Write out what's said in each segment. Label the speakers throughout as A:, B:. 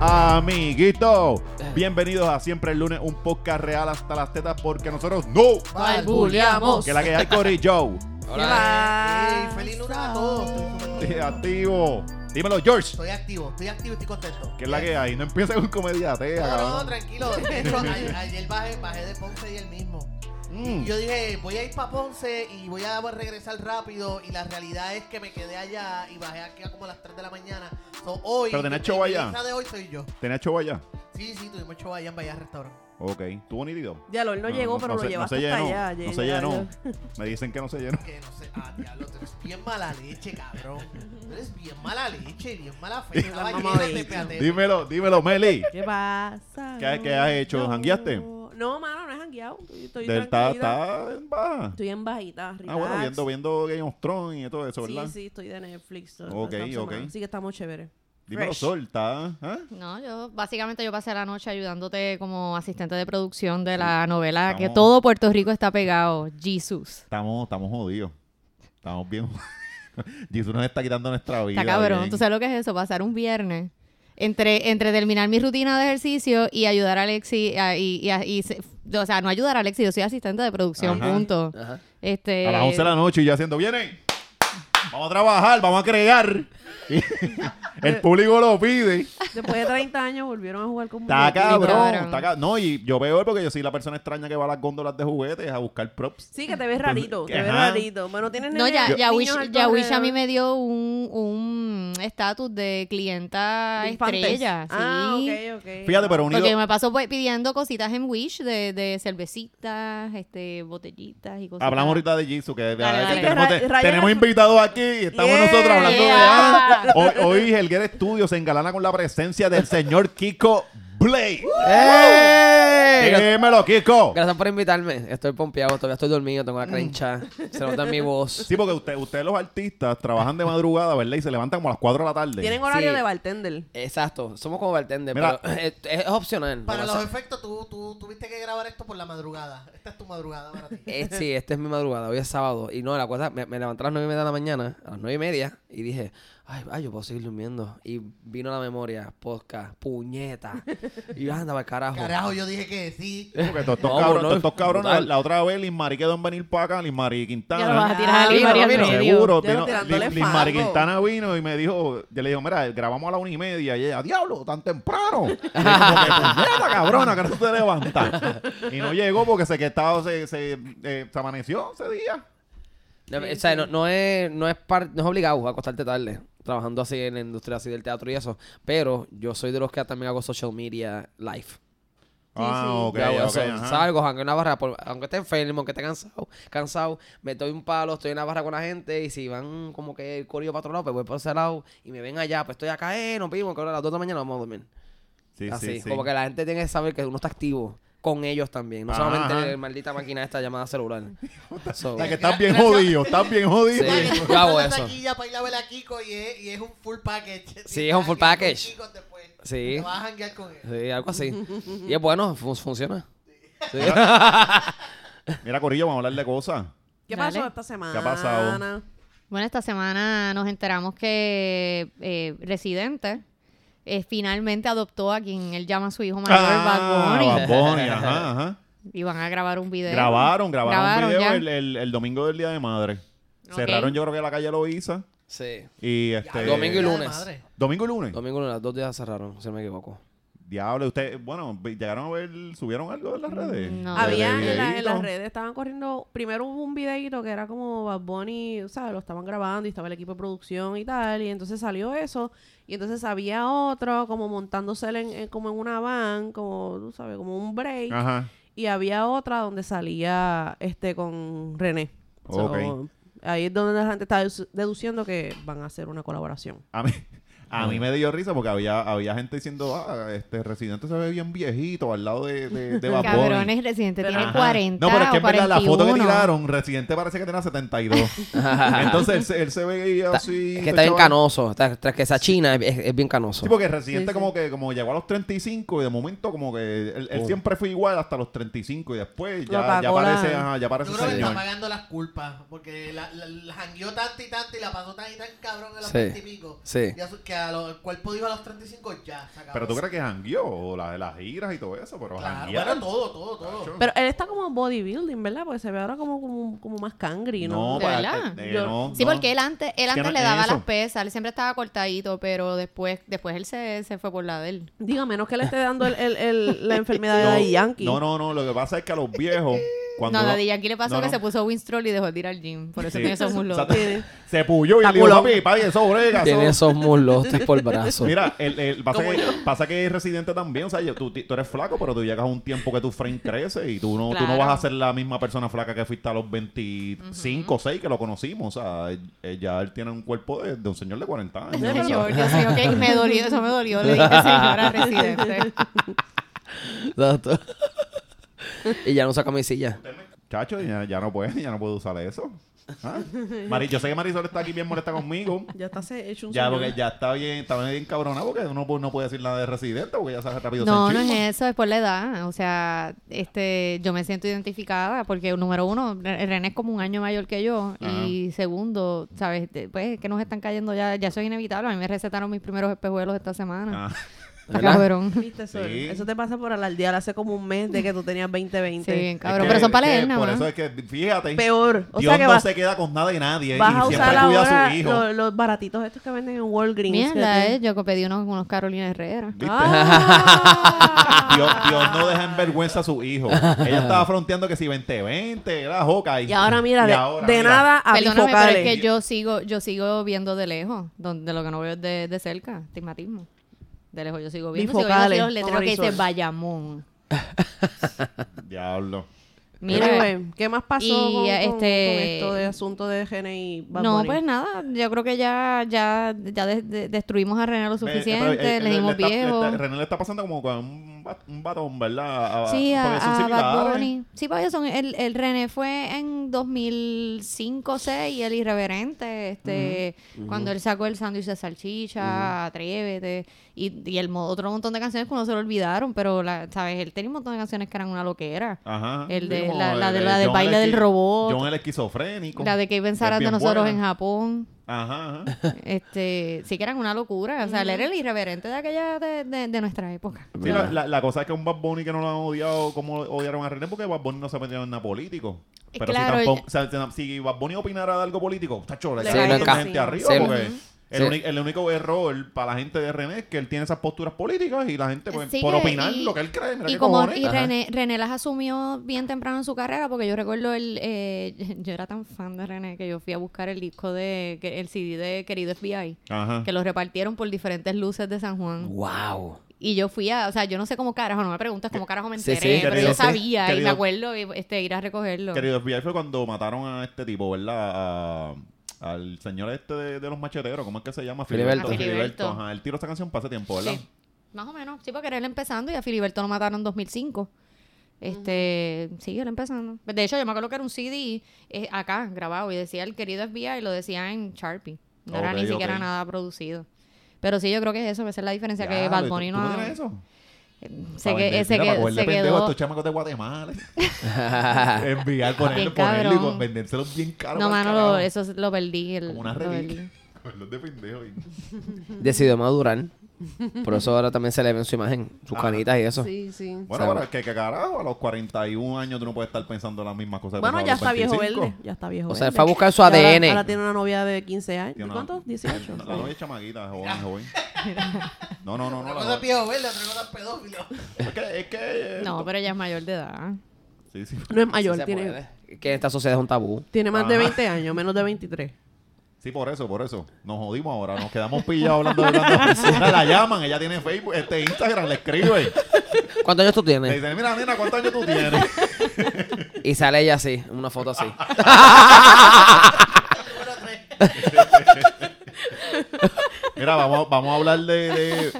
A: amiguitos.
B: Eh.
A: Bienvenidos a Siempre el Lunes, un podcast real hasta las tetas, porque nosotros no.
C: Balbuleamos.
A: Que la que hay, Cory Joe.
B: Hola. eh, Ey, feliz lunes a todos. Estoy súper
A: Estoy
B: contento.
A: activo. Dímelo, George.
B: Estoy activo, estoy activo, estoy contento.
A: Que es la que hay. No empieza con comedia tea,
B: No, no,
A: cabrón.
B: tranquilo. De hecho, ayer, ayer bajé, bajé de Ponce y el mismo.
A: Mm.
B: Yo dije, voy a ir para Ponce y voy a regresar rápido. Y la realidad es que me quedé allá y bajé aquí a como a las 3 de la mañana. So, hoy,
A: Pero tenés
B: mi
A: show allá.
B: premisa de hoy soy yo.
A: ¿Tenés show allá?
B: Sí, sí, tuvimos show allá en Bahía Restaurant.
A: Ok. ¿Tuvo nítido?
C: Ya lo, él no, llegó, pero
A: no
C: lo
A: se-
C: llevaste
A: No se
C: hasta
A: llenó.
C: allá.
A: no se
C: llega-
A: llenó. Me dicen que no se llenó.
B: Que no sé, ah, diablo, tú eres bien mala leche, cabrón. Tú eres bien mala leche, bien mala fe. Estaba
C: mamá
B: llena de
C: bicho.
B: peateros.
A: Dímelo, dímelo, Meli.
C: ¿Qué pasa?
A: ¿Qué- qué has hecho?
C: No.
A: ¿Jangueaste?
C: No, mano, no he jangueado. Estoy, estoy
A: Del- Está
C: tranquila.
A: está en baja.
C: Estoy en bajita, relax.
A: Ah, bueno, viendo, viendo Game of Thrones y todo eso, ¿verdad?
C: Sí, sí, estoy de Netflix. toda-
A: Ok,
C: toda esta
A: ok.
C: semana. Así que estamos chéveres.
A: Dímelo,
C: Fresh.
A: Sol, ¿está? ¿Ah?
D: No, yo básicamente yo pasé la noche ayudándote como asistente de producción de la novela que
A: Estamos-
D: todo Puerto Rico está pegado, Jesus.
A: Estamos, estamos jodidos. Estamos bien. Jesús nos está quitando nuestra vida.
D: Está cabrón,
A: bien.
D: tú sabes lo que es eso, pasar un viernes entre, entre terminar mi rutina de ejercicio y ayudar a Alexi a- y, y a- y se- o sea, no ayudar a Alexi, yo soy asistente de producción,
A: Ajá.
D: punto.
C: Ajá.
D: Este
A: A las 11 de la noche y yo haciendo, vienen. Vamos a trabajar, vamos a crear. El público lo pide.
C: Después de 30 años volvieron a jugar con
A: Está
C: muñequitos.
A: cabrón,
D: cabrón.
A: está cabrón. No, y yo peor porque yo soy la persona extraña que va a las góndolas de juguetes a buscar props.
C: Sí, que te ves rarito, te ves
A: Pues, Ajá.
C: rarito. Bueno, tienes
D: No, ya,
C: nenes,
D: ya, Wish,
C: niños al
D: ya
C: tu
D: Wish a mí
C: alrededor.
D: me dio un un estatus de clienta
C: De infantes.
D: estrella. Sí.
C: Ah, ok, ok.
A: Fíjate, pero unido.
D: Porque me paso pues, pidiendo cositas en Wish de, de cervecitas, este, botellitas y cosas.
A: Hablamos ahorita de Jisoo, que,
D: Dale,
A: tenemos,
D: dale.
C: Sí, que Ra-
A: te-
C: Ryan-
A: tenemos invitados aquí y estamos
C: Yeah.
A: nosotros hablando de...
D: Yeah.
A: Ah, Hoy, hoy Helguer Studios se engalana con la presencia del señor Kiko Blade.
E: ¡Eh!
A: Dímelo, Kiko.
E: Gracias por invitarme. Estoy pompeado, todavía estoy dormido, tengo la crencha. Se nota en mi voz.
A: Sí, porque usted- ustedes los artistas trabajan de madrugada, ¿verdad? Y se levantan como a las 4 de la tarde.
C: Tienen horario
E: Sí.
C: de bartender.
E: Exacto, somos como bartender,
A: Mira.
E: pero es, es opcional.
B: Para
E: Lo que
B: los
E: pasa-
B: efectos, tú, tú tuviste que grabar esto por la madrugada. Esta es tu madrugada para ti.
E: Eh, sí, esta es mi madrugada, hoy es sábado. Y no, la cosa, me, me levanté a las nueve y media de la mañana, a las nueve y media, y dije, ay, ay, yo puedo seguir durmiendo. Y vino la memoria, podcast, puñeta. Y yo andaba al carajo.
B: Carajo, yo dije que sí.
E: Eh,
A: Porque todos estos
E: No,
A: cabrones,
E: no,
A: todos estos cabrones,
E: brutal.
A: la, la otra vez Liz Mari quedó en venir para acá, Liz Mari
D: Ya lo vas
A: Quintana.
D: a tirar a Liz
C: Vino,
D: María al
C: vino.
D: medio.
A: Seguro,
C: Ya lo
A: vino-
C: tirándole
A: Liz, Liz Mari
C: fango.
A: Quintana vino y me dijo, yo le digo, mira, grabamos a las una y media y ella, diablo, tan temprano. Y yo, como que, "Puñeta, cabrona, que no te levantas. Y no llegó porque se que estaba, se, se, eh, se amaneció ese día.
E: No, o sea, no, no es, no, es par- no es obligado a acostarte tarde, trabajando así en la industria así del teatro y eso. Pero yo soy de los que también hago social media live.
A: ah,
D: sí.
A: ok,
E: Yo hago
A: ok,
E: eso.
A: ajá.
E: Salgo, aunque una barra, por- aunque esté enfermo, aunque esté cansado, cansado, me doy un palo, estoy en la barra con la gente y si van como que el corillo para otro lado, pues voy por ese lado y me ven allá, pues estoy acá, eh, nos vimos, que ahora a las 2 de la mañana vamos a dormir.
A: Sí,
E: así,
A: sí, sí.
E: como que la gente tiene que saber que uno está activo con ellos también, no
A: Ajá,
E: solamente
A: ajá.
E: la maldita máquina esta llamada celular. So,
A: O sea, que estás bien jodido, estás bien jodido.
E: Sí.
B: Vale,
E: yo
B: tú
E: hago
B: contratas
E: eso.
B: aquí ya para ir a ver a Kiko y es, y es un full package.
E: Sí, es un full
B: Jangueas con
E: package.
B: Kiko después.
E: Sí.
B: Te vas a janguear con él.
E: Sí, algo así. Y es bueno, fun- funciona. Sí.
A: Mira, Corillo, vamos a hablar de cosas.
C: ¿Qué
D: Dale.
C: pasó esta semana?
A: ¿Qué ha pasado?
D: Bueno, esta semana nos enteramos que eh, Residente eh, finalmente adoptó a quien él llama a su hijo mayor, Bad Bunny.
A: Ah, Bad Bunny, ajá, ajá.
D: Y van a grabar un video.
A: Grabaron, grabaron, un video
D: ya.
A: el, el- el domingo del Día de Madre.
D: Ok.
A: Cerraron yo creo que la calle Loiza
E: Sí.
A: y este...
E: Domingo
B: Ya de
E: y lunes.
B: madre.
A: ¿Domingo y lunes.
E: Domingo las dos días cerraron, si no me equivoco.
A: Diablo, ustedes, bueno, vi- llegaron a ver, subieron algo en las redes. De-
D: No.
A: de
C: Mm, Había en, la- en
A: videíto.
C: las redes, estaban corriendo, primero hubo un videito que era como Bad Bunny, o sea, lo estaban grabando y estaba el equipo de producción y tal, y entonces salió eso, y entonces había otro como montándose él en, en- como en una van, como, tú sabes, como un break,
A: Ajá.
C: y había otra donde salía este con René.
A: Ok.
C: Ahí es donde la gente está dedu- deduciendo que van a hacer una colaboración.
A: A mí, a mí me dio risa porque había, había gente diciendo, ah, este residente se ve bien viejito al lado de, de, de Bad Bunny".
D: Cabrones, Residente tiene
A: Ajá.
D: 40
A: No, pero es que en
D: o
A: verdad la foto que
D: 41.
A: tiraron, Residente parece que tenía 72. Entonces él, se- él se veía
E: Está-
A: así.
E: es que está bien
A: pues, chaval.
E: canoso. Está, tras que esa china es, es- es bien canoso.
A: Sí, porque el Residente
C: Sí, sí.
A: como que como llegó a los 35 y de momento como que él, él
E: Oh.
A: siempre fue igual hasta los 35 y después
C: Lo
A: ya, ya
C: cagó la-
A: parece, ajá, ya parece
B: Yo creo que
A: señor.
B: está pagando las culpas. Porque la, la, la jangueó tanto y tanto y la pasó tan y tan cabrón a los
E: Sí.
B: 20 y pico.
E: Sí.
B: Ya su- que a lo- el cuerpo dijo a los 35 ya, se acabó.
A: Pero tú crees que jangueó, o la- las giras y todo eso, pero
B: Claro,
A: janguear.
B: bueno, todo, todo, todo.
A: Cacho.
C: Pero él está como bodybuilding, ¿verdad? Porque se ve ahora como, como, como más cangri, ¿no?
A: no,
D: ¿De
A: para-
D: verdad?
A: eh,
C: Yo-
A: no,
D: Sí,
A: no.
D: porque él antes, él
A: Es que
D: antes
A: no-
D: le daba
A: eso.
D: las pesas, él siempre estaba cortadito, pero después, después él se, se fue por la de él.
C: Digo, a menos que le esté dando el, el- el- la enfermedad de
A: No,
C: Daddy Yankee.
A: No, no, no. Lo que pasa es que a los viejos, cuando.
D: no, Daddy Yankee le pasó
A: no,
D: que
A: no.
D: se puso Winstrol y dejó de ir al gym. Por eso
A: Sí.
D: tiene esos muslos.
A: O sea, te- se puyó y le dijo,
C: Taculón.
A: papi, papi, eso brega. eso-
E: Tiene esos muslos, estoy por brazo.
A: Mira, el, el- pasa, que, pasa que es residente también. O sea, yo- tú, ti- tú eres flaco, pero tú llegas a un tiempo que tu frame crece y tú no, tú no
D: Claro.
A: vas a ser la misma persona flaca que fuiste a los 25 o 6 que lo conocimos. O sea, él- él ya él tiene un cuerpo de, de un señor de 40 años.
D: Señor,
A: o sea.
D: Dios mío, que me dolió, eso me dolió, le dije señora residente.
E: Exacto. y ya no usa camisilla.
A: Chacho, ya, ya no puede, ya no puede usar eso. ¿Ah? Mari- yo sé que Marisol está aquí bien molesta conmigo.
C: Ya está se- hecho un
A: Ya,
C: señor.
A: porque ya está bien, está bien cabronado porque uno pu- no puede decir nada de residente porque ya sabe rápido
D: No,
A: se
D: no es
A: enchima.
D: eso, es por la edad. O sea, este, yo me siento identificada porque, número uno, Re- René es como un año mayor que yo. Y segundo, ¿sabes? De- Pues es que nos están cayendo ya, ya eso es inevitable. A mí me recetaron mis primeros espejuelos esta semana.
A: Ah,
D: Está
E: ¿Verdad?
D: cabrón. Sí,
C: Viste, Sol?
A: Sí.
C: Eso te pasa por alardear hace como un mes de que tú tenías 20-20.
D: bien
A: es
D: cabrón.
A: que-
D: Pero son
A: es
D: para
A: que
D: leer, nada
A: Por
D: más.
A: eso es que, fíjate,
C: Peor. O
A: Dios
C: sea que
A: no
C: vas,
A: se queda con nada de nadie.
C: vas a
A: y
C: usar
A: siempre cuida a
C: ahora
A: su hijo.
C: los, los baratitos estos que venden en Walgreens. que
D: Mierda,
C: te-
D: eh, yo pedí unos, unos Carolina Herrera.
A: ¿Viste?
C: Ah.
A: Dios, Dios no deja en vergüenza a su hijo. Ella estaba fronteando que si 20-20, era joca.
C: Y ahora mira, de,
A: ahora,
C: de
A: mira.
C: nada a
D: Perdóname,
C: bifocales.
D: pero es que yo sigo, yo sigo viendo de lejos, donde lo que no veo es de, de cerca, astigmatismo. De lejos yo sigo viendo. Si veo
C: Bifocales,
D: los letreros que dice
C: Marisol.
D: Bayamón.
A: Diablo.
D: Mira,
C: Anyway, ¿qué más pasó
D: y,
C: con, con-
D: este-
C: con esto de asunto de GNI? Bad
D: no,
C: Bunny?
D: pues nada, yo creo que ya, ya, ya de- de- destruimos a René lo
A: Me-
D: suficiente,
A: pero, eh,
D: le dimos
A: está- le
D: viejo.
A: está- René le está pasando como con un, bat- un batón, ¿verdad? A-
D: Sí,
A: Ah, porque son
D: a, a Bad
A: similares.
D: Bunny. Sí, porque ellos son, el, el René fue en 2005 6 y el irreverente, este, cuando él sacó el sándwich de salchicha, Atrévete, y, y el mo- otro montón de canciones que uno se lo olvidaron, pero, la, ¿sabes? Él tenía un montón de canciones que eran una loquera.
A: Ajá.
D: El
A: Sí,
D: de-
A: como
D: la- la de- la
A: eh,
D: del
A: John
D: baile
A: el
D: del
A: esqui-
D: robot.
A: John el esquizofrénico.
D: La de que
A: Es
D: pensarás de
A: bien
D: nosotros
A: buena.
D: en Japón.
A: Ajá, ajá.
D: este sí que eran una locura. O sea, él era el irreverente de aquella de, de- de nuestra época.
A: Sí, la, la- la cosa es que un Bad Bunny que no lo han odiado como odiaron a René porque Bad Bunny no se metió en nada político.
D: Eh,
A: Pero
D: claro,
A: si, tampoco, o sea, si Bad Bunny opinara de algo político, está chola,
C: Le
A: le cae
E: cae
A: un montón de
E: encima.
A: gente arriba
E: Sí.
A: porque el,
E: Sí.
A: uni- el único error para la gente de René es que él tiene esas posturas políticas y la gente pues,
D: Sí
A: por
D: que-
A: opinar
D: y-
A: lo que él cree. mira
D: Y
A: qué
D: como
A: cojones.
D: y René, René las asumió bien temprano en su carrera, porque yo recuerdo el eh, yo era tan fan de René que yo fui a buscar el disco de que- el CD de Querido FBI,
E: Ah.
A: Ajá.
D: que lo repartieron por diferentes luces de San
E: Uh.
D: Juan.
E: Wow.
D: Y yo fui a, o sea, yo no sé cómo carajo, no me preguntes cómo carajo me
E: Sí, sí,
D: enteré, pero
E: querido,
D: yo
E: sí.
D: sabía y
A: Querido-
D: me acuerdo y, este ir a recogerlo.
A: Querido FBI fue cuando mataron a este tipo, ¿verdad? A- al señor este de, de los macheteros, ¿cómo es que se llama?
E: Filiberto.
A: Filiberto.
D: Ah, Filiberto.
A: Filiberto, Ajá, él tiró esta canción para ese tiempo, ¿verdad?
D: Sí, más o menos. Sí, porque era él empezando y a Filiberto lo mataron en 2005. Este, sí, él empezando. De hecho, yo me acuerdo que era un CD eh, acá, grabado, y decía el querido FBI y lo decía en Sharpie. No era
A: Ok,
D: ni siquiera
A: ok.
D: nada producido. Pero sí, yo creo que es eso, esa es la diferencia que
A: Ya,
D: Bad
A: ¿tú-
D: Bunny
A: tú
D: no ha-
A: tienes eso?
D: Se,
A: Pa'
D: que-
A: vender,
D: se,
A: mira,
D: que-
A: pa' cogerle
D: se
A: pendejo a
D: quedó.
A: estos chamacos de Guatemala. Enviar, ponerlo, ponerlo
D: Bien
A: y
D: cabrón.
A: con- vendérselos bien caros.
D: No, mano, lo, eso es- lo perdí. el-
A: Como una
D: lo
A: reliquia.
D: perdí.
A: Cogerlos de pendejo. y-
E: Decidió madurar. Por eso ahora también se le ven su imagen, sus
A: Ah.
E: canitas y eso.
C: Sí, sí.
A: Bueno,
E: Sabe.
A: pero que, que carajo, a los 41 años tú no puedes estar pensando las mismas cosas. que
C: Bueno,
A: pensabas
C: ya
A: a los
C: está viejo
A: 25.
C: verde. Ya está viejo
E: O sea, él
C: verde.
E: fue a buscar su
C: Y ahora-
E: ADN.
C: Ahora tiene una novia de 15 años.
A: Tiene
C: ¿Y
A: una-
C: cuántos? 18.
A: La novia es chamaguita, joven, joven. No, no, no, no.
B: Una
A: la
B: cosa es
A: novia-
B: viejo verde, otra cosa es pedófilo.
A: Es que, es que. eh,
D: No, pero ella es mayor de edad.
A: Sí, sí.
C: No es
E: Sí
C: mayor,
E: se
C: Ah, tiene,
E: puede. Que en esta sociedad es un tabú.
C: tiene más de
A: Ajá.
C: 20 años, menos de 23.
A: Sí, por eso, por eso. Nos jodimos ahora. Nos quedamos pillados hablando de la La llaman, ella tiene Facebook, este Instagram, le escribe.
E: ¿Cuántos años tú
A: Le
E: tienes?
A: dicen, mira, nena, ¿cuántos años tú tienes?
E: Y sale ella así, una foto así.
B: Número tres.
A: Mira, vamos, vamos a hablar de- de,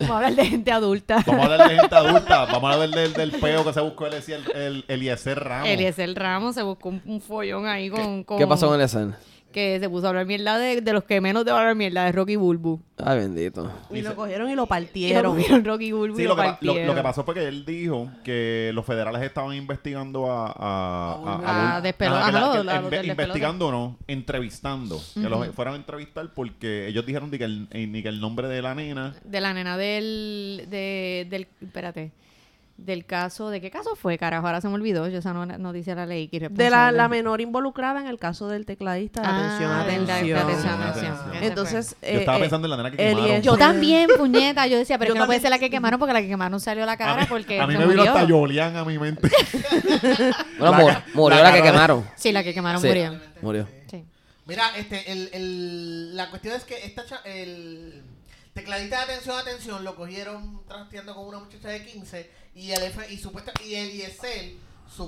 D: Vamos a hablar de gente adulta.
A: Vamos a hablar de gente adulta. Vamos a hablar del, del peo que se buscó el, el, el Eliezer Ramos.
D: Eliezer Ramos se buscó un, un follón ahí con, con...
E: ¿Qué pasó con el escena?
D: que se puso a hablar mierda de, de los que menos te van a hablar mierda, de Rocky Bulbu.
E: Ay, bendito.
C: Y lo cogieron y lo
D: Y lo
C: partieron.
D: cogieron Rocky Bulbu
A: Sí,
D: y
A: lo
D: lo,
A: que, pa- lo- lo
D: partieron.
A: que pasó fue que él dijo que los federales estaban investigando a... A, a,
D: A
A: Bol-
D: despelo-
A: Ajá, que la-
D: ajá,
A: que
D: lo-
A: inve-
D: lo del despelote.
A: investigando no, entrevistando. Que los fueron a entrevistar porque ellos dijeron ni que el, eh, ni que el nombre de la nena...
D: De la nena del, de- del, espérate, del caso, ¿de qué caso fue, carajo? Ahora se me olvidó, yo esa no, noticia la leí. que
C: De la,
D: irresponsable.
C: la menor involucrada en el caso del tecladista. atención,
D: Ah, del-
C: atención.
D: del- atención,
A: Atención.
D: atención. Ese
C: Entonces,
A: yo
C: eh,
A: estaba
C: eh,
A: pensando en la nena que
C: Eliezer-
A: quemaron.
D: Yo también, puñeta, yo decía, pero
C: Yo
D: es que no puede
C: también-
D: ser la que quemaron porque la que quemaron salió la cara
A: a mí,
D: porque
A: a mí
D: se
A: me vino
D: murió.
A: hasta Yolian a mi mente.
E: Bueno,
A: La
E: mur-
A: ca-
E: murió
A: la
E: la,
A: cara
E: que
A: de-
E: quemaron.
D: Sí, la que quemaron
E: Sí.
D: murió.
E: Murió.
D: Sí.
B: Mira, este, el, el- la cuestión es que esta cha- el tecladista de atención, atención, lo cogieron trasteando con una muchacha de 15 y el F- y supuesta y el ISL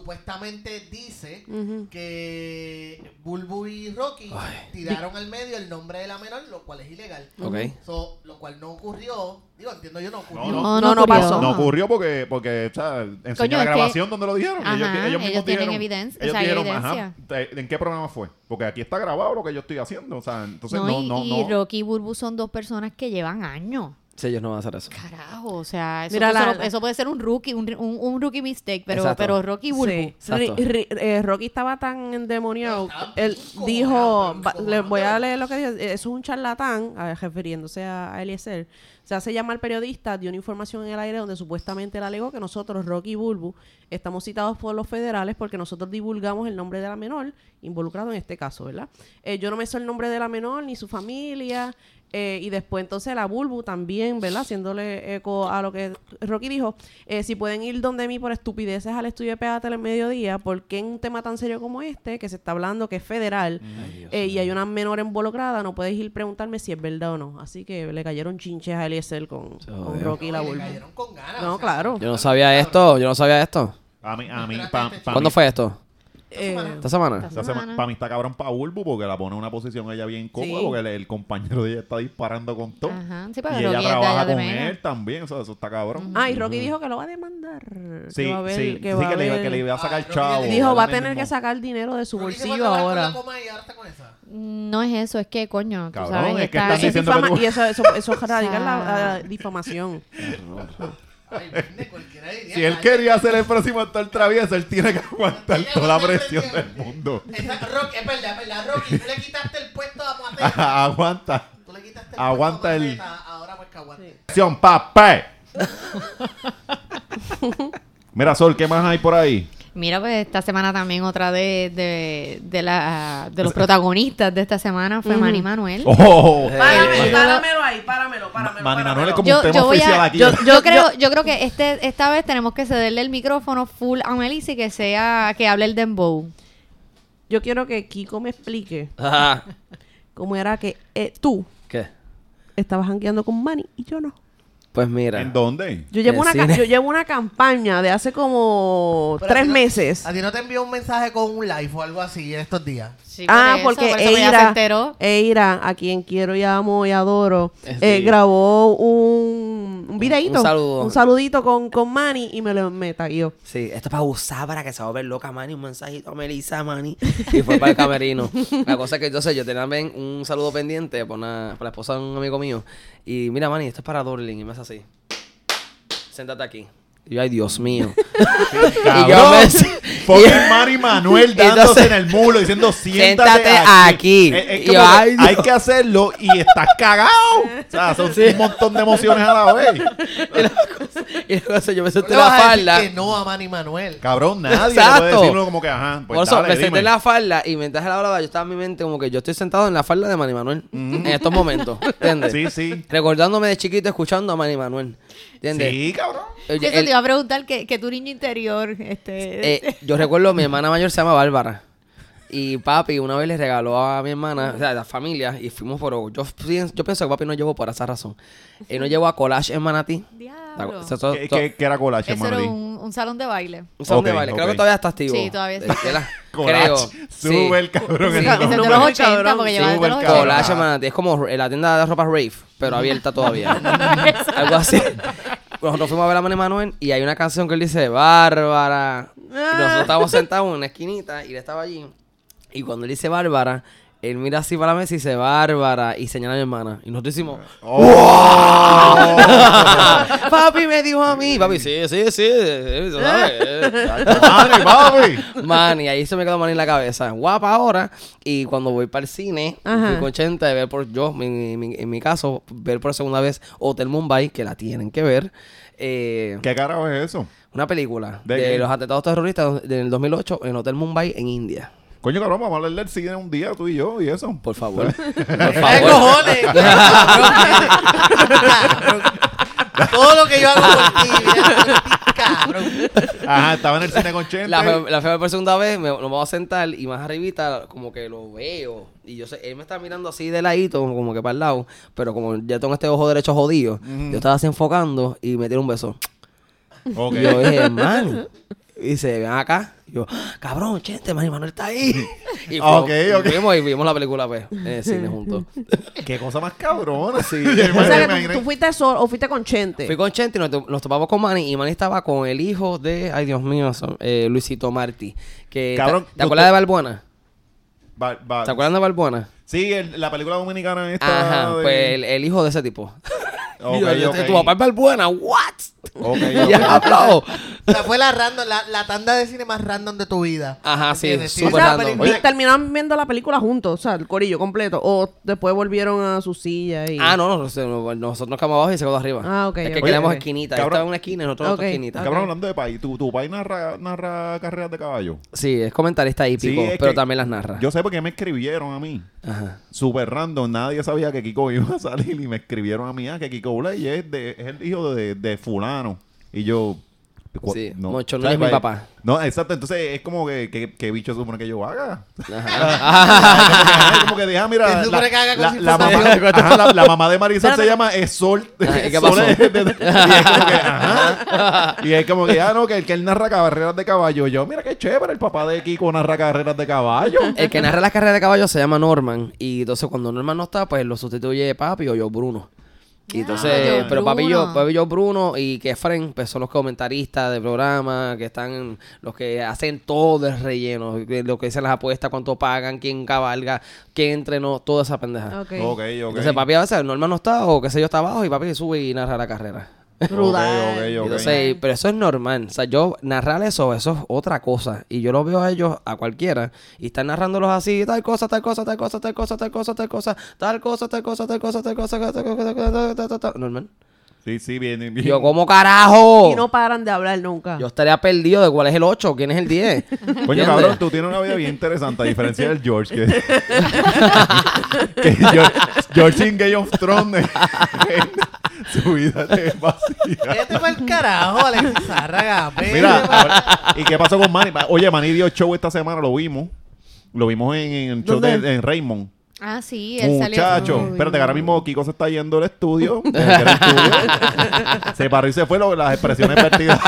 B: supuestamente dice
C: Ujú.
B: que Bulbu y Rocky tiraron al medio el nombre de la menor, lo cual es ilegal.
E: Ok.
B: So, lo cual no ocurrió, digo, entiendo yo, no ocurrió.
A: No,
D: No,
C: no,
D: no,
C: no
D: ocurrió.
C: pasó.
A: No ocurrió porque, porque o sea, enseñó
D: Coño,
A: la
D: es que-
A: grabación donde lo dijeron.
D: Ajá, ellos
A: mismos
D: tienen evidencia, o
A: Ellos
D: sea, hay
A: dijeron,
D: evidencia.
A: ajá, te- ¿en qué programa fue? Porque aquí está grabado lo que yo estoy haciendo. O sea, entonces no,
D: No, y,
A: no,
D: y
A: no.
D: Rocky y Burbu son dos personas que llevan años.
E: Sí, ellos no van a hacer eso.
D: Carajo, o sea, eso,
C: Mira,
D: eso
C: la-
D: lo- eso puede ser un rookie, un, un- un rookie mistake, pero,
E: Exacto.
D: pero Rocky y Bulbu.
C: Sí.
E: Exacto.
C: Ri- ri- eh, Rocky estaba tan endemoniado.
B: Ah, está
C: Él
B: bien
C: dijo,
B: cojonado,
C: va-
B: bien
C: les
B: cojonado.
C: voy a leer lo que dice. eh, Es un charlatán, a ver, refiriéndose a, a Eliezer. Se hace llamar periodista, dio una información en el aire donde supuestamente él alegó que nosotros, Rocky y Bulbu, estamos citados por los federales porque nosotros divulgamos el nombre de la menor involucrado en este caso, ¿verdad? Eh, yo no me sé el nombre de la menor ni su familia. Eh, y después entonces la Bulbu también, ¿verdad? Haciéndole eco a lo que Rocky dijo, eh, si pueden ir donde mí por estupideces al estudio de Pégate al mediodía, ¿por qué en un tema tan serio como este, que se está hablando que es federal, eh, y hay una menor involucrada, no puedes ir a preguntarme si es verdad o no? Así que le cayeron chinches a Eliezer con,
E: Se
C: con
E: jodió.
C: Rocky y la
B: le
C: Bulbu.
B: cayeron con ganas.
C: No,
B: o sea,
C: claro.
E: Yo no sabía esto, yo no sabía esto.
A: A mí, a mí, pa, pa mí-
E: ¿Cuándo fue esto?
C: Eh,
E: ¿Esta semana?
A: esa semana- pa' mí está cabrón pa' Bulbu porque la pone en una posición ella bien cómoda
C: Sí.
A: porque el, el compañero de ella está disparando con todo.
D: Ajá, sí, pero
A: y
D: Rocky
A: ella
D: es de allá
A: trabaja
D: de
A: con
D: Mega.
A: él también. O sea, eso está cabrón.
C: Ah, y Rocky dijo que lo va a demandar.
A: Sí,
C: que va a ver-
A: sí.
C: que
A: sí,
C: va
A: que
C: a
A: le, iba-
C: ver-
A: que le iba a sacar
B: Ah, Rocky
A: chavo.
B: le
C: Dijo,
A: Él
C: va a
A: mismo.
C: tener que sacar dinero de su
B: Rocky se fue a
C: bolsillo
B: trabajar con la
C: ahora.
B: coma y ahora está con esa.
D: No es eso, es que, coño, tú
A: Cabrón,
D: sabes,
A: es que
D: está-
A: están
C: Es
A: diciendo- que Eh,
C: infama-
A: tú-
C: y eso, eso, eso radica en la, la difamación.
B: Ay, vende, cualquiera diría,
A: Si él
B: "Ay,
A: quería ser el próximo actor travieso, él tiene que aguantar
B: Tiene que
A: toda la
B: aguantar
A: presión
B: presión.
A: del mundo.
B: Esa- Rocky, es verdad, es verdad, Rocky, tú le quitaste el puesto a Mateo.
A: Aguanta.
B: Tú le quitaste
A: Aguanta
B: puesto a
A: el-
B: Maceta, Ahora pues que aguante.
A: Acción, papá. Mira, Sol, ¿qué más hay por ahí?
D: Mira, pues esta semana también otra de, de, de la, de los protagonistas de esta semana fue Manny Manuel.
A: Oh,
C: Páramelo,
D: Eh,
C: páramelo ahí, páramelo, páramelo.
A: Manny Manuel
C: páramelo.
A: es como un
D: Yo,
A: tema
D: yo voy
A: oficial
D: a,
A: aquí.
D: yo, yo creo, yo creo que este, esta vez tenemos que cederle el micrófono full a Melissa y que sea, que hable el dembow.
C: Yo quiero que Kiko me explique
E: Ajá.
C: cómo era que eh, tú
E: ¿Qué?
C: estabas jangueando con Manny y yo no.
E: Pues mira.
A: ¿En dónde?
C: Yo llevo,
E: El
C: una, ca-
E: cine.
C: yo llevo una campaña de hace como
B: Pero a
C: tres
B: ti no-
C: meses.
B: A ti no te envió un mensaje con un live o algo así en estos días.
C: ah, porque
D: se
C: Eira,
D: enteró.
C: Eira, a quien quiero y amo y adoro,
E: Sí.
C: eh, grabó un, un videíto.
E: un saludo.
C: saludito con, con Manny y me lo me tagueó.
E: Sí, esto es para usar, para que se va a ver loca, Manny. Un mensajito a Melissa, Manny. Y fue para el camerino. La cosa es que entonces yo tenía también un saludo pendiente por, una- por la esposa de un amigo mío. Y mira, Manny, esto es para Dorling. Y me hace así. Séntate aquí. Y yo, ay, Dios mío.
A: Cabrón.
E: Y yo me-
A: Fucking Mari Manuel dándose
E: Entonces-
A: en el mulo diciendo siéntate,
E: Siéntate aquí.
A: Es- es
E: Y
A: como
E: yo,
A: que
E: ay,
A: hay
E: Dios.
A: que hacerlo y estás cagado. O sea, son un montón de emociones a la vez.
E: y luego yo me
B: No
E: senté
B: le
E: en la
B: vas a decir
E: falda.
B: que no a Manny Manuel.
A: Cabrón, nadie le puede
E: Exacto.
A: decir uno como que, ajá, pues
E: Por eso,
A: dale,
E: me senté
A: dime.
E: en la falda y mientras él hablaba, yo estaba en mi mente como que yo estoy sentado en la falda de Manny Manuel en estos momentos, ¿entiendes?
A: Sí, sí.
E: Recordándome de chiquito escuchando a Manny Manuel, ¿entiendes?
A: Sí, cabrón.
E: Oye,
D: Yo
E: él-
D: te iba a preguntar que, que tu niño interior, este,
E: eh, yo recuerdo, mi hermana mayor se llama Bárbara. Y papi una vez le regaló a mi hermana, o sea, a la familia, y fuimos por... Yo, pienso- yo pienso que papi no llevó por esa razón. Él no llevó a Collage en Manatí.
D: Diablo.
E: Eso- eso-
A: ¿Qué, qué- qué era colache,
D: eso era
A: Manny?
D: un, un salón de baile.
E: Un salón de
A: Ok,
E: baile.
A: ok.
E: Creo que todavía está activo.
D: Sí, todavía está
E: Este, la-
A: Collage.
E: Creo.
A: Sube
E: Sí.
A: el cabrón. el
E: Sí.
D: Desde
A: nombre.
D: los 80,
C: cabrón,
D: porque llevaba desde los
A: súper
D: 80.
A: cabrón.
E: Collage Manatí es como la tienda de ropa rave, pero abierta todavía. Algo así. Nosotros fuimos a ver a Manny Manuel y hay una canción que él dice, Bárbara. Y nosotros estábamos sentados en una esquinita y él estaba allí. Y cuando él dice Bárbara, Él mira así para la mesa y dice, Bárbara, y señala a mi hermana. Y nosotros hicimos,
A: Oh.
E: papi me dijo a mí. Papi, sí, sí, sí, sí, ¿sabes? eh.
A: Mami, papi.
E: Man, y ahí se me quedó man en la cabeza. Guapa ahora. Y cuando voy para el cine,
C: Ajá.
E: fui con Chente de ver por yo, mi- mi- mi- en mi caso, ver por segunda vez Hotel Mumbai, que la tienen que ver. Eh,
A: ¿Qué carajo es eso?
E: una película
A: ¿De
E: de,
A: qué?
E: los atentados terroristas del 2008 en Hotel Mumbai, en India.
A: Coño, cabrón, vamos a hablar del cine un día, tú y yo, y eso.
E: Por favor. por
B: ¡Ay,
E: favor.
B: cojones! Todo lo que yo hago por ti, mira, por ti, cabrón.
A: Ajá, estaba en el cine con Chente.
E: La, fe- la fui a ver por segunda vez, me, nos vamos a sentar y más arribita como que lo veo. Y yo sé, él me está mirando así de ladito, como que para el lado, pero como ya tengo este ojo derecho jodido, yo estaba así enfocando y me tiró un beso.
A: Ok.
E: Y yo dije, man. Y se ven acá. Y yo, "Ah, cabrón, chente, man, Manuel está ahí. Y
A: Ok,
E: fuimos-
A: ok.
E: Fuimos y vimos la película, pues, en el cine juntos.
A: Qué cosa más cabrona. Sí.
C: O sea, que tú, tú fuiste solo o fuiste con Chente.
E: Fui con Chente y nos, to- nos topamos con Manny. Y Manny estaba con el hijo de, ay Dios mío, son- eh, Luisito Martí. Que,
A: Cabrón, Ah,
E: ¿Te, te acuerdas de
A: tú-
E: Balbuena?
A: Va- va-
E: ¿Te acuerdas de Balbuena?
A: Sí, el- la película dominicana esta.
E: Ajá,
A: de-
E: pues el, el hijo de ese tipo.
A: Ah, Ok,
E: Y yo, yo,
A: ok.
E: Tu papá es Balbuena, ¿what?
A: Ok,
E: Ya
A: ok.
E: habló.
B: O sea, fue la, random, la, la tanda de cine más random de tu vida.
E: Ajá, sí,
B: ¿Entiendes?
C: o
B: esa
E: súper
C: sea,
E: random.
C: y
B: película-
C: terminaron viendo la película juntos, o sea, el corillo completo. O después volvieron a su silla y...
E: Ah, no, no, no, se- no, nosotros nos quedamos abajo y se quedó arriba.
C: Ah, ok,
E: Es que
C: ok,
E: queríamos
C: ok.
E: esquinita. Yo
A: Cabrón.
E: estaba en una esquina y nosotros en otra
C: Ok.
E: esquinita.
A: Cabrón, hablando de país, tu, tu país narra, narra carreras de caballo.
E: Sí, es comentarista hípico,
A: es
E: pero
A: que-
E: también las narra.
A: Yo sé porque me escribieron a mí.
E: Ajá.
A: Super random, nadie sabía que Kiko iba a salir y me escribieron a mí ah, que Kiko Blay es, de- es el hijo de, de fulano. Y yo... cu-
E: Sí, Moncho
A: ¿Sabes?
E: Núñez es mi papá.
A: pues, No, exacto. Entonces es como que, que, que bicho supone que yo haga.
E: Ajá.
A: Ay, como que, ay, como que deja,
B: ¿Qué
A: mira,
B: se
A: la,
B: supone que haga con
A: la-
B: esa
A: la mamá,
B: información?
A: ajá, la, la mamá de Marisol se
C: Espérate.
A: llama Esol.
E: Ajá, Ah, ¿y qué
A: Esol
E: pasó?
A: es de- de- y es como que, ajá. Y es como que, ah, no, que el que él narra carreras de caballo. Yo, mira qué chévere, el papá de Kiko narra carreras de caballo.
E: El que narra las carreras de caballo se llama Norman. Y entonces cuando Norman no está, pues lo sustituye papi o yo Bruno. Y entonces,
A: Ah, Joe
E: pero papi
D: Bruno.
E: yo, papi yo Bruno y que Fren, pues son los comentaristas de programa, que están, los que hacen todo el relleno, de lo que dicen las apuestas, cuánto pagan, quién cabalga, quién entrenó, toda esa pendeja.
C: Ok.
A: Ok, ok.
E: Entonces papi a veces Norman no está, o qué sé yo, está abajo, y papi sube y narra la carrera.
A: Ok, ok, ok.
E: Entonces, pero eso es normal. O sea, yo narrar eso, eso es otra cosa. Y yo lo veo a ellos, a cualquiera, y están narrándolos así, tal cosa, tal cosa, tal cosa, tal cosa, tal cosa, tal cosa, tal cosa, tal cosa, tal cosa, tal cosa, tal cosa, tal cosa, tal cosa, tal cosa, tal- Normal.
A: Sí, sí, bien, bien.
E: Yo, ¿cómo carajo?
C: Y no paran de hablar nunca.
E: Yo estaría perdido de cuál es el 8, quién es el 10.
A: Coño,
E: ¿Entiendes?
A: cabrón, tú tienes una vida bien interesante, a diferencia del George. Que, que George, George en Game of Thrones. su vida es vacía.
B: Este fue el carajo, Alexis Zárraga. vete
A: Mira,
B: pa-
A: ahora- ¿y qué pasó con Manny? Pa- Oye, Manny dio show esta semana, lo vimos. Lo vimos en, en el show de, en Raymond.
D: Ah, sí, él salió.
A: Muchacho,
D: Uy.
A: espérate, que ahora mismo Kiko se está yendo del estudio. desde el estudio. se paró y se fue lo- las expresiones perdidas.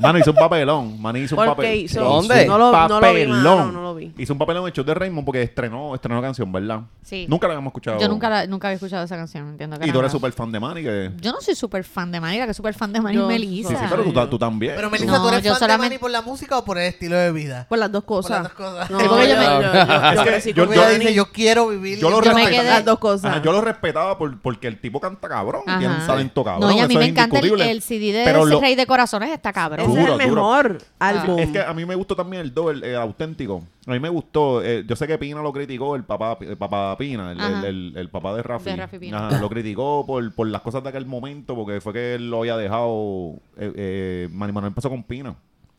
A: Mano, hizo un papelón. Mano hizo un
C: ¿Por qué
A: papelón.
C: hizo?
E: ¿Dónde?
C: No lo- no lo vi, mano, no lo vi.
A: Hizo un papelón en el show de Raymond porque estrenó, estrenó canción, ¿verdad?
D: Sí.
A: Nunca la habíamos escuchado.
D: Yo nunca, la- nunca había escuchado esa canción, entiendo que
A: Y
D: era
A: tú eres
D: nueva.
A: súper fan de Manny. Que...
D: Yo no soy súper fan de Manny, la que súper fan de Manny
C: Yo
D: es
A: Sí,
D: Melissa.
A: sí, pero tú, ta- tú también.
B: Pero
A: Tú-
B: Melissa,
D: No,
B: ¿tú eres
D: yo
B: fan de
D: solamente-
B: Manny por la música o por el estilo de vida?
C: Por las dos
B: Por
C: cosas.
B: las dos cosas.
C: No,
B: Es
C: yo,
B: porque yo
D: me-
C: yo- yo- yo
A: Es que
C: crecí
A: yo-
C: con
A: yo-
B: Ella
C: Manny.
B: dice, yo quiero vivir.
A: Yo lo
D: Yo me
A: respetaba.
D: quedé-
C: Las dos cosas.
A: Ajá, yo lo respetaba por, porque el tipo canta cabrón.
D: Ajá.
A: Tiene un talento cabrón.
D: No, y a mí
A: eso
D: me
A: es
D: encanta el,
A: indiscutible.
D: el CD de
A: Pero
D: ese
A: lo-
D: Rey de Corazones, está cabrón.
C: Ese es
A: Duro,
C: el
A: duro.
C: mejor álbum.
A: Es que ah, a mí me gustó también el do, el, el auténtico. A mí me gustó. eh, yo sé que Pina lo criticó, el papá, el papá Pina, el,
D: Ajá.
A: el- el- el papá de Rafi.
D: De Rafi Pina.
A: Ajá, lo criticó por, por las cosas de aquel momento, porque fue que él lo había dejado. Eh, eh, Manny Manuel empezó con Pina.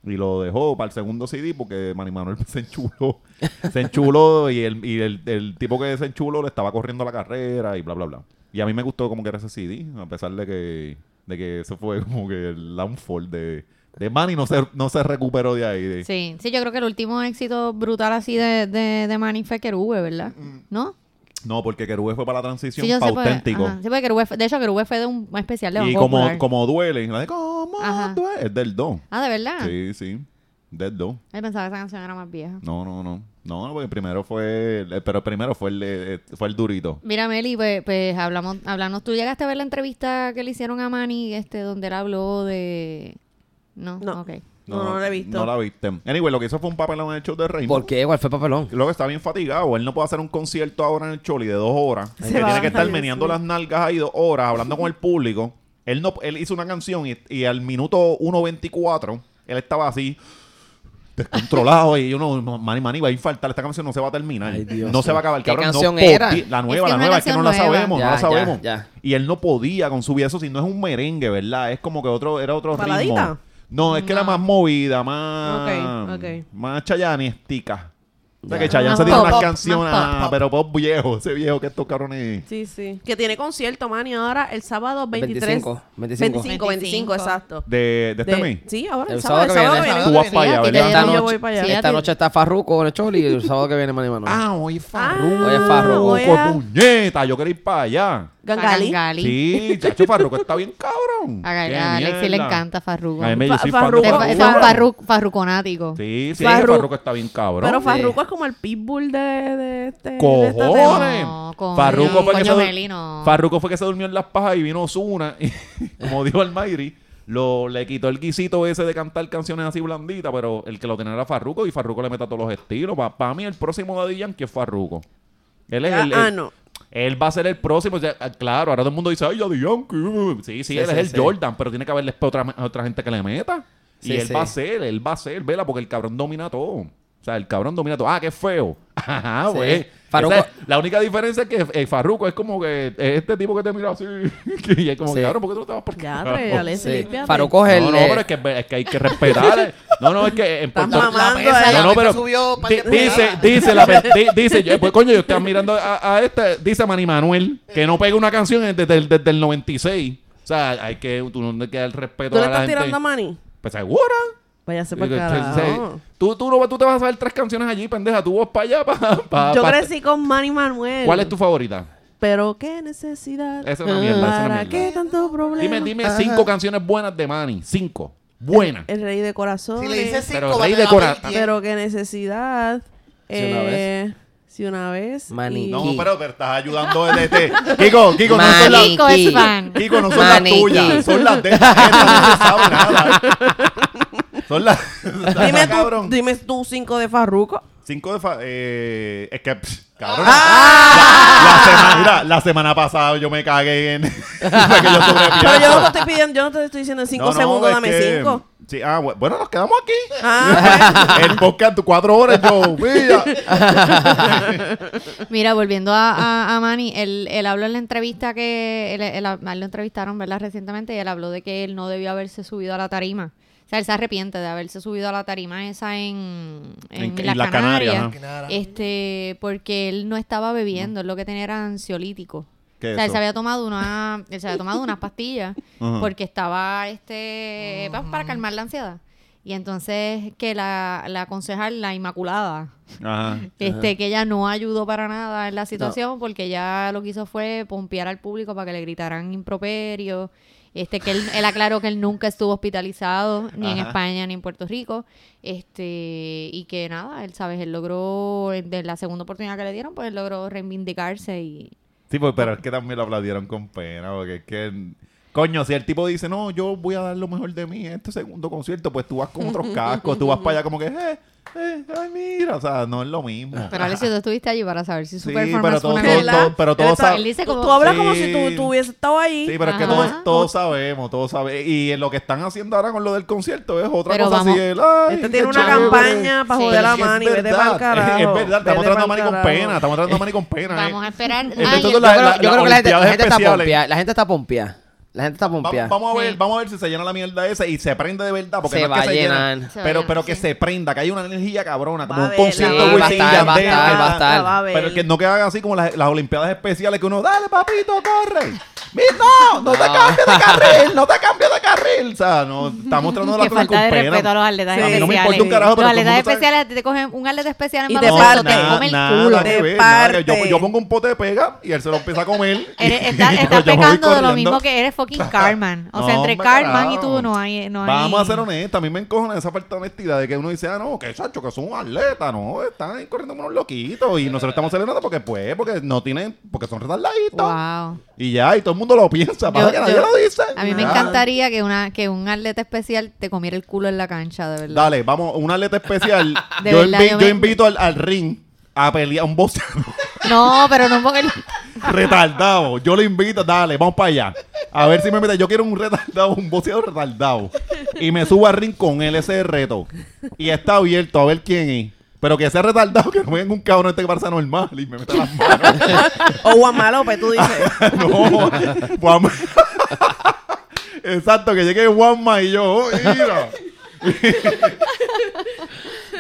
A: Y lo dejó para el segundo CD porque Manny Manuel se enchuló. Se enchuló y, el, y el, el tipo que se enchuló le estaba corriendo la carrera y bla, bla, bla. Y a mí me gustó como que era ese CD, a pesar de que, de que eso fue como que el downfall de, de Manny. No se, no se recuperó de ahí. de-
D: Sí, sí, yo creo que el último éxito brutal así de, de, de Manny fue Kerube, ¿verdad?
A: Mm.
D: ¿No?
A: No, porque Kerube fue para la transición,
D: Sí, yo
A: pa'
D: sé porque-
A: auténtico.
D: ajá, sí, porque Kerube fue- de hecho, Kerube fue de un un especial de Banco
A: y como,
D: Popular.
A: como duele, la de como
D: Ajá.
A: duele, es del 2.
D: Ah, ¿de verdad?
A: Sí, sí, del 2.
D: Él pensaba que esa canción era más vieja.
A: No, no, no. No, porque primero fue, el- eh, pero primero fue el, de- eh, fue el durito.
D: Mira, Meli, pues, pues hablamos, hablamos. Tú llegaste a ver la entrevista que le hicieron a Manny, este, donde él habló de. No,
C: No.
D: ok.
C: No, no la he visto.
A: No la viste. Anyway, lo que hizo fue un papelón en el show de Raymond.
E: ¿Por qué? ¿Cuál fue el papelón?
A: Lo que está bien fatigado. Él no puede hacer un concierto ahora en el Choli de dos horas.
C: Se
A: que
C: va
A: tiene que
C: a
A: estar
C: bajar,
A: meneando
C: sí.
A: las nalgas ahí dos horas, hablando con el público. Él no, él hizo una canción y, y al minuto 1.24, él estaba así, descontrolado. y yo no, Manny Manny va a infartar. Esta canción no se va a terminar.
E: Ay, Dios
A: no se
E: mío.
A: va a acabar.
E: ¿Qué
A: cabrón, no
E: canción
A: podía-
E: era?
A: La nueva, la
D: Es que es una
A: nueva. Es que no
D: canción
A: la
D: nueva.
A: sabemos, no
E: Ya,
A: la
E: ya,
A: sabemos.
E: ya.
A: Y él no podía con su vida eso si no es un merengue, ¿verdad? Es como que otro, era otro ritmo.
C: ¿Baladita?
A: No, es que era
D: No.
A: más movida, más.
C: Ok, ok.
A: Más chayanestica. O sea, que
E: Ya.
A: Chayanne
D: Más
A: se tiene
D: pop,
A: unas
D: pop,
A: canciones,
D: más pop,
A: ah,
D: pop.
A: pero pop viejo, ese viejo que estos cabrones.
C: Sí, sí. Que tiene concierto, man, y ahora el sábado 23.
E: 25, 25.
C: 25, 25, exacto.
A: De, de este
C: De-
A: mes.
C: Sí, ahora el,
E: El
C: sábado,
E: sábado que
C: el sábado
E: viene.
C: que
A: Tú
C: viene.
A: vas para allá,
D: Sí,
A: ¿verdad?
D: ya
E: Esta
D: te-
C: yo voy
E: noche,
C: para allá.
D: sí, ya
E: esta
D: te-
E: noche está Farruko con el Choli y el sábado que viene Manny Manuel.
A: Ah, hoy es Farruko.
E: Hoy es Farruko,
C: hoy es-
A: puñeta, yo quería ir para allá.
C: Gangali.
D: Gangali.
A: Sí, chacho, Farruko está bien cabrón.
D: A,
A: Qué
D: a Alexis le
A: mierda.
D: encanta Farruko.
A: A mí me yo
C: Fa-
A: soy fan de
C: Farruko-
D: Fa-
C: Farruko.
D: fa- farru- farruconático.
A: Sí, sí,
C: Farru-
A: Farruko está bien cabrón. eh.
C: Pero
E: Sí.
C: Farruko es como el pitbull de, de este. de
A: Cojones.
C: esta tema.
D: No, coño,
A: Farruko, fue que se
D: coño,
A: dur-
D: Meli, no.
A: Farruko fue que se durmió en las pajas y vino Osuna y como dijo Almairi, lo, le quitó el guisito ese de cantar canciones así blanditas, pero el que lo tenía era Farruko y Farruko le meta todos los estilos. Para mí el próximo Daddy Yankee es Farruko. Él es
C: Ah,
A: el,
C: ah,
A: el-
C: no.
A: Él va a ser el próximo. o sea, ah, claro, ahora todo el mundo dice, ay, Daddy Yankee. uh". Sí, sí,
E: Sí,
A: él
E: sí,
A: es el
E: sí.
A: Jordan, pero tiene que haberle otra, otra gente que le meta.
E: Sí,
A: y él
E: sí.
A: va a ser, él va a ser, vela, porque el cabrón domina todo. O sea, el cabrón domina todo. Ah, qué feo. Ajá,
E: Sí.
A: Ah, güey.
E: Farruko-
A: Esa es- La única diferencia es que eh, Farruko es como que es este tipo que te mira así. y es como,
E: Sí.
A: cabrón, ¿por qué tú no te vas por
C: Ya,
A: carajo?"
C: tres, Alexis,
E: Sí.
C: límpiate.
E: Farruko es el.
A: No, no,
E: eh,
A: pero es que, es que hay que respetar. eh. no, no, es que en
C: Estás
A: Puerto-
C: mamando eh.
B: La
C: ahí.
B: mesa,
A: No,
B: la
A: no,
B: mesa
A: pero
B: subió
A: Di-
B: para
A: dice, dice, la, pe- di- dice, yo- pues, coño, yo estaba mirando a, a este, dice Manny Manuel, que no pega una canción desde, el- desde el 96. O sea, hay que, tú no le queda el respeto
C: ¿Tú le
A: a la
C: estás
A: gente.
C: tirando a Manny?
A: Pues segura.
C: Váyase
A: Digo,
C: para
A: entonces,
C: carajo.
A: Tú, tú, no, tú te vas a saber tres canciones allí, pendeja. Tú vas para allá, para...
C: Yo
A: este
C: crecí con Manny Manuel.
A: Ah, ¿Cuál es tu favorita?
C: Pero qué necesidad.
A: Esa es una mierda, esa es una
C: ¿Para
A: mierda.
C: qué tanto problema?
A: Dime, dime cinco canciones buenas de Manny. Cinco. Buenas.
C: El rey de corazón.
B: Si le dices
A: Pero
B: cinco, va a
A: rey de
B: tener
A: cora-
B: la peli,
C: Pero qué necesidad.
E: Si una
C: eh, Si una vez.
E: Manny.
C: y-
E: No, Sí.
A: pero estás ayudando el este. Kiko, Kiko, no son las-
D: Kiko es fan.
A: Kiko, no son
E: Maniquí.
A: las tuyas, son las de esta gente, no se sabe nada. Son las.
C: Dime tú,
A: cabrón.
C: dime tú cinco de Farruko.
A: Cinco de fa- eh, es que pff, cabrón.
C: Ah.
A: La, la semana, mira, la semana pasada yo me cagué en. fue que yo sobrepienso.
C: Pero yo no te estoy pidiendo, yo no te estoy diciendo en cinco
A: No, no,
C: segundos,
A: es
C: dame
A: que-
C: cinco.
A: Sí, ah, bu- bueno, nos quedamos aquí.
C: Ah,
A: El podcast, cuatro horas, yo. mira.
D: Mira, volviendo a, a, a Manny, él, él habló en la entrevista que él, él- a él lo entrevistaron, ¿verdad? Recientemente y él habló de que él no debió haberse subido a la tarima. O sea, él se arrepiente de haberse subido a la tarima esa en, en,
A: En-
D: las
A: en las Canarias,
D: Canarias.
A: ajá.
B: Canarias.
D: Este, porque él no estaba bebiendo, él lo que tenía era ansiolítico.
A: ¿Qué
D: o
A: es
D: sea, él
A: eso?
D: se había tomado una, él se había tomado unas pastillas
A: Ajá.
D: porque estaba este pa- para calmar la ansiedad. Y entonces que la, la concejal, la Inmaculada,
A: Ajá.
D: este, que ella no ayudó para nada en la situación porque ella lo que hizo fue pompear al público para que le gritaran improperio. Este, que él, él aclaró que él nunca estuvo hospitalizado, ni en
A: Ajá.
D: España, ni en Puerto Rico. Este, y que nada, él, ¿sabes? Él logró, de la segunda oportunidad que le dieron, pues él logró reivindicarse y...
A: Sí, pues, pero es que también lo aplaudieron con pena, porque es que. Coño, si el tipo dice, no, yo voy a dar lo mejor de mí en este segundo concierto, pues tú vas con otros cascos, tú vas para allá como que, eh, eh, ay, mira, o sea, no es lo mismo.
D: Pero Alexis, tú estuviste allí para saber si su
A: Sí, pero
D: performance fue
A: todo-
D: una
A: todo-
D: mierda.
A: todo- pero todos
C: Él está-
A: sab-
D: Él dice
C: Tú,
D: como...
C: tú hablas
A: Sí.
C: como si tú, tú hubieses estado ahí. Este
A: Sí, pero es que
D: Ajá.
A: todos, todos sabemos, todos sabemos. Y en lo que están haciendo ahora con lo del concierto es otra
D: Pero
A: cosa
D: vamos-
A: así. El, ay,
C: Este
A: qué
C: tiene una
A: chévere.
C: campaña para
D: Sí.
C: joder
A: Pero
C: a
A: es que es
C: Manny. Vete
A: verdad,
C: pa'l carajo.
A: Es verdad, estamos
C: vete
A: tratando a
C: pa'l
A: Manny con
C: carajo.
A: pena, estamos tratando a Manny con pena. eh.
D: Vamos a esperar...
A: Entonces,
D: Ay,
A: todo
D: yo-
E: yo creo,
A: la-
E: yo creo que la gente, la
A: Olimpiadas
E: gente está
A: especiales.
E: pompeada. La gente está pompeada. La gente está pompeada.
A: Vamos, vamos a ver,
D: Sí.
A: vamos a ver si se llena la mierda esa y se prende de verdad, porque
E: Se
A: no es
E: va
A: que
E: a
A: se llena,
E: llenar.
D: Se va a
A: pero
D: llenar,
A: pero que
D: sí.
A: se prenda, que hay una energía cabrona,
C: Va
A: como
C: a
A: un
C: ver, la
A: concierto
C: va a
A: de
C: ver,
A: Wisin
C: la
E: va a
A: Yandel,
E: estar,
A: que
E: va a
A: la-
E: estar.
C: La va a ver.
A: Pero que no que haga así como las, las olimpiadas especiales que uno, dale papito, corre. Mi- No, no te cambies de carril, no te cambies de carril. O sea, no, está mostrando las
D: Que
A: cosas con
D: falta de respeto a los
A: pena.
D: atletas
C: Sí.
A: A mí
D: especiales.
A: no me importa un carajo, pero todo
D: los
A: el
D: atletas
A: mundo sabe-
D: especiales a ti te cogen un atleta especial en
C: Y te
D: baloncesto,
C: parte.
D: te come el
A: nada
D: culo.
A: que
C: Te
A: ver, nada que- yo,
C: parte.
A: yo pongo un pote de pega y él se lo empieza a comer.
D: Eres-
A: Y-
D: estás
A: y
D: estás
A: yo voy
D: pecando de lo
A: corriendo.
D: mismo que eres fucking Carman. O sea,
A: No,
D: entre
A: hombre,
D: Carman y
A: carajo.
D: tú no hay... No hay...
A: Vamos a ser honestos. A mí me encojona esa falta de honestidad de que uno dice, ah, no, que chacho, que son atletas, no, están ahí corriendo como unos loquitos y nosotros estamos celebrando porque, pues, porque no tienen, porque son retardaditos.
D: Wow.
A: Y ya, y todo el
F: mundo lo piensa. Pasa
D: Yo-
F: que nadie
D: yo-
F: lo dice.
D: A mí me
F: Ya.
D: encantaría que, una, que un atleta especial te comiera el culo en la cancha, de verdad.
F: Dale, vamos, un atleta especial.
D: De
F: yo,
D: verdad,
F: invi-
D: yo
F: yo
D: me-
F: invito al, al ring a pelear un boxeador
D: No, pero no porque...
F: retardado. Yo le invito, dale, vamos para allá. A ver si me mete. Yo quiero un retardado, un boxeador retardado. Y me subo al ring con él, ese es el reto. Y está abierto, a ver quién es. Pero que sea retardado, que no venga un cabrón este que parece normal y me meta las manos.
C: O Guamá López, tú dices.
F: No, Juanma. Exacto, que llegue Juanma y yo, oh, mira.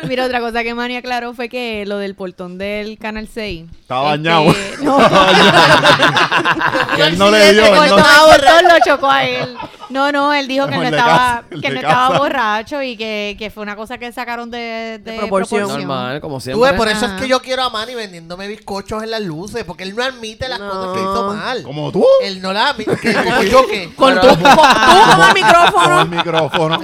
D: Mira, otra cosa que Manny aclaró fue que lo del portón del Canal 6.
F: Estaba dañado.
D: Este, No,
F: Que él no le
D: Sí,
F: dio,
D: ese
F: él no-
D: portón, el portón lo chocó a él. No, no, él dijo que
F: Como
D: no
F: el de
D: estaba,
F: casa, el
D: que
F: de
D: no estaba
F: casa.
D: borracho y que, que fue una cosa que sacaron de, de,
C: proporción.
D: proporción.
E: Normal, como
B: Tú ves,
E: siempre.
B: por eso
D: Ajá.
B: es que yo quiero a Manny vendiéndome bizcochos en las luces, porque él no admite las
C: No.
B: cosas que hizo mal.
F: Como tú.
B: Él no la admite, que como yo que...
C: Con tu, con tu con el
F: Con el
C: micrófono.
F: micrófono.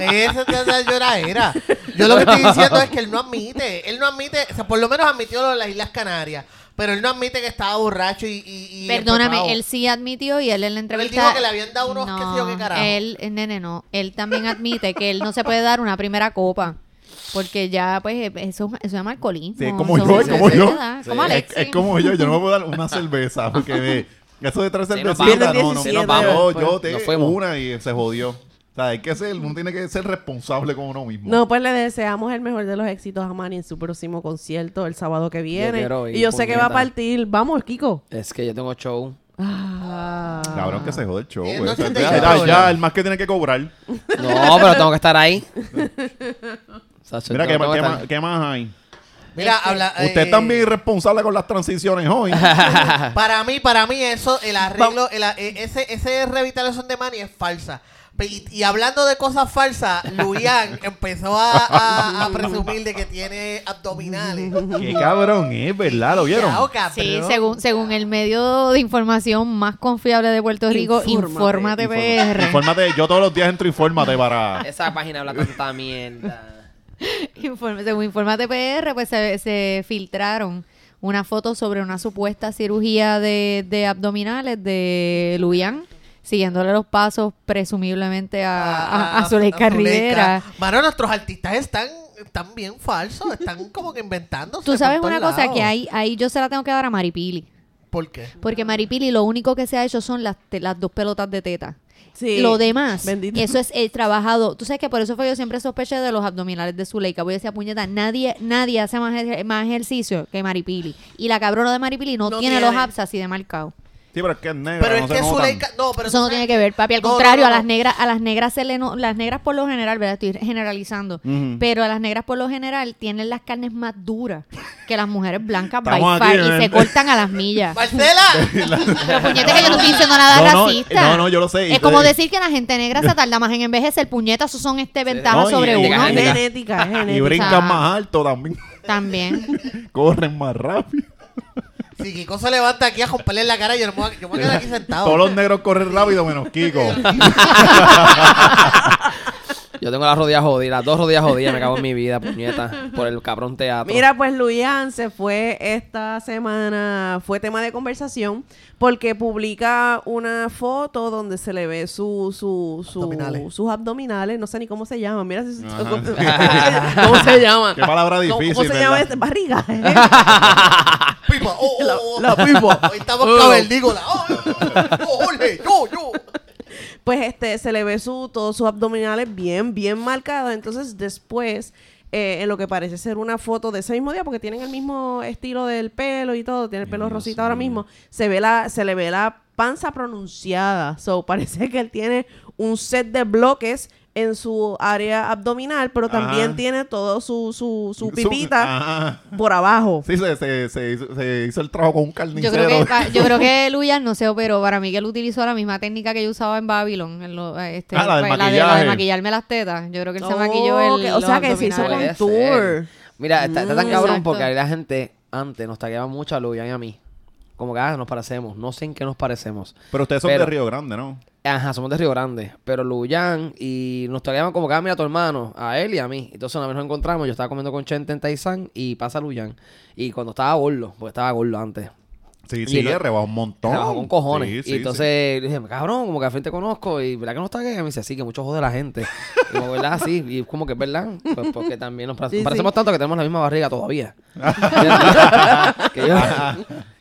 B: Esa es la lloradera. Yo lo que estoy diciendo es que él no admite. Él no admite, o sea, por lo menos admitió lo de las Islas Canarias, pero él no admite que estaba borracho y. y- y empepado.
D: Perdóname, él sí admitió y él en la
B: Pero él
D: entrevista.
B: dijo que le habían dado unos qué sé yo qué carajo.
D: Él, eh, nene, no. Él también admite que él no se puede dar una primera copa. Porque ya, pues, eh, eso, eso es alcoholismo.
F: Sí, es Este, como
D: eso-
F: yo, es
D: eso
F: como
D: se
F: yo.
D: te da, como
F: es,
D: Alexis.
F: es como yo, yo no me puedo dar una cerveza porque me- eso de tres
E: Se nos
F: cervezas,
E: vamos,
F: no, no,
E: se
F: no,
E: nos vamos,
F: yo-
E: pues,
F: yo te
E: nos fuimos.
F: una y se jodió. O sea, hay que ser, uno tiene que ser responsable con uno mismo.
C: No, pues le deseamos el mejor de los éxitos a Manny en su próximo concierto el sábado que viene.
E: quiero ir,
C: y yo sé que va a
E: puñeta.
C: partir. Vamos, Kiko.
E: Es que yo tengo show.
C: Ah.
F: Cabrón que se jode el show,
B: Eh,
F: güey.
B: no
F: O sea,
B: se te
F: ya,
B: jode,
F: ya,
B: cabrón.
F: ya, el más que tiene que cobrar.
E: No, pero tengo que estar ahí. Sacho,
F: Mira,
E: tengo- tengo
F: ¿qué, más- qué
E: estar
F: más,
E: ahí.
F: qué más hay?
B: Mira, habla.
F: Usted
B: eh,
F: también irresponsable con las transiciones hoy.
B: Para mí, para mí, eso, el arreglo, el a- eh, ese, ese revitalización de Manny es falsa. Pe- Y, y hablando de cosas falsas, Luian empezó a, a- a presumir de que tiene abdominales.
F: Qué cabrón es, ¿verdad? ¿Lo vieron?
B: Chao, cabrón.
D: Sí, según, según el medio de información más confiable de Puerto Rico,
C: Infórmate.
D: Infórmate, PR.
F: Infórmate, yo todos los días entro infórmate para...
E: Esa página habla tanta mierda.
D: Informe- según Infórmate PR, pues se, se filtraron una foto sobre una supuesta cirugía de, de abdominales de Luyan, siguiéndole los pasos presumiblemente a,
B: Ah,
D: a, a Zuleika Rivera.
B: Mano, nuestros artistas están, están bien falsos, están como que inventándose.
D: Tú
B: por
D: sabes
B: todos
D: una cosa
B: lados.
D: que ahí, ahí yo se la tengo que dar a Maripili.
B: ¿Por qué?
D: Porque Maripili lo único que se ha hecho son las, te- las dos pelotas de teta.
C: Sí.
D: Lo demás,
C: Bendito.
D: eso es el trabajado. Tú sabes que por eso fue yo siempre sospeché de los abdominales de Zuleika. Voy a decir, puñeta, nadie, nadie hace más, ejer- más ejercicio que Maripili. Y la cabrona de Maripili no,
B: No
D: tiene,
B: tiene.
D: los abs así de marcado.
F: Sí, pero es que es negro,
B: Pero
F: no
B: es
F: se
B: que
F: notan.
B: Zuleika. No, pero
D: Eso no
B: tú
D: tiene
B: sabes-
D: que ver, papi. Al
B: No, no,
D: contrario,
B: no,
D: a
B: no.
D: las negras, a las negras se le no- las negras por lo general, ¿verdad? Estoy generalizando.
F: Ujú.
D: Pero a las negras por lo general tienen las carnes más duras que las mujeres blancas by
F: Estamos
D: far,
F: aquí,
D: y
F: ¿eh?
D: se cortan a las millas.
B: ¡Marcela!
D: Pero puñeta que yo no estoy diciendo nada
F: No, no,
D: racista.
F: no, no, yo lo sé, y
D: Es
F: te-
D: como decir que la gente negra se tarda más en envejecer. Puñetas, eso son este ventajas
F: No, y-
D: sobre
F: y-
D: uno.
C: Es
E: Mira.
C: genética, es genética.
F: Y brincan
D: Exacto.
F: más alto también.
D: También.
F: Corren más rápido.
B: Si Kiko se levanta aquí a romperle la cara, yo, no me voy a- yo me voy a quedar aquí sentado.
F: Todos los negros corren rápido menos Kiko.
E: Yo tengo las rodillas jodidas, las dos rodillas jodidas, me cago en mi vida, puñeta, por el cabrón teatro.
C: Mira, pues Luyan se fue esta semana, fue tema de conversación, porque publica una foto donde se le ve su, su, su-
B: Abdominales.
C: sus abdominales, no sé ni cómo se llaman, mira si-
F: Ajá.
C: cómo, se llama.
F: Qué palabra
C: ¿Cómo-
F: difícil,
C: ¿Cómo se
F: ¿verdad?
C: llama este? Barriga. ¿eh?
B: pipa. Oh, oh, oh.
C: La- la pipa.
B: Hoy estamos
C: Oh.
B: caberdícolas. Oh, oh, oh, Jorge, yo, yo.
C: pues este se le ve su, todos sus abdominales bien, bien marcados. Entonces, después, eh, en lo que parece ser una foto de ese mismo día, porque tienen el mismo estilo del pelo y todo, tiene el pelo
F: Dios
C: rosita ahora
F: mío.
C: mismo, se ve la, se le ve la panza pronunciada. So, parece que él tiene un set de bloques en su área abdominal, pero también
F: Ajá.
C: tiene todo su, su, su
F: Su-
C: pipita
F: ajá.
C: por abajo.
F: Sí, se, se, se, hizo, se hizo el trabajo con un
D: Yo
F: carnicero.
D: creo que pa- yo creo que Luyan no se operó. Para mí que él utilizó la misma técnica que yo usaba en Babylon, en lo- este,
F: Ah, la del
D: pues, de- de,
F: maquillaje.
D: maquillarme las tetas. Yo creo que él se
C: Oh,
D: maquilló el
C: que- o
D: los
C: sea que se hizo
D: abdominales.
E: Puede
C: contour.
E: ser. Mira, está, está tan
D: Mm,
E: cabrón
D: exacto.
E: porque ahí la gente antes nos tagueaba mucho a Luyan y a mí. Como que ah, nos parecemos, no sé en qué nos parecemos.
F: Pero ustedes son
E: Pero-
F: de Río Grande, ¿no?
E: Ajá, somos de Río Grande, pero Luyan y nos traíamos como que ah, mira a tu hermano, a él y a mí. Entonces una vez nos encontramos, yo estaba comiendo con Chente en Taizán y pasa Luyan. Y cuando estaba gordo, porque estaba gordo antes.
F: Sí,
E: Y
F: sí,
E: no-
F: he rebajado un montón.
E: Trabajó con cojones.
F: Sí, sí,
E: y entonces dije, cabrón, como que al fin te conozco. Y ¿verdad que no está gay? Y Me dice, sí, que mucho jode la gente. Y como, ¿verdad? Sí. Y es como que es verdad. Pues porque también nos pare-
C: Sí, sí.
E: parecemos tanto que tenemos la misma barriga todavía. que, yo,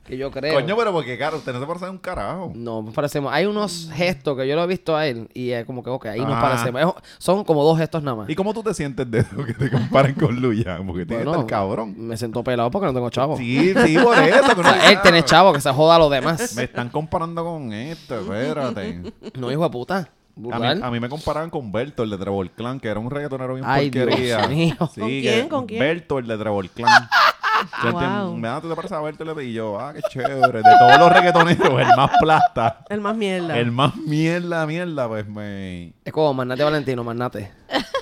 E: que yo
F: sí.
E: creo.
F: Coño, pero porque, claro, usted no se parece un carajo.
E: No, nos parecemos. Hay
F: Mm.
E: unos gestos que yo lo he visto a él. Y es como que, ok, ahí nos
F: Ah.
E: parecemos. Es- son como dos gestos nada más.
F: ¿Y cómo tú te sientes de eso que te comparan con Luyan? Porque tiene que
E: Bueno,
F: estar cabrón.
E: Me siento pelado porque no tengo chavo.
F: Sí, sí, por eso. que
E: O
F: uno
E: sea, él
F: dice,
E: tiene
F: "Ah,
E: chavo que se joda a los demás.
F: Me están comparando con esto, espérate.
E: No, hijo de puta.
F: A mí,
E: Brutal.
F: a mí me comparaban con Berto, el de Trevor Clan, que era un reggaetonero bien
E: Ay, Dios
F: porquería.
E: mío.
F: Sí,
C: ¿Con
F: que-
C: quién? ¿Con quién?
F: Berto, el de Trevor Clan. Yo
C: Wow.
F: entiendo, Me da, tú te pareces a Berto el de- y yo, ah, qué chévere. De todos los reggaetoneros, el más plasta,
C: El más mierda.
F: el más mierda, mierda, pues me.
E: Es como Magnate Valentino, Magnate.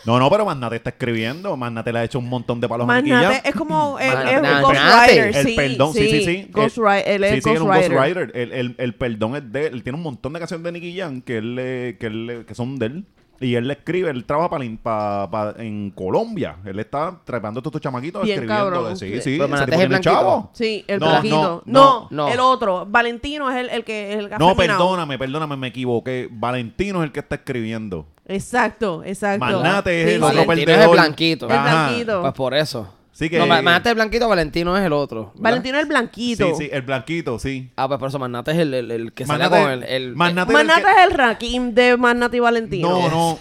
F: No, no, pero Magnate está escribiendo. Magnate le ha hecho un montón de palos a Nicky Jam.
C: Magnate es como el,
E: Magnate.
C: el
E: Magnate.
C: ghostwriter.
F: El
C: sí,
F: perdón, sí, sí, sí. Eh,
C: Ghostwri- él es
F: sí, sí, él es un
C: ghostwriter.
F: ghostwriter. El, el, el perdón es de él. Él tiene un montón de canciones de Nicky Jam que, él le- que, él le- que son de él. Y él le escribe, él trabaja para, la- pa- pa- en Colombia. Él está trepando a todos estos chamaquitos
C: Bien
F: escribiendo.
C: cabrón.
F: Sí, sí,
E: Pero
F: ese
E: Manate
F: tipo
E: es Pues el
F: tiene
E: blanquito.
F: chavo.
C: Sí, el
F: No,
C: blanquito.
F: no,
C: No,
E: no.
C: el otro. Valentino es el, el que... El
F: No,
C: afeminado.
F: perdóname, perdóname, me equivoqué. Valentino es el que está escribiendo.
C: Exacto, exacto.
F: Magnate es
C: Sí,
F: el
C: sí.
F: otro
E: Valentino
F: perdedor.
E: es el blanquito.
C: El blanquito.
E: Pues por eso.
F: Sí que-
E: No, Ma- Magnate es el blanquito, Valentino es el otro. ¿verdad?
C: Valentino es el
F: Sí,
C: blanquito.
F: sí, el blanquito, sí.
E: Ah, pues por eso Magnate es el, el, el que sale
F: Magnate-
E: con el... el
F: Magnate es el
C: Magnate
F: que-
C: es el Rakim de Magnate y Valentino.
F: No, no.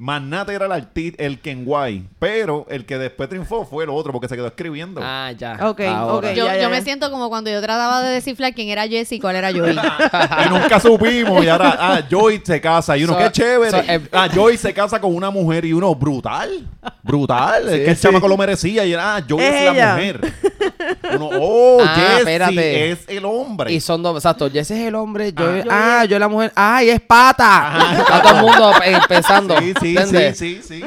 F: Magnate era el artista, el Kenway. Pero el que después triunfó fue el otro, porque se quedó escribiendo.
E: Ah, ya.
C: Ok,
E: Ahora.
C: ok.
D: Yo,
C: Ya, ya,
D: yo
C: ya.
D: me siento como cuando yo trataba de descifrar quién era Jesse y cuál era Joey.
F: Y nunca supimos. Y ahora, ah, Joy se casa. Y uno,
E: So-
F: qué chévere.
E: so, eh,
F: ah, Joy se casa con una mujer. Y uno, brutal. Brutal. es que el chamaco lo merecía. Y era, ah, Joy
C: Es
F: es, la
C: ella.
F: mujer. Uno, oh,
E: Ah,
F: Jesse
E: espérate.
F: es el hombre.
E: Y son dos... Exacto. Jesse es el hombre, yo... Ah, yo la mujer. ¡Ay, es pata! Está todo el mundo empezando.
F: sí, sí, sí,
E: ¿entiendes?
F: sí, sí.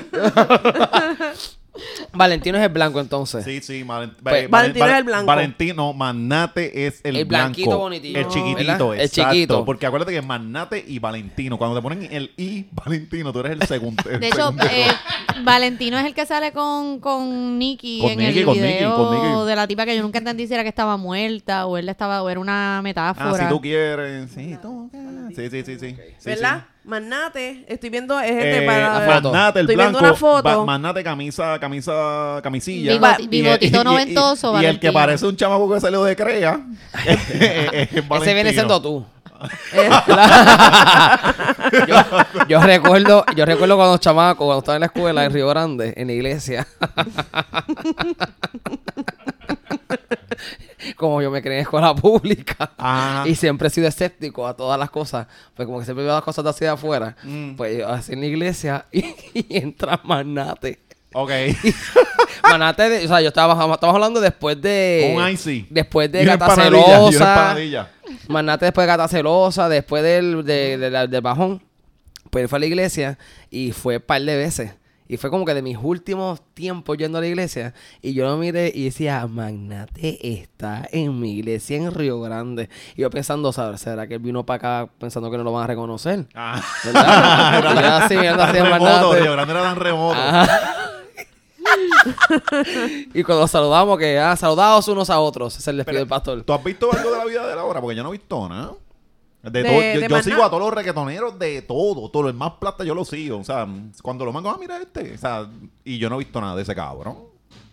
E: Valentino es el blanco, entonces.
F: Sí, sí. Valen-
E: Pues,
F: Valen-
C: Valentino es
F: Valen-
C: el blanco.
F: Valentino, Magnate es el,
E: El
F: blanco.
E: blanquito bonitillo.
F: El chiquitito,
E: ¿Verdad? El
F: exacto.
E: chiquito.
F: Porque acuérdate que Magnate y Valentino. Cuando te ponen el I, Valentino, tú eres el segundo.
D: De hecho, eh, Valentino es el que sale con, con Nicky
F: Con
D: en
F: Nicky,
D: el
F: con Nicky,
D: video
F: con Nicky.
D: de la tipa que yo nunca entendí si era que estaba muerta o él estaba o era una
F: Ah,
D: metáfora.
F: si tú quieres. Sí, tú quieres. Sí, sí, sí, sí. Sí,
C: ¿Verdad?
F: sí.
C: Magnate, estoy viendo es este
F: Eh,
C: para...
E: la foto.
F: Magnate, el
C: Estoy viendo
F: blanco.
C: una foto.
F: Ba- Magnate, camisa, camisa, camisilla.
D: Bigot-
F: Y-
D: bigotito
F: y- y-
D: noventoso,
F: Y, el que
D: Valentino.
F: parece un chamaco que salió de Crea.
E: Ese
F: Ese
E: viene siendo tú. yo, yo recuerdo, yo recuerdo cuando chamaco, cuando estaba en la escuela en Río Grande, en la iglesia. como yo me creé en escuela pública
F: Ajá.
E: y siempre he sido escéptico a todas las cosas, pues como que siempre veo las cosas de así de afuera,
F: Mm.
E: pues yo así en la iglesia y, entra Manate.
F: Ok.
E: Eh, Manate, de- o sea, yo estaba, estamos hablando después de...
F: Un Icy.
E: Después de
F: Y una
E: Gata
F: empanadilla, y una
E: Celosa.
F: empanadilla.
E: Manate después de Gata Celosa, después del, de- de la- del bajón, pues él fue a la iglesia y fue un par de veces. Y fue como que de mis últimos tiempos yendo a la iglesia. Y yo lo miré y decía, Magnate está en mi iglesia en Río Grande. Y yo pensando, ¿sabes? ¿será que él vino para acá pensando que no lo van a reconocer?
F: Ah.
E: ¿Verdad? Y yo así mirando
F: Tan
E: así a
F: remoto,
E: Magnate.
F: Río Grande era tan remoto.
E: Y cuando saludamos, que ah, saludados unos a otros. Se les pide el pastor.
F: ¿Tú has visto algo de la vida de la hora? Porque yo no he visto nada. De
C: De-
F: todo-
C: de
F: yo, yo
C: más
F: sigo
C: nada.
F: a todos los reggaetoneros de todo, todo el más plata yo lo sigo. O sea, cuando lo mango, ah, mira este. O sea, y yo no he visto nada de ese cabrón.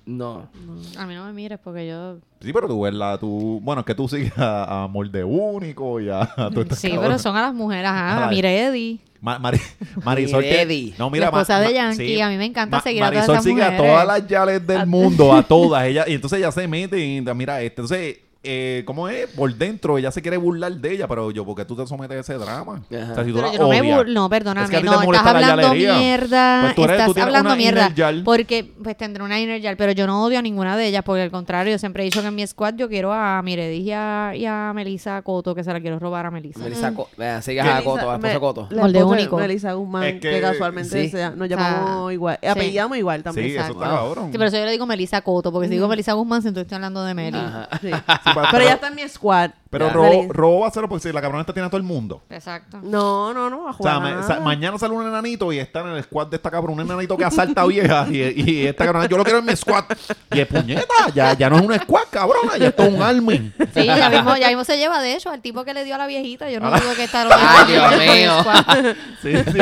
E: No.
D: A mí no me mires porque yo...
F: Sí, pero tú ves la, tú, bueno, es que tú sigues a, a Molde Único y a, a todas estas
D: Sí,
F: cabronas.
D: pero son a las mujeres, Ah, ajá, a
F: Ay.
D: Miredi.
F: Ma- Mari- Marisol que-
E: Miredi.
F: no, mira,
D: La esposa
F: ma-
D: de
F: ma-
D: Yankee, a mí me encanta seguir a todas
F: Marisol
D: esas
F: sigue a
D: mujeres.
F: todas las yales del mundo, a todas. Ella, y entonces ella se mete y da- mira este. Entonces, eh, ¿cómo es? Por dentro, ella se quiere burlar de ella, pero yo, ¿por qué tú te sometes a ese drama?
E: Ajá.
F: O sea, si tú
D: Pero
F: la
D: yo no me
F: odias.
D: burlo, no,
F: Es que
D: perdóname,
F: a ti te
D: no, estás
F: molesta la
D: hablando
F: yalería.
D: mierda,
F: Pues tú eres- tú
D: estás
F: tienes
D: hablando
F: una
D: mierda,
F: inner yal.
D: porque pues tendré una inner yal, pero yo no odio a ninguna de ellas, porque al contrario, yo siempre he dicho que en mi squad yo quiero a Miredis y a, y a Melissa Coto, que se la quiero robar a Melissa.
E: Melissa Co-
D: Mm.
E: eh, sigas a Coto, a la esposa
C: Me-
E: de Coto.
C: la
D: Molde
C: esposa
D: único.
C: de Melissa Guzmán,
F: Es
C: que,
F: que-
C: casualmente
E: sí.
C: se- nos llamamos
D: Ah,
C: igual.
D: sí.
C: Apellidamos igual
F: Sí,
C: también.
F: eso está
E: Wow.
F: cabrón.
D: Sí, pero eso yo le digo Melissa Coto, porque si digo Melissa Guzmán, siento que estoy hablando de Meli.
E: Ajá.
C: Sí.
F: pa-
C: Pero ya está en mi squad.
F: Pero
C: Ya.
F: Ro,
C: Feliz.
F: Ro va a hacerlo porque si la cabrona está tiene a todo el mundo.
D: Exacto.
C: No, no, no, va a
F: O sea,
C: jugar.
F: ma-
C: nada.
F: sa- mañana sale un enanito y está en el squad de esta cabrona, un enanito que asalta vieja y, y esta cabrona, yo lo quiero en mi squad. Y es puñeta, ya, ya no es un squad, cabrona, ya esto es un army.
D: Sí, ya mismo, ya mismo se lleva de hecho al tipo que le dio a la viejita. Yo no digo que está
E: Ay, Dios mío.
F: Sí, sí.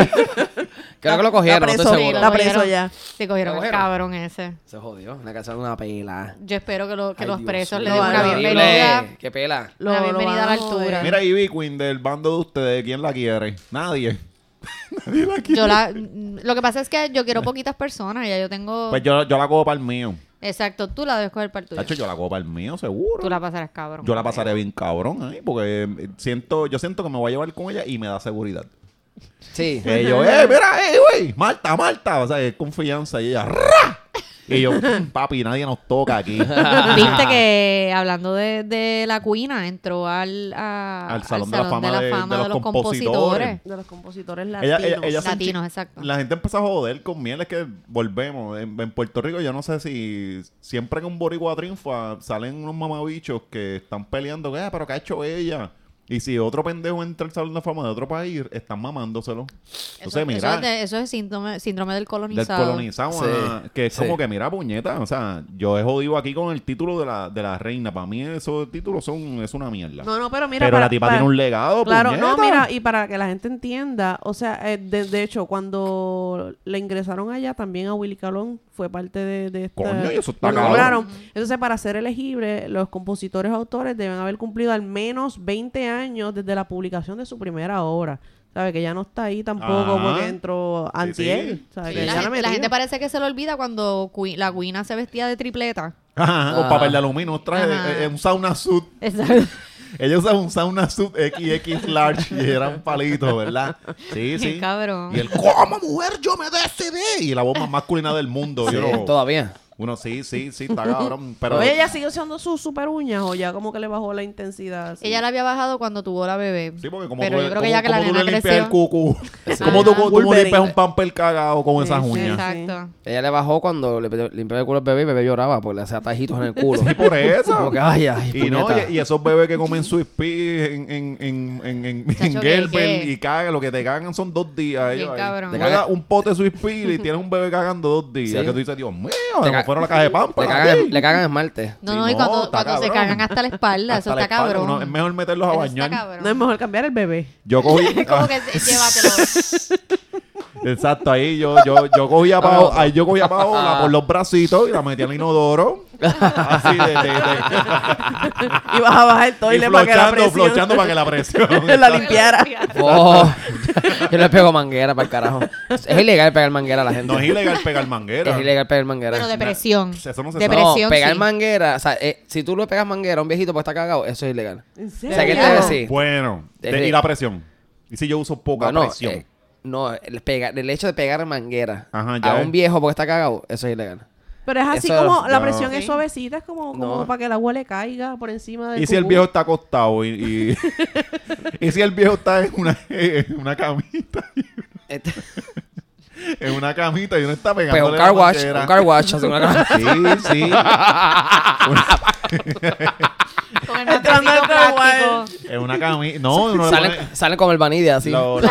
E: Creo que lo
C: Está
E: cogieron, no estoy
C: preso,
E: seguro.
C: está preso ya.
D: Se cogieron
E: ¿Lo
D: el
E: cogieron?
D: cabrón ese.
E: Se jodió. Le cansaron una pela.
D: Yo espero que, lo- que
E: Ay,
D: los
E: Dios
D: presos le
E: mío.
D: den
C: No,
D: una
C: no,
E: Horrible.
D: bienvenida.
E: Qué pela.
D: La bienvenida
C: van
D: a la altura.
C: joder.
F: Mira, Ivy Queen del bando de ustedes, ¿quién la quiere? Nadie. Nadie la quiere.
D: Yo la, lo que pasa es que yo quiero poquitas personas. Ya yo tengo.
F: Pues yo, yo la cojo para el mío.
D: Exacto, tú la debes coger para el tuyo.
F: Tacho, yo la cojo para el mío, seguro.
D: Tú la pasarás cabrón.
F: Yo la pasaré bien cabrón ahí, porque eh, siento, yo siento que me voy a llevar con ella y me da seguridad.
E: Sí.
F: Que yo, eh, mira, eh, güey, Marta, Marta. O sea, es confianza. Y ella, ¡ra! Y yo, "Mm, papi, nadie nos toca aquí.
D: Viste que hablando de, de la cuina, entró al, a-
F: Al Salón de la Fama de- de los compositores.
C: De los compositores
F: Ella-
C: latinos.
F: ella- ella se
D: Latinos,
F: enchi-
D: exacto.
F: La gente empezó a joder con miel, es que volvemos. En, en Puerto Rico, yo no sé si siempre que un boricua triunfa, salen unos mamabichos que están peleando, que, "Ah, pero ¿qué ha hecho ella? Y si otro pendejo entra al Salón de la Fama de otro país, están mamándoselo. Entonces,
D: eso,
F: mira,
D: es de- eso es síndrome, síndrome del
F: del
D: colonizado.
F: colonizado, ah,
E: Sí,
F: que es
E: sí.
F: como que mira puñeta, o sea, yo he jodido aquí con el título de la, de la reina, para mí esos títulos son es una mierda.
C: No, no, pero mira.
F: pero
C: para-
F: la tipa
C: para-
F: tiene un legado,
C: Claro,
F: puñeta.
C: no, mira, y para que la gente entienda, o sea, eh, de, de hecho, cuando le ingresaron allá también a Willy Calón, fue parte de, de esta...
F: Coño, y eso está
C: lo
F: cabrón.
C: nombraron. Entonces, para ser elegible, los compositores o autores deben haber cumplido al menos 20 años desde la publicación de su primera obra. ¿Sabe? Que ya no está ahí tampoco
F: Ajá.
C: porque entró antier.
F: sí.
C: ¿sabe?
D: Sí,
C: Que
D: la,
C: ya la
D: gente, la
C: metió.
D: gente parece que se le olvida cuando cui- la guina se vestía de tripleta.
F: Ajá, con
E: Ah.
F: papel de aluminio, un traje,
D: Ajá.
F: eh, eh, un sauna suit.
D: Exacto.
F: Ella usaba un sauna suit XX large y era un palito, ¿verdad? Sí, sí.
D: Cabrón.
F: Y el ¿Cómo mujer yo me decidí? Y la voz más masculina del mundo.
E: Sí,
F: yo no-
E: Todavía.
F: uno sí, sí, sí, está cabrón. Pero
C: Oye, ella sigue usando sus super uñas o ya como que le bajó la intensidad. así?
D: Ella la había bajado cuando tuvo la bebé.
F: Sí, porque como
D: Pero
F: tú,
D: yo creo
F: como-
D: que ya que la
F: como tú
D: nena
F: le limpias
D: creció.
F: el cucu,
E: Sí.
F: como tú,
D: Ajá.
F: tú
C: Wolverine.
F: limpias un pamper cagado con esas
C: Sí, sí.
F: uñas.
D: Exacto.
E: Ella le bajó cuando le pe- limpiaba el culo al bebé y el bebé lloraba porque le hacía tajitos en el culo.
F: Y por eso.
E: Como que, ay, ay,
F: pues. Y, no,
E: puñeta.
F: y, y esos bebés que comen Swiss Peas en, en, en, en, en, en
D: Chacho, que-
F: Gerber
D: que-
F: y cagan, lo que te cagan son dos días.
D: Bien
F: ellos ahí.
D: cabrón.
F: Te
E: Te
F: cagas
E: cagan-
F: un pote de Swiss Peas y tienes un bebé cagando dos días.
E: Sí.
F: Que tú dices, Dios mío,
E: Te
F: me
E: ca-
F: fueron a la caja de pampa.
E: le, cagan, le cagan esmalte.
D: No,
F: Sí,
D: no, y
F: no,
D: cuando,
F: está
D: cuando se
F: cabrón.
D: cagan hasta la espalda, eso está cabrón.
F: es mejor meterlos a
D: Eso está
F: bañar.
D: cabrón.
C: No es mejor cambiar el bebé.
F: Yo cogí.
D: Como que llévatelo.
F: Exacto, ahí yo, yo, yo cogía a Paola, ahí yo cogía a Paola por los bracitos y la metía en el inodoro. Así de, de, de-
C: Y vas a bajar el
F: y
C: toile para que la
F: flochando,
C: presión
F: flochando para que la presión.
C: la limpiara.
E: Oh, yo le pego manguera para el carajo. Es ilegal pegar manguera a la gente.
F: No es ilegal pegar manguera.
E: Es ilegal pegar manguera.
D: Pero depresión.
F: Eso no se
D: De
F: sabe.
E: no,
D: presión,
E: pegar
D: sí.
E: manguera, o sea, eh, si tú le pegas manguera a un viejito porque está cagado, eso es ilegal.
C: ¿En
E: O
C: serio?
E: sea, ¿qué te
D: Claro.
E: voy a decir?
F: Bueno,
E: Es
F: de- y
E: de-
F: la presión. Y si yo uso poca
E: Bueno,
F: presión.
E: eh, no, el, pega- el hecho de pegar manguera
F: Ajá, ya
E: a
F: ves.
E: un viejo porque está cagado, eso es ilegal.
C: Pero es así
E: Eso-
C: como la
F: no.
C: presión es
D: Sí.
C: suavecita, es como, como
E: No.
C: para que el agua le caiga por encima del
F: y si el
C: cucú.
F: viejo está acostado y, y, y si el viejo está en una, en una camita,
E: Este-
F: en una camita y uno está
E: pues
F: pegando
E: un car wash, un car wash, hace una cara-
F: Sí, sí.
D: Con el
C: Entrando al
D: matecito
C: trabajo.
D: práctico.
F: En una camita. No, uno le pone-
E: salen, salen con el vanilla así.
F: lo-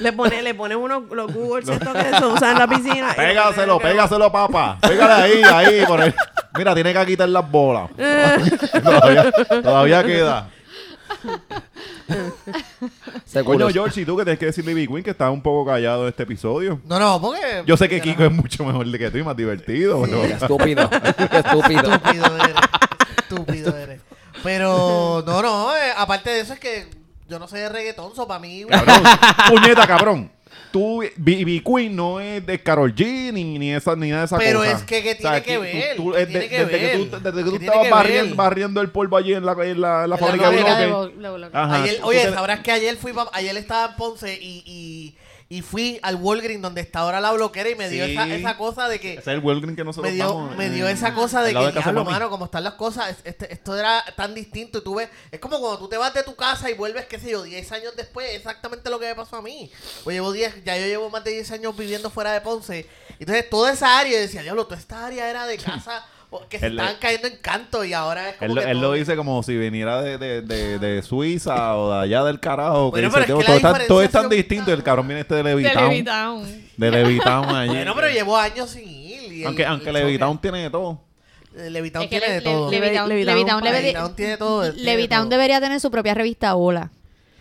C: Le pone, le pone unos los Google estos que se usan en la piscina.
F: Pégaselo, pégaselo, papá. Pégale ahí, ahí. Por el... Mira, tiene que quitar las bolas. todavía, todavía queda.
E: Se
F: Coño,
E: culo.
F: George, ¿y tú que tienes que decirle a Big Queen que está un poco callado en este episodio?
B: No, no, porque.
F: Yo sé que Kiko es mucho mejor de que tú y más divertido, pero-
E: Estúpido. Estúpido.
B: Estúpido eres. Estúpido eres. Pero, no, no, eh, aparte de eso es que yo no sé de reggaetón, so para mí.
F: Cabrón, puñeta, cabrón. Tú, BB Queen no es de Carol G ni, ni, esa, ni nada de esa
B: Pero
F: cosa.
B: es que, ¿qué tiene que ver?
F: tú- tú-
B: ¿Qué
F: es de-
B: tiene que
F: desde que
B: ver?
F: tú, desde que tú
B: ¿Qué tiene
F: estabas
B: que
F: barrien-
B: ver?
F: barriendo el polvo allí en la, en la, la
B: En la
F: fábrica de
B: fábrica
D: Fábrica de
F: bloques.
D: bo- lo- lo-
F: Ajá,
B: Ayer-
F: tú- tú
B: oye,
F: te-
B: sabrás que ayer fui pa- ayer estaba en Ponce y, y, y fui al Walgreens donde está ahora la bloquera y me dio
F: Sí.
B: esa, esa cosa de que
F: Ese es el Walgreens que nosotros
B: me dio,
F: vamos,
B: me
F: eh,
B: dio esa cosa de
F: al
B: que
F: lado casa
B: diablo,
F: mami".
B: mano, como están las cosas, es- este- esto era tan distinto y tú ves, es como cuando tú te vas de tu casa y vuelves, qué sé yo, 10 años después, exactamente lo que me pasó a mí. Pues llevo 10, ya yo llevo más de 10 años viviendo fuera de Ponce. Entonces toda esa área, yo decía, diablo, toda esta área era de casa o- que se
F: Él-
B: estaban cayendo en canto y ahora es como
F: Él,
B: que
F: lo- él
B: todo-
F: lo dice como si viniera de, de- de- de Suiza o de allá del carajo. Que
B: Bueno,
F: dice,
B: pero es que
F: "Tío,
B: la
F: todo, está- todo es tan
B: diferenciación-
F: distinto. y El cabrón viene este de Levitown.
D: Levitown.
F: De Levitown allí.
B: Bueno, pero llevo años sin ir. y el-
F: aunque
B: el
F: aunque
B: choque-
F: Levitown tiene de todo.
B: eh, Levitown
D: Es que
B: tiene
D: le-
B: de
D: le-
B: todo.
C: le-
D: Levitown-
C: Levitown
D: Levitown
C: para-
D: debe-
B: Levitown tiene todo, tiene
D: Levitown
B: todo.
D: debería tener su propia revista Ola.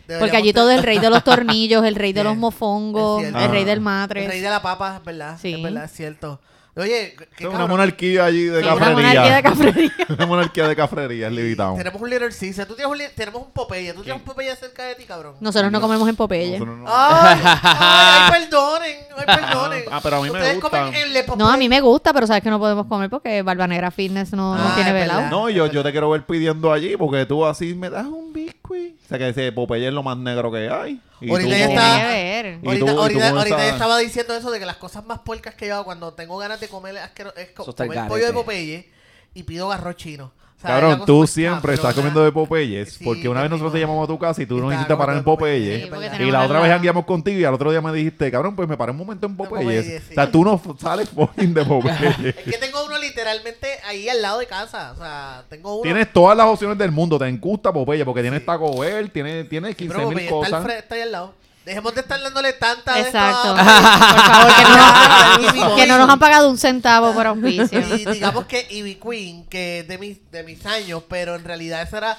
D: Porque
B: Deberíamos
D: allí todo
B: tener-
D: el rey de los tornillos, el rey de los
B: Bien,
D: mofongos,
B: es
D: el
B: cierto.
D: rey del
B: El rey
D: matre.
B: de la papa, es verdad.
D: Sí.
B: Es verdad, es cierto. Oye, qué
F: Es una
B: cabrón.
F: monarquía allí de
D: Sí, una monarquía de
F: cafrería.
D: cafrería.
F: Una monarquía de cafrería, es Levitown.
B: Tenemos un Little Caesar. Tú tienes un, li- tenemos un Popeye. Tú tienes un Popeye cerca de ti, cabrón.
D: Nosotros no comemos en Popeye.
F: Nosotros no-
B: Ay, ay, ay, perdonen, ay, perdonen.
F: Ah, pero a mí me
B: Ustedes
F: gusta.
B: comen el de Popeye.
D: No, a mí me gusta, pero sabes que no podemos comer porque Barba Negra Fitness no, no
B: Ah,
D: tiene
B: es
D: velado.
B: verdad.
F: No, yo, yo te quiero ver pidiendo allí porque tú así me das un biscuit. O sea que ese Popeye es lo más negro que hay. Y
B: Ahorita
F: tú
B: ya
F: como-
B: está-
D: Tiene que ver.
F: Y tú-
B: Ahorita,
F: y tú
B: ahorita-
F: con
B: ahorita
F: esa-
B: yo estaba diciendo eso de que las cosas más puercas que yo hago cuando tengo ganas de comer asquero- es co-
E: Eso está el
B: comer
E: garete.
B: pollo de Popeye y pido garro chino. O sea, es la
F: Cabrón,
B: cosa
F: tú
B: más
F: siempre
B: cabrona.
F: estás comiendo de Popeyes.
B: Sí,
F: porque una
B: qué
F: vez nosotros te
B: rico.
F: llamamos a tu casa y tú nos
B: Estaba
F: hiciste parar en
B: comiendo de
F: Popeyes.
D: Sí, porque
B: es verdad.
F: Y
D: tenemos
F: la otra vez
D: la-
F: jangueamos contigo y al otro día me dijiste, cabrón, pues me paré un momento en Popeyes.
B: Popeyes, sí.
F: O sea, tú no f- sales fucking de Popeyes.
B: Es que tengo uno literalmente ahí al lado de casa. O sea, tengo uno.
F: tienes todas las opciones del mundo. Te gusta Popeyes porque tienes Taco Bell, tienes, tienes
B: Sí,
F: 15
B: pero
F: mil
B: Popeye pues, está, al
F: cosas.
B: fre- está ahí al lado. Dejemos de estar dándole tanta de
D: Exacto. Por
B: esta-
D: favor, que no,
B: Ah,
D: nos- que no nos han pagado un centavo por auspicio.
B: Y digamos que Ivy Queen, que es de mis, de mis años, pero en realidad esa era...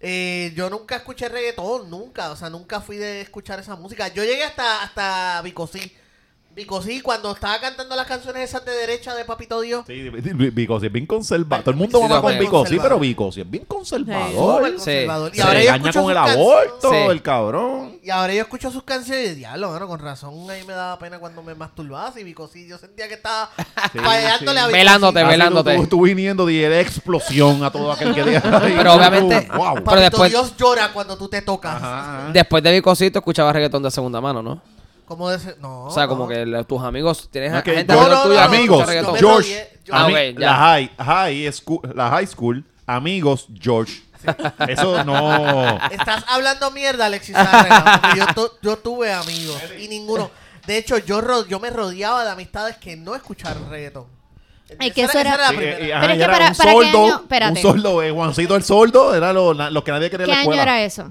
B: eh, yo nunca escuché reggaetón, nunca. O sea, nunca fui de escuchar esa música. Yo llegué hasta, hasta Vicosí. Vicosí, cuando estaba cantando las canciones esas de derecha de Papito Dios.
F: Sí, Vico, si es bien conservador. Todo el mundo
E: Sí,
F: va
E: lo
F: con
E: veo.
F: Vico, sí, pero
B: Conservador.
F: Vico, si es bien
C: Sí.
F: conservador.
B: súper conservador.
E: Sí.
B: Y ahora
F: Oh, se
B: yo
F: engaña
B: escucho
F: con el
B: sus canciones-
F: aborto,
E: Sí.
F: el cabrón.
B: Y ahora yo escucho sus canciones y diablo, mano, con razón ahí me daba pena cuando me masturbaba así, Vicosí. Yo sentía que estaba
F: Sí,
B: fallándole
F: sí.
B: a Vico, sí.
E: Velándote,
F: Así
E: velándote.
F: Tú, tú- tú viniendo de la explosión a todo aquel que diga.
E: Pero obviamente-
F: Wow.
E: Pero
B: Papito
E: después-
B: Dios llora cuando tú te tocas.
F: Ajá.
E: Después de Vicosito escuchabas reggaetón de segunda mano, ¿no?
B: Como de ese- no.
E: o sea, como
B: no.
E: que le- tus amigos, tienes
F: Oh. No,
E: a-
F: que
E: gente
F: yo-
E: alrededor
B: no, no,
E: tuya
B: no,
E: que escucha
F: amigos,
E: reggaetón.
B: me
F: George,
B: rodeé, yo-
F: a mí-
E: Ah, ok, ya.
F: la high, high school, la high school, amigos, George. Eso no.
B: Estás hablando mierda, Alexis Sárraga, porque yo, tu- yo tuve amigos y ninguno. De hecho, yo, ro- yo me rodeaba de amistades que no escucharon reggaetón.
D: Ay, que
B: Esa
D: eso era-
B: esa
F: Sí,
B: la
F: eh,
B: primera.
F: y- y- ajá,
D: Pero es
F: y
D: que
F: era
D: para-
F: un
D: para qué
F: soldo,
D: año- espérate.
F: un soldo, eh, Juancito el soldo, era lo, na- los que nadie quería en
D: ¿Qué
F: la
D: año
F: escuela.
D: era eso?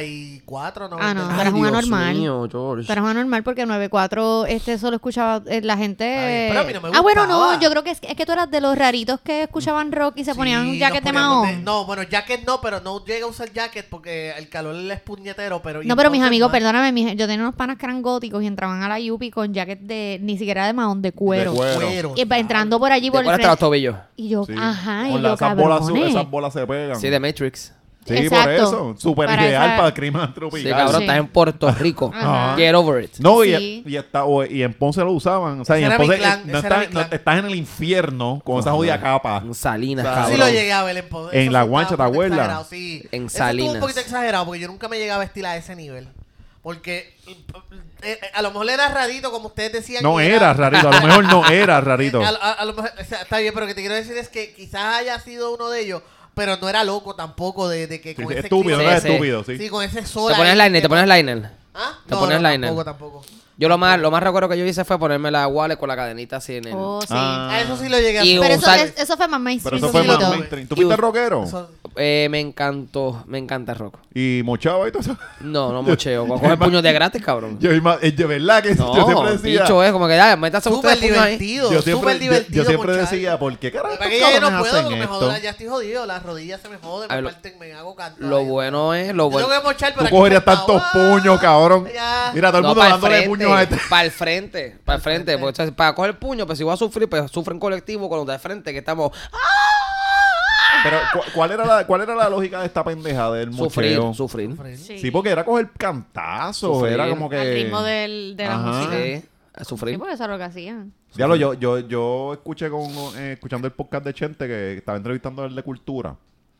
B: 94,
D: Ah, no,
B: 90.
D: tú eras un
E: Dios
D: anormal.
E: mío, George.
D: Pero es anormal porque 94 este solo escuchaba eh, la gente.
B: Ay, pero a mí no me
D: ah, bueno,
B: gustaba.
D: no, yo creo que es, es que tú eras de los raritos que escuchaban rock y se ponían
B: Sí,
D: un jacket
B: nos
D: de
B: poníamos
D: Mahón.
B: de- No, bueno, jacket no, pero no llega a usar jacket porque el calor es puñetero. Pero, y
D: No, pero mis
B: entonces
D: amigos,
B: más-
D: perdóname, mis- yo tenía unos panas que eran góticos y entraban a la Yupi con jacket de ni siquiera de Mahón, de cuero.
F: De cuero.
B: Cuero.
D: Y va entrando por allí
E: ¿Te
D: por el
E: acuerdas hasta los
D: frente.
E: tobillos?
D: Y yo,
F: Sí.
D: ajá,
F: Con
D: y
F: la-
D: yo,
F: esas, bolas, su-
D: cabrones.
F: esas bolas se pegan.
E: Sí, de Matrix.
F: Sí, por
D: Exacto.
F: eso. Súper
D: Para
F: ideal
D: esa-
F: para el clima
E: Sí,
F: tropical.
E: cabrón,
D: Sí.
E: estás en Puerto Rico.
D: Ajá.
E: Get over it.
F: No,
D: Sí.
F: y, y, hasta- o- y en Ponce lo usaban. O sea, y
B: Ese
F: en
B: era mi
F: Ponce
B: clan,
F: eh, no
B: ese era mi
F: estás, no-
B: clan.
F: estás en el infierno con esa jodida capa.
E: En Salinas,
F: Sí,
E: cabrón.
B: Sí lo llegué a ver en Poder.
F: En
B: Eso sí
F: La
B: estaba
F: Guancha,
B: un
F: ¿te
B: poquito
F: acuerdas?
B: exagerado, sí.
E: En
B: Eso estuvo
E: Salinas.
B: un poquito exagerado porque yo nunca me llegaba a vestir a ese nivel. Porque eh, eh, a lo mejor era rarito, como ustedes decían.
F: No
B: que
F: era rarito, a lo mejor no era rarito.
B: A, a- a lo mejor, o sea, está bien, pero lo que te quiero decir es que quizás haya sido uno de ellos, pero no era loco tampoco de, de que
F: Sí,
B: con
F: sí,
B: ese
F: estúpido,
E: clima-
F: no es
E: Sí, sí.
F: estúpido,
B: Sí.
F: sí.
B: con ese sol.
E: Te pones
B: ahí,
E: liner,
B: que-
E: te pones liner.
B: ¿Ah?
E: te pones liner.
B: Tampoco, tampoco.
E: Yo lo más, lo más recuerdo que yo hice fue ponerme la wallet con la cadenita así en el...
D: Oh, sí.
F: Ah.
B: A eso sí lo llegué a
E: Y
B: hacer.
D: Pero
E: o
D: eso,
E: sea,
D: es- eso fue más
F: Pero
D: mainstream.
F: eso fue
B: sí,
F: más
B: lo-
F: mainstream. ¿Tú fuiste
E: y-
F: rockero?
B: Eso-
E: Eh, me encantó, me encanta el rock.
F: Y mochaba y todo eso.
E: No, no mocheo. Coge puños de gratis, cabrón.
F: Yo, ima- eh, de verdad que yo
E: No,
F: siempre decía.
E: dicho es como que ya, métase
B: Súper
E: ustedes puños ahí.
B: divertido,
F: yo siempre,
B: súper
F: yo-
B: divertido.
F: yo siempre
B: muchacho.
F: decía, ¿por qué carajo?
B: Lo que pasa es
F: estos
B: que ya yo no
F: cabrones
B: puedo porque
F: hacen
B: me
F: esto?
B: jodo, ya estoy jodido, las rodillas se me joden,
E: A
B: me
E: ver, lo-
B: parten, me hago canto.
E: Lo
B: ahí.
E: bueno es, lo
B: Yo
E: bueno...
B: tengo que mochar, pero
F: Tú
B: aquí
F: cogerías
B: sentado.
F: tantos
B: Ah,
F: puños, cabrón.
B: ya.
F: Mira, todo el mundo dándole puños a este.
E: Para el frente, para el frente. Porque, entonces, para coger el puño, pues si voy a sufrir, pues sufren colectivo con los de frente que estamos
F: Pero, ¿cu- ¿cuál era la, cuál era la lógica de esta pendeja del
E: sufrir,
F: mocheo?
E: sufrir.
D: Sí.
F: Sí, porque era coger cantazos,
E: Sufrir.
F: era como que...
D: Al ritmo del, de la
F: Ajá.
D: música.
E: Sí, a
D: Sí, ah.
E: sufrir.
D: porque eso es lo que hacían.
F: Diablo, yo, yo, yo escuché con, eh, escuchando el podcast de Chente que estaba entrevistando al de Cultura.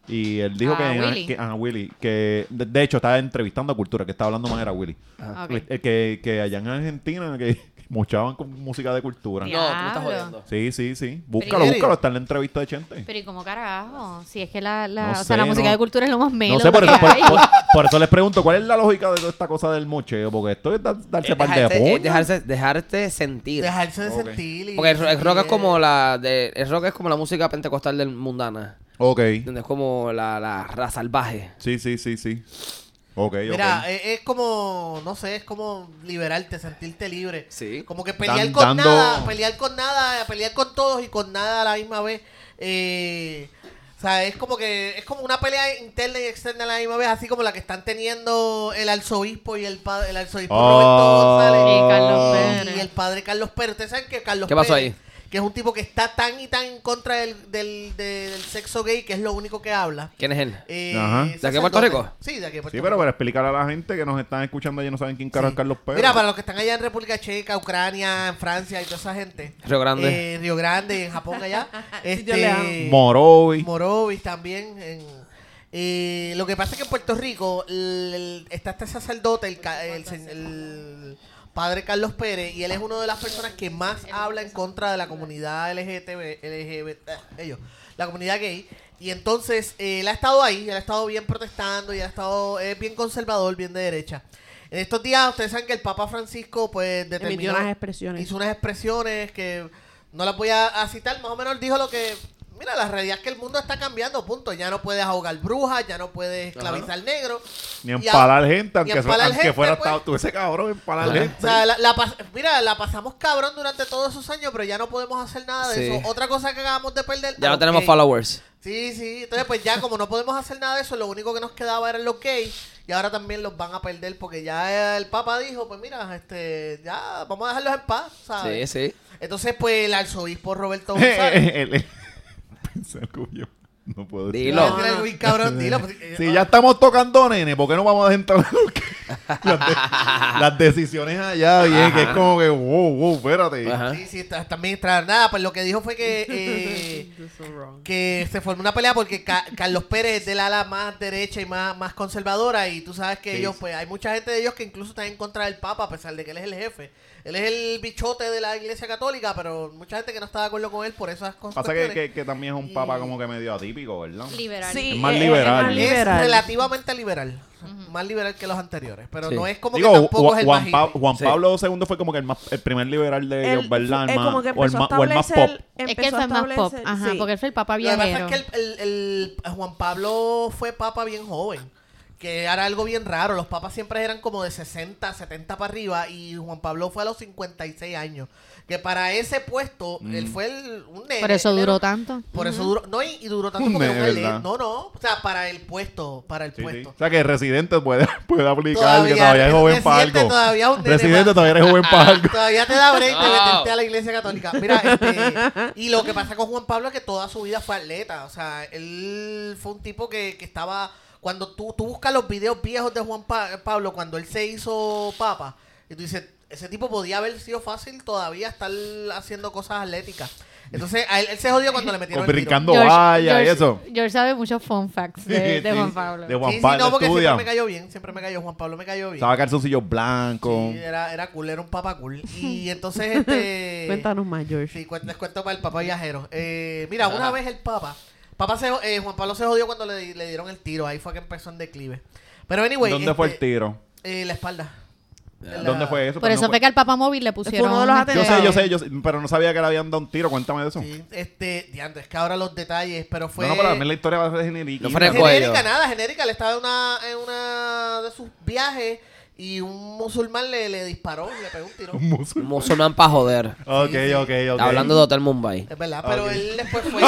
F: Y él dijo
D: Ah,
F: que,
D: Willy.
F: que- ah, Willy, que de, de hecho estaba entrevistando a Cultura, que estaba hablando más era Willy.
D: Ah, ok.
F: Eh, Que, que allá en Argentina, que, que Muchaban con música de cultura.
E: No, tú me estás
D: Diablo.
E: jodiendo.
F: Sí, sí, sí. Búscalo,
B: Primero.
F: búscalo. Está en la entrevista de Chente.
D: Pero ¿y cómo carajo? Si es que la, la,
F: No
D: o sea,
F: sé,
D: la música
F: no.
D: de cultura es lo más menos
F: No sé, por
D: que
F: eso, por,
D: hay.
F: por- por eso les pregunto, ¿cuál es la lógica de toda esta cosa del mocheo? Porque esto es da- darse
E: Es
F: par de
E: dejarte, es
F: puños.
E: dejarse, dejarte sentir.
B: Dejarse de
E: Ok.
B: sentir. y-
E: Porque el, ro- el rock es
B: y-
E: como la de, el rock es como la música pentecostal del mundana.
F: Ok.
E: Donde es como la, la raza salvaje.
F: Sí, sí, sí, sí. Ok,
B: Mira, e-,
F: ok.
B: es, es como, no sé, es como liberarte, sentirte libre.
E: Sí.
B: Como que pelear
F: Dan-
B: con
F: dando-
B: nada, pelear con nada, pelear con todos y con nada a la misma vez. Eh, o sea, es como que es como una pelea interna y externa a la misma vez, así como la que están teniendo el arzobispo y el, pa- el arzobispo
F: Oh.
D: Sí,
B: Roberto
D: Carlos
B: González
D: Pérez.
B: y el padre Carlos Pérez. Ustedes saben que Carlos
E: ¿Qué pasó
B: Pérez,
E: ahí?
B: que es un tipo que está tan y tan en contra del, del, del sexo gay, que es lo único que habla.
E: ¿Quién es él?
B: Eh,
F: Ajá.
E: ¿De aquí a Puerto
B: sacerdote.
E: Rico?
B: Sí, de aquí a Puerto
F: Sí,
B: Rico.
F: pero para explicar a la gente que nos están escuchando y no saben quién caro es
B: Sí.
F: Carlos Pérez.
B: Mira, para los que están allá en República Checa, Ucrania, en Francia y toda esa gente.
E: Río Grande.
B: Eh, Río Grande y en Japón allá.
C: yo le amo.
B: este,
F: Morovi.
B: Morovis también. en- eh, lo que pasa es que en Puerto Rico el- el- está este sacerdote, el, ca- el se- el padre Carlos Pérez, y él es una de las personas que más habla en contra de la comunidad LGTB, LGBT, eh, ellos, la comunidad gay. Y entonces eh, él ha estado ahí, él ha estado bien protestando, y ha estado es bien conservador, bien de derecha. En estos días ustedes saben que el Papa Francisco pues
C: Emitió
B: determinó
C: unas expresiones.
B: hizo unas expresiones que no las voy a, a citar, más o menos dijo lo que, mira, la realidad es que el mundo está cambiando, punto, ya no puedes ahogar brujas, ya no puedes esclavizar negros.
F: Ni
B: Y a-
F: empalar gente, aunque,
B: empalar
F: aunque
B: gente,
F: fuera
B: pues.
F: estado- tú ese cabrón empalar
E: Ajá.
F: gente.
B: O sea, la, la pas- mira, la pasamos cabrón durante todos esos años, pero ya no podemos hacer nada de
E: Sí.
B: eso. Otra cosa que acabamos de perder.
E: Ya
B: a
E: no
B: los
E: tenemos
B: gays.
E: followers.
B: Sí, sí. Entonces, pues ya como no podemos hacer nada de eso, lo único que nos quedaba eran los gays. Y ahora también los van a perder porque ya el Papa dijo, pues mira, este, ya vamos a dejarlos en paz,
E: Sí,
B: ¿sabes?
E: sí.
B: Entonces, pues el arzobispo Roberto González
F: El- el- Pensé algo yo. No puedo decir.
E: Dilo.
B: Iba a decir Ah. algo bien cabrón, dilo, pues, eh,
F: Si ya estamos tocando nene, ¿por qué no vamos a entrar en lo que- las, de- las decisiones allá, bien? Que es como que, wow, wow, espérate.
E: Ajá.
B: Sí, sí, está- también extra. Nada, pues lo que dijo fue que, eh,
C: This is so wrong.
B: que se formó una pelea porque Ca- Carlos Pérez es del ala más derecha y más, más conservadora. Y tú sabes que ellos, pues hay mucha gente de ellos que incluso está en contra del Papa, a pesar de que él es el jefe. Él es el bichote de la iglesia católica, pero mucha gente que no está de acuerdo con él por esas cosas.
F: Pasa que, que- que también es un papa como que medio atípico, ¿verdad?
D: Liberal.
C: Sí,
F: Es más
C: eh,
F: liberal.
C: más
F: Es
B: es
C: liberal.
B: relativamente liberal. Más liberal que los anteriores. Pero
E: Sí.
B: no es como
F: Digo,
B: que tampoco
F: Ju-
B: es el
F: Juan,
B: más
F: Pa-
B: hippie.
F: Juan
E: Sí.
F: Pablo II fue como que el, más, el primer liberal de ellos,
C: Él-
F: ¿verdad? El
C: él
F: más-
C: como que
F: o, el
C: empezó
F: más,
C: a
F: o el más pop.
C: establecer-
D: Es que él
C: empezó a
D: fue más pop.
C: establecer-
D: Ajá,
C: sí.
D: porque él fue el papá
B: Lo que pasa
D: viajero.
B: es que el, el- el- Juan Pablo fue papa bien joven, que era algo bien raro. Los papas siempre eran como de 60, 70 para arriba y Juan Pablo fue a los 56 años. Que para ese puesto,
F: Mm.
B: él fue el- un nene.
D: Por eso
B: Él era-
D: duró tanto.
B: Por eso duró, no, y, y duró tanto
F: Un
B: porque era un
F: nene,
B: atlet-
F: ¿verdad?
B: No, no, o sea, para el puesto, para el
F: Sí, sí.
B: puesto.
F: Pues, O sea que residente puede, puede aplicar,
B: Todavía-
F: que todavía es joven para
B: Residente
F: algo.
B: todavía es un nene
F: residente
B: más.
F: todavía eres joven para algo.
B: Todavía te da break de
E: No.
B: meterte a la iglesia católica. Mira, este, y lo que pasa con Juan Pablo es que toda su vida fue atleta. O sea, él fue un tipo que, que estaba. Cuando tú, tú buscas los videos viejos de Juan Pa- Pablo, cuando él se hizo papa, y tú dices, ese tipo podía haber sido fácil todavía estar haciendo cosas atléticas. Entonces, a él, él se jodió cuando le metieron
F: Con
B: el tiro.
F: brincando vaya y
D: George-
F: eso.
D: George sabe muchos fun facts de, de
F: Sí,
D: Juan
F: sí,
D: Pablo.
F: De Juan
B: Sí, sí,
F: Pablo.
B: no, porque
F: estudia.
B: siempre me cayó bien, siempre me cayó. Juan Pablo me cayó bien.
F: Estaba calzoncillos blancos.
B: Sí, eh, era, era cool, era un papa cool. Y entonces, este.
C: Cuéntanos más, George.
B: Sí, cuen- les cuento para el papá viajero. Eh, mira, una vez el papa, papá se, jo- eh, Juan Pablo se jodió cuando le, di- le dieron el tiro. Ahí fue que empezó en declive. Pero anyway.
F: ¿Dónde fue el
B: este,
F: tiro?
B: eh, la espalda. En la-
F: ¿Dónde fue eso?
D: Por
F: Pero
D: eso
F: no
D: fue que al papá móvil le pusieron.
C: uno de los
D: este,
F: Yo sé,
C: atentados.
F: yo sé, yo sé, pero no sabía que le habían dado un tiro. Cuéntame de eso.
B: Sí, este, diantre, es que ahora los detalles, pero fue...
F: No, no, pero también la historia va a ser genérica.
E: No fue en el cuello.
B: genérica, nada, genérica. Le estaba en una, en una de sus viajes y un musulmán le, le disparó, le pegó un tiro.
F: Un musulmán.
E: Musulmán para joder.
F: Ok,
B: sí.
F: ok, ok.
E: Hablando de Hotel Mumbai.
B: Es verdad, pero
F: Ok.
B: él después fue.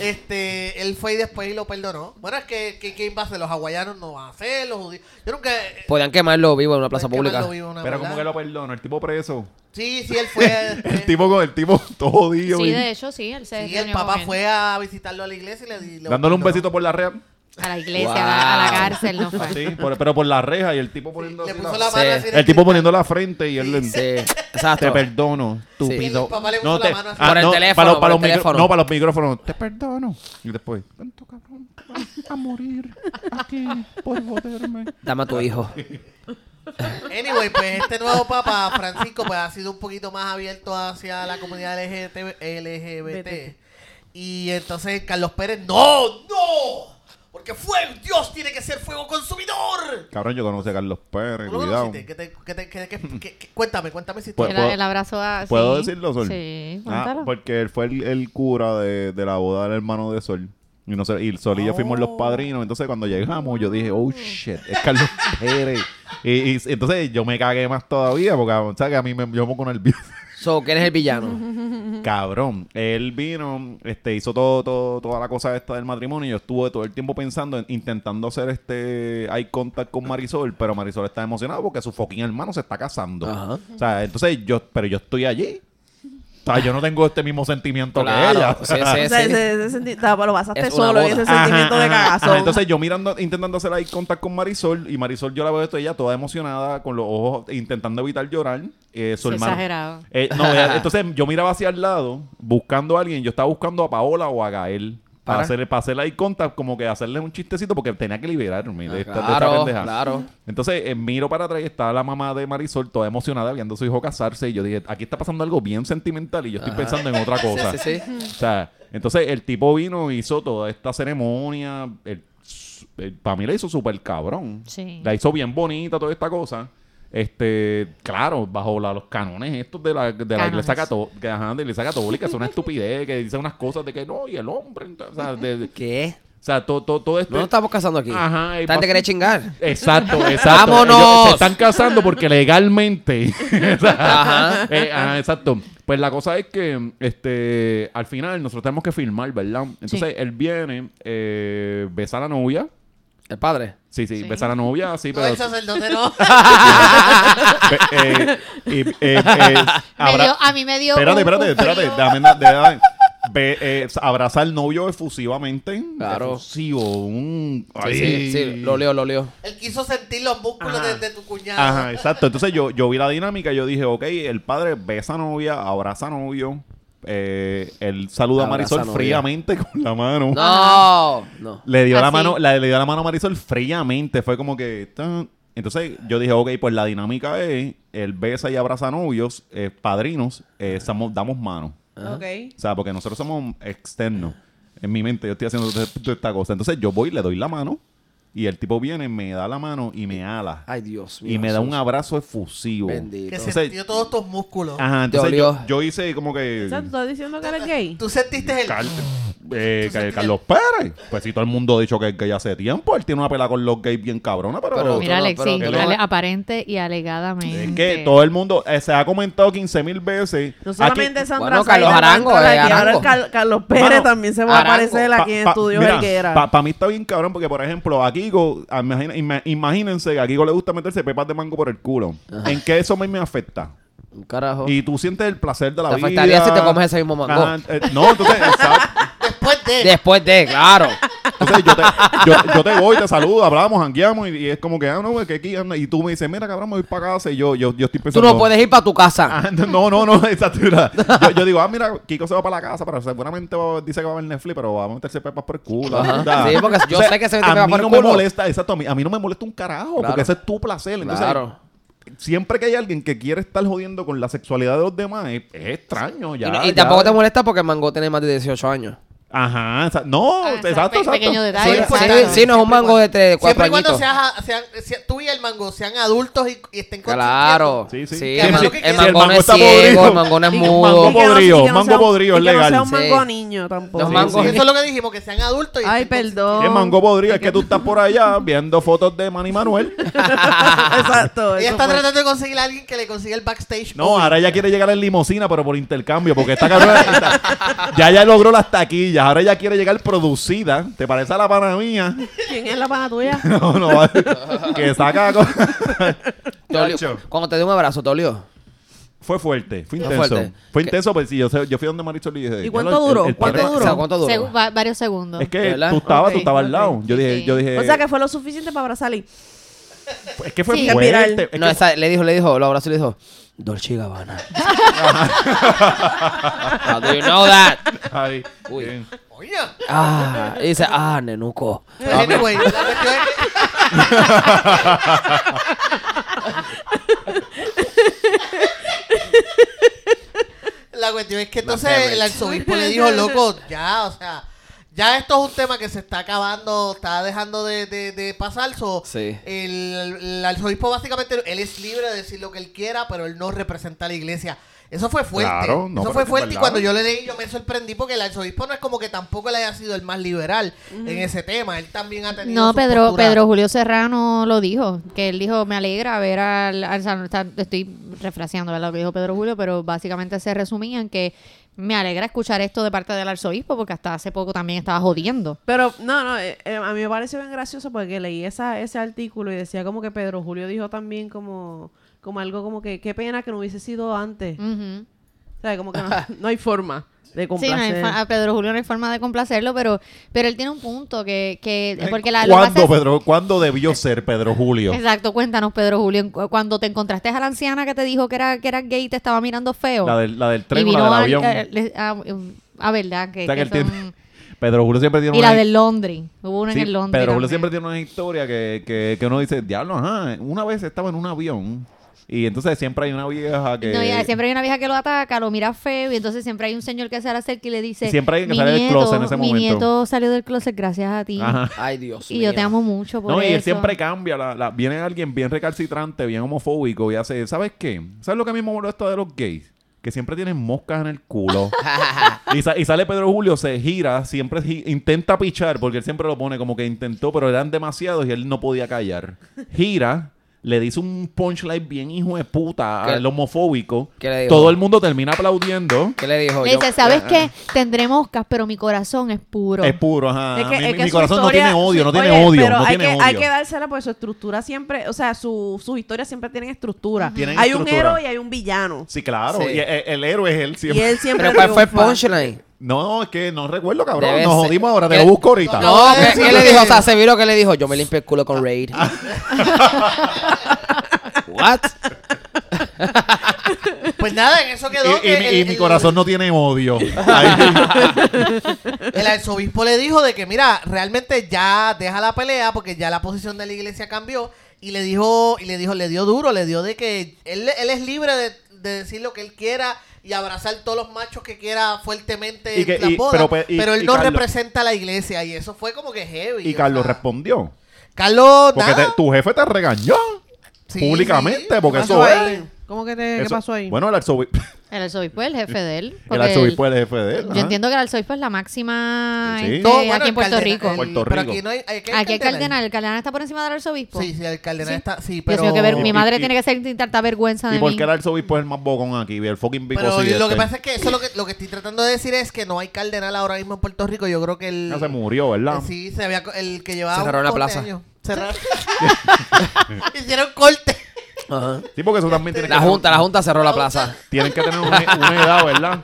B: este, él fue y después y lo perdonó. Bueno, es que, que ¿quién va a hacer? Los hawaianos no van a hacer, los judíos. Yo nunca. eh,
E: Podían quemarlo vivo en una plaza
B: es que
E: pública.
B: Marlo vive una
F: Pero
B: verdad.
F: como que lo perdono, el tipo preso.
B: Sí, sí, él fue.
F: El
B: después.
F: tipo con el tipo todo jodido.
D: Sí,
F: y-
D: de hecho, sí. Él se
B: Sí, el
D: reunió
B: papá
D: con él.
B: fue a visitarlo a la iglesia y le, di- le
F: Dándole un
B: perdonó.
F: besito por la reja.
D: A la iglesia, a, la, a la
E: Wow.
D: cárcel, no fue.
F: Así, por- pero por la reja y el tipo poniendo
B: Le
F: así
B: puso
F: la-
B: la mano
E: Sí.
B: así en
F: El tipo
B: cristal.
F: poniendo la frente y él le-
E: Sí, exacto.
F: Te perdono, estúpido.
B: El papá le puso
F: No
B: la
F: te-
B: mano así.
F: ah,
E: Por el
F: no,
E: teléfono,
F: para los-
E: por
F: para
E: el
F: los micro-
E: teléfono.
F: No, para los micrófonos. Te perdono. Y después, tanto cabrón, vas a morir aquí por joderme.
E: Dame a tu hijo.
B: Anyway, pues este nuevo papa, Francisco, pues ha sido un poquito más abierto hacia la comunidad LGBT. LGBT. Y entonces Carlos Pérez, ¡no! ¡No! Porque fuego, Dios tiene que ser fuego consumidor.
F: Cabrón, yo conozco a Carlos Pérez,
B: ¿Tú lo
F: cuidado.
B: conociste? ¿Qué te- qué te- qué- qué- qué- qué- cuéntame, cuéntame si
F: Pues,
D: el,
F: ¿puedo-
D: el abrazo a...
F: ¿Puedo
D: sí.
F: decirlo, Sol?
D: Sí,
F: Ah,
D: cuéntalo.
F: porque él fue el, el cura de, de la boda del hermano de Sol. Y, no sé, y Sol y yo fuimos
B: Oh.
F: los padrinos. Entonces, cuando llegamos, yo dije, oh shit, es Carlos Pérez. Y, y- entonces yo me cagué más todavía, porque o sea, que a mí me, yo me pongo nervioso.
E: So, que eres el villano.
F: Cabrón, él vino, este, hizo todo, todo, toda la cosa esta del matrimonio. Yo estuve todo el tiempo pensando, en- intentando hacer este eye contact con Marisol, pero Marisol está emocionada porque su fucking hermano se está casando.
E: Ajá.
F: O sea, entonces yo, pero yo estoy allí. O sea, yo no tengo este mismo sentimiento que ella.
E: Claro, sí, sí,
C: O sea,
E: sí.
C: ese- ese senti- ta- lo pasaste
E: Es una
C: solo y
E: boda.
C: ese
F: Ajá,
C: sentimiento de
F: ajá, ajá.
C: cagazón.
F: Entonces yo mirando, intentando hacer ahí contacto con Marisol y Marisol yo la veo esto ella toda emocionada con los ojos intentando evitar llorar. Eh, su
D: Sí,
F: hermano-
D: exagerado.
F: Eh, no, ella- entonces yo miraba hacia el lado buscando a alguien. Yo estaba buscando a Paola o a Gael. Para
E: Para.
F: hacerle, para hacerle eye contact, como que hacerle un chistecito porque tenía que liberarme de esta, de esta
E: Claro,
F: pendeja.
E: claro.
F: Entonces eh, miro para atrás y está la mamá de Marisol toda emocionada viendo a su hijo casarse. Y yo dije, aquí está pasando algo bien sentimental y yo estoy pensando en otra cosa.
E: Sí, sí, sí.
F: O sea, entonces el tipo vino, hizo toda esta ceremonia. El, para mí la hizo súper cabrón.
D: Sí.
F: La hizo bien bonita, toda esta cosa. Este, claro, bajo la- los canones estos de la, de la
D: Cánones.
F: iglesia católica, ajá, de la iglesia católica, es una estupidez que dice unas cosas de que no, y el hombre, entonces, o sea, de- de- o
E: ¿Qué?
F: sea, todo, todo, todo este-
E: No nos estamos casando aquí.
F: Ajá, y
E: Esta gente
F: pas-
E: quiere chingar.
F: Exacto, exacto.
E: ¡Vámonos!
F: Ellos se están casando porque legalmente.
E: Ajá.
F: Eh, ajá, exacto. Pues la cosa es que este al final nosotros tenemos que filmar, ¿verdad? Entonces
D: Sí.
F: él viene, eh, besa a la novia.
E: El padre.
F: Sí, sí,
D: Sí.
F: besa a la novia, sí,
B: No,
F: pero.
B: el sacerdote no.
F: Pe- eh, y, eh, eh,
D: Me
F: abra-
D: dio- a mí me dio
F: Espérate,
D: un-
F: espérate,
D: un
F: espérate.
D: frío.
F: Déjame, na- déjame. Ve, eh, abraza al novio efusivamente.
E: Claro.
F: Efusivo. un-
E: Sí,
F: Ay.
E: sí, sí, lo leo, lo leo.
B: Él quiso sentir los músculos de, de tu cuñado.
F: Ajá, exacto. Entonces yo, yo vi la dinámica y yo dije, ok, el padre besa a novia, abraza a novio, eh, él saluda a
E: Abraza
F: Marisol
E: a novia.
F: fríamente con la mano.
E: No, no.
F: Le dio la
D: Así.
F: mano, la- le dio la mano a Marisol fríamente, fue como que... tan. Entonces yo dije, ok, pues la dinámica es, él besa y abraza a novios, eh, padrinos, eh, estamos- damos mano.
C: Ok.
F: O sea, porque nosotros somos externos. En mi mente yo estoy haciendo t- t- esta cosa. Entonces yo voy, le doy la mano y el tipo viene, me da la mano y me ala.
E: Ay, Dios mío.
F: y me da un
E: Jesús.
F: abrazo efusivo.
E: Bendito.
B: Que
F: Entonces-
B: sintió todos estos músculos.
F: Ajá, entonces
E: dolió.
F: yo, yo hice como que.
C: O sea, ¿tú estás diciendo que eres gay?
B: Tú sentiste el.
F: Cal- eh,
B: Tú
F: Cal-
B: sentiste-
F: Carlos Pérez. Pues si todo el mundo ha dicho que es gay hace tiempo, él tiene una pelea con los gays bien cabrona, pero.
E: Pero-
D: Mira,
E: No,
D: Alex,
E: pero
D: sí,
E: que no-
D: ale- aparente y alegadamente.
F: es que todo el mundo eh, se ha comentado 15 mil veces.
C: No solamente
F: Aquí-
C: Sandra
E: Bueno,
C: Saida
E: Carlos
C: va a
E: Arango,
C: entrar
E: eh,
C: aquí, ahora
E: Arango.
C: Car- Carlos Pérez
F: Mano,
C: también se va a
E: Arango.
C: aparecer aquí en estudios el que era.
F: Para mí está bien cabrón porque, por ejemplo, a Kiko, imagina- ima- imagínense que a Kiko le gusta meterse pepas de mango por el culo. ¿En qué eso a mí me afecta?
E: Un carajo.
F: Y tú sientes el placer de la
E: Oh. Te
F: vida.
E: afectaría si te comes ese mismo mango.
F: Ajá, eh, no, entonces, exacto.
B: Después de.
E: Después de, claro.
F: Entonces yo te, yo, yo te voy, te saludo, hablamos, jangueamos y, y es como que, ah, no, que aquí anda. Y tú me dices, mira, cabrón, me voy para casa y yo, yo, yo estoy
E: Tú
F: pensando.
E: no puedes ir para tu casa.
F: Ah, no, no, no, exacto. mira. Yo, yo digo, ah, mira, Kiko se va para la casa, pero seguramente va- dice que va a ver Netflix, pero va a meterse pepas por el culo.
E: Ajá.
F: ¿verdad?
E: Sí, porque yo sé que se mete pepas
F: a mí
E: por el
F: no me
E: culo.
F: molesta, exacto, a mí, a mí no me molesta un carajo, porque
E: Claro.
F: ese es tu placer. Entonces,
E: Claro.
F: siempre que hay alguien que quiere estar jodiendo con la sexualidad de los demás, es, es extraño ya.
E: y, no- y
F: ya.
E: tampoco te molesta porque Mango tiene más de 18 años.
F: Ajá, exa- no,
D: Ah,
F: exacto, exacto.
D: pe- pequeño detalle,
E: Sí,
B: es
E: sí,
B: importante.
E: sí, no es un mango de 3, 4
B: Siempre y cuando
E: añitos.
B: seas, sean, sea- tú y el mango sean adultos y, y estén
E: Claro.
F: Sí,
E: Sí,
F: sí.
E: sí.
F: Que
E: el,
B: además
E: man-
B: lo que
E: el
B: quieres-
E: mango no es
F: el mango está
E: ciego,
F: podrido.
E: el mango no es
C: Y-
F: mango
C: y
E: mudo.
C: que no-
F: podrido,
C: y que no
F: mango
C: sea un-
F: podrido
C: y
F: es
C: que no sea
F: legal.
C: un mango
E: Sí.
C: niño tampoco.
E: Los
F: Sí,
E: mangos.
B: Eso es lo que dijimos, que sean adultos y
C: Ay,
B: estén
C: perdón.
F: ¿Qué mango podrido? pues, Es que tú estás por allá viendo fotos de Manny Manuel.
C: Exacto.
B: Ella
C: eso
B: está
C: fue.
B: tratando de conseguir a alguien que le consiga el backstage.
F: No, ahora ella quiere llegar en limusina, pero por intercambio, porque esta cabrona está- ya ya logró las taquillas, ahora ella quiere llegar producida. ¿Te parece a la pana mía?
C: ¿Quién es la pana tuya?
F: No, no, va- que saca co-
E: Te olió-
F: Chacho.
E: Cuando te dio un abrazo, te olió.
F: Fue fuerte,
E: Fue
F: fue intenso. Fue,
E: fuerte. ¿Qué?
F: intenso, pues sí, yo, sé- yo fui donde Marisol y dije.
C: ¿Y cuánto
F: "Ya lo- el-
C: duró?
F: el
C: ¿Cuánto
F: padre-
E: O sea, ¿Cuánto duró?
D: Segu- va- varios segundos.
F: Es que
E: ¿De verdad?
F: tú estabas, tú
C: Ok,
F: estabas al
C: ok.
F: lado. Yo dije,
D: Sí.
F: yo dije.
C: O sea que fue lo suficiente para salir.
F: es que fue
D: Sí.
C: Espiral.
F: fuerte. es
E: no,
F: que-
E: esa- le dijo, le dijo, lo abrazó y le dijo, Dolce y Gabbana. How do you know that?
F: Ay,
E: Uy.
F: bien.
B: Oye.
E: Ah, y dice, ah, nenuco.
B: Anyway, la cuestión es que- la cuestión es que
E: Las
B: entonces el
E: favorites.
B: arzobispo le dijo, loco, ya, o sea, ya esto es un tema que se está acabando, está dejando de, de- de pasar. so,
E: Sí.
B: el, el arzobispo básicamente, él es libre de decir lo que él quiera, pero él no representa a la iglesia. Eso fue fuerte.
F: Claro, no,
B: Eso
F: pero
B: fue
F: es
B: fuerte y
F: verdad.
B: cuando yo le leí yo me sorprendí porque el arzobispo no es como que tampoco le haya sido el más liberal en ese tema. Él también ha tenido
D: No,
B: sus
D: Pedro,
B: posturas.
D: Pedro Julio Serrano lo dijo, que él dijo, me alegra ver al... al San- está- estoy refraseando ¿verdad? lo que dijo Pedro Julio, pero básicamente se resumía en que me alegra escuchar esto de parte del arzobispo, porque hasta hace poco también estaba jodiendo.
C: Pero no, no, eh, eh, a mí me pareció bien gracioso porque leí esa, ese artículo y decía como que Pedro Julio dijo también como, como algo como que qué pena que no hubiese sido antes.
D: Ujú.
C: O sea, como que no, no hay forma de
D: Mm. Sí, no hay
C: complacer.
D: fa- a Pedro Julio no hay forma de complacerlo, pero, pero él tiene un punto que... que porque la, lo que pasa
F: Eh, ¿Cuándo,
D: es-
F: Pedro, ¿Cuándo debió ser Pedro Julio?
D: Exacto, cuéntanos, Pedro Julio, en cu- cuando te encontraste a la anciana que te dijo que era, que era gay y te estaba mirando feo.
F: La del, la del
D: y
F: tren o
D: vino
F: la del
D: a-
F: avión.
D: A, le- a- a verdad, que,
F: O sea, que
D: que
F: él
D: son-
F: tiene- Pedro Julio siempre tiene
D: Y
F: una...
D: la de Londres. Hubo una
F: Sí,
D: en el Londres.
F: Pedro Julio
D: también.
F: siempre tiene una historia que, que, que uno dice, diablo, ajá, una vez estaba en un avión y entonces siempre hay una vieja que...
D: No, y siempre hay una vieja que lo ataca, lo mira feo, y entonces siempre hay un señor que se le acerca y le dice.
F: Y siempre hay alguien que
D: "Mi
F: sale del
D: nieto-
F: closet en ese
D: Mi
F: momento".
D: nieto salió del closet gracias a ti.
F: Ajá.
E: Ay, Dios
D: Y yo
E: mío.
D: te amo mucho. Por
F: No, y él
D: eso".
F: siempre cambia. La, la- viene alguien bien recalcitrante, bien homofóbico y hace, ¿sabes qué? ¿Sabes lo que a mí me molesta de los gays? Que siempre tienen moscas en el culo. y, sa- y sale Pedro Julio, se gira, siempre gi- intenta pichar, porque él siempre lo pone como que intentó, pero eran demasiados y él no podía callar. Gira, le dice un punchline bien hijo de puta
E: ¿Qué?
F: al homofóbico.
E: ¿Qué le dijo?
F: Todo el mundo termina aplaudiendo.
E: ¿Qué le dijo?
D: Le
E: Yo-
D: dice, ¿sabes
E: Ah,
D: qué? Tendré moscas, pero mi corazón es puro.
F: Es puro, ajá.
C: Es que-
F: Ah, mi
C: es que
F: mi
C: su
F: corazón
C: historia-
F: no tiene odio, no
C: sí,
F: tiene
C: oye,
F: odio,
C: pero
F: no
C: hay
F: tiene
C: que,
F: odio.
C: Hay que dársela porque su estructura siempre, o sea, su, sus historias siempre tienen estructura.
F: Tienen
C: hay un
F: estructura.
C: héroe y hay un villano.
F: Sí, claro.
E: Sí.
F: Y e- el, héroe es él
C: Y
F: siempre.
C: él siempre
E: ¿Pero cuál fue el
C: triunfa.
E: punchline?
F: No, es que no recuerdo, cabrón.
E: Debe
F: Nos
E: ser-
F: jodimos ahora, te
E: ¿Qué-
F: lo busco ahorita.
E: No,
B: No,
E: ¿qué,
B: eso es
E: qué le Ah.
B: lo que-
E: dijo? O sea, se vio que le dijo. Yo me limpio el culo con Raid. What?
B: Pues nada, en eso quedó.
F: Y- y,
B: que
F: mi-
B: el-
F: y mi
B: el-
F: corazón no tiene odio. Ahí-
B: El arzobispo le dijo de que, mira, realmente ya deja la pelea porque ya la posición de la iglesia cambió. Y le dijo, y le dijo, le dio duro, le dio de que él, él es libre de, de decir lo que él quiera y abrazar todos los machos que quiera fuertemente
F: Y que-
B: en la
F: y-
B: boda,
F: pero,
B: pero,
F: pues, y-
B: él
F: y
B: no
F: Carlos-
B: representa a la iglesia y eso fue como que heavy.
F: y
B: o
F: Carlos
B: sea.
F: respondió.
B: Carlos,
F: Porque
B: nada.
F: te- tu jefe te regañó
B: Sí,
F: públicamente,
B: sí.
F: porque
C: ¿Qué
F: eso
C: pasó
F: es.
C: ahí? ¿Cómo que te,
F: Eso-
C: qué pasó ahí?
F: Bueno, el arzobispo,
D: El arzobispo es el jefe de él.
F: el
D: porque
F: arzobispo es el jefe de él.
D: Yo
F: ajá.
D: entiendo que el arzobispo es la máxima
F: Sí.
D: este,
F: No,
B: bueno,
D: aquí
B: el
D: en Puerto
B: cardenal-
D: Rico.
B: el-
F: Puerto
B: pero
F: Rico.
B: aquí no hay, aquí hay
D: Aquí el cardenal, el cardenal está por encima del arzobispo.
B: Sí, sí, el cardenal
D: Sí.
B: está, sí,
D: Dios
B: pero...
D: mío, que ver-
F: Y-
D: mi madre
F: y-
D: tiene que ser tanta vergüenza
F: ¿Y
D: de
F: por
D: mí.
F: qué el arzobispo es el más bocón aquí? El fucking bico
B: Pero
F: sí,
B: lo
F: este.
B: que pasa es que eso lo que, lo que estoy tratando de decir es que no hay cardenal ahora mismo en Puerto Rico. Yo creo que el. eh,
F: Ya se murió, ¿verdad?
B: Sí, se había, co- el que llevaba.
E: Cerraron
B: un
E: la
B: corte
E: plaza.
B: de año. Cerraron. Hicieron corte.
E: Ajá.
F: Sí, porque eso
B: Este,
F: también tiene
E: La
F: que
E: junta, la junta cerró la plaza.
F: Tienen que tener una, una edad, ¿verdad?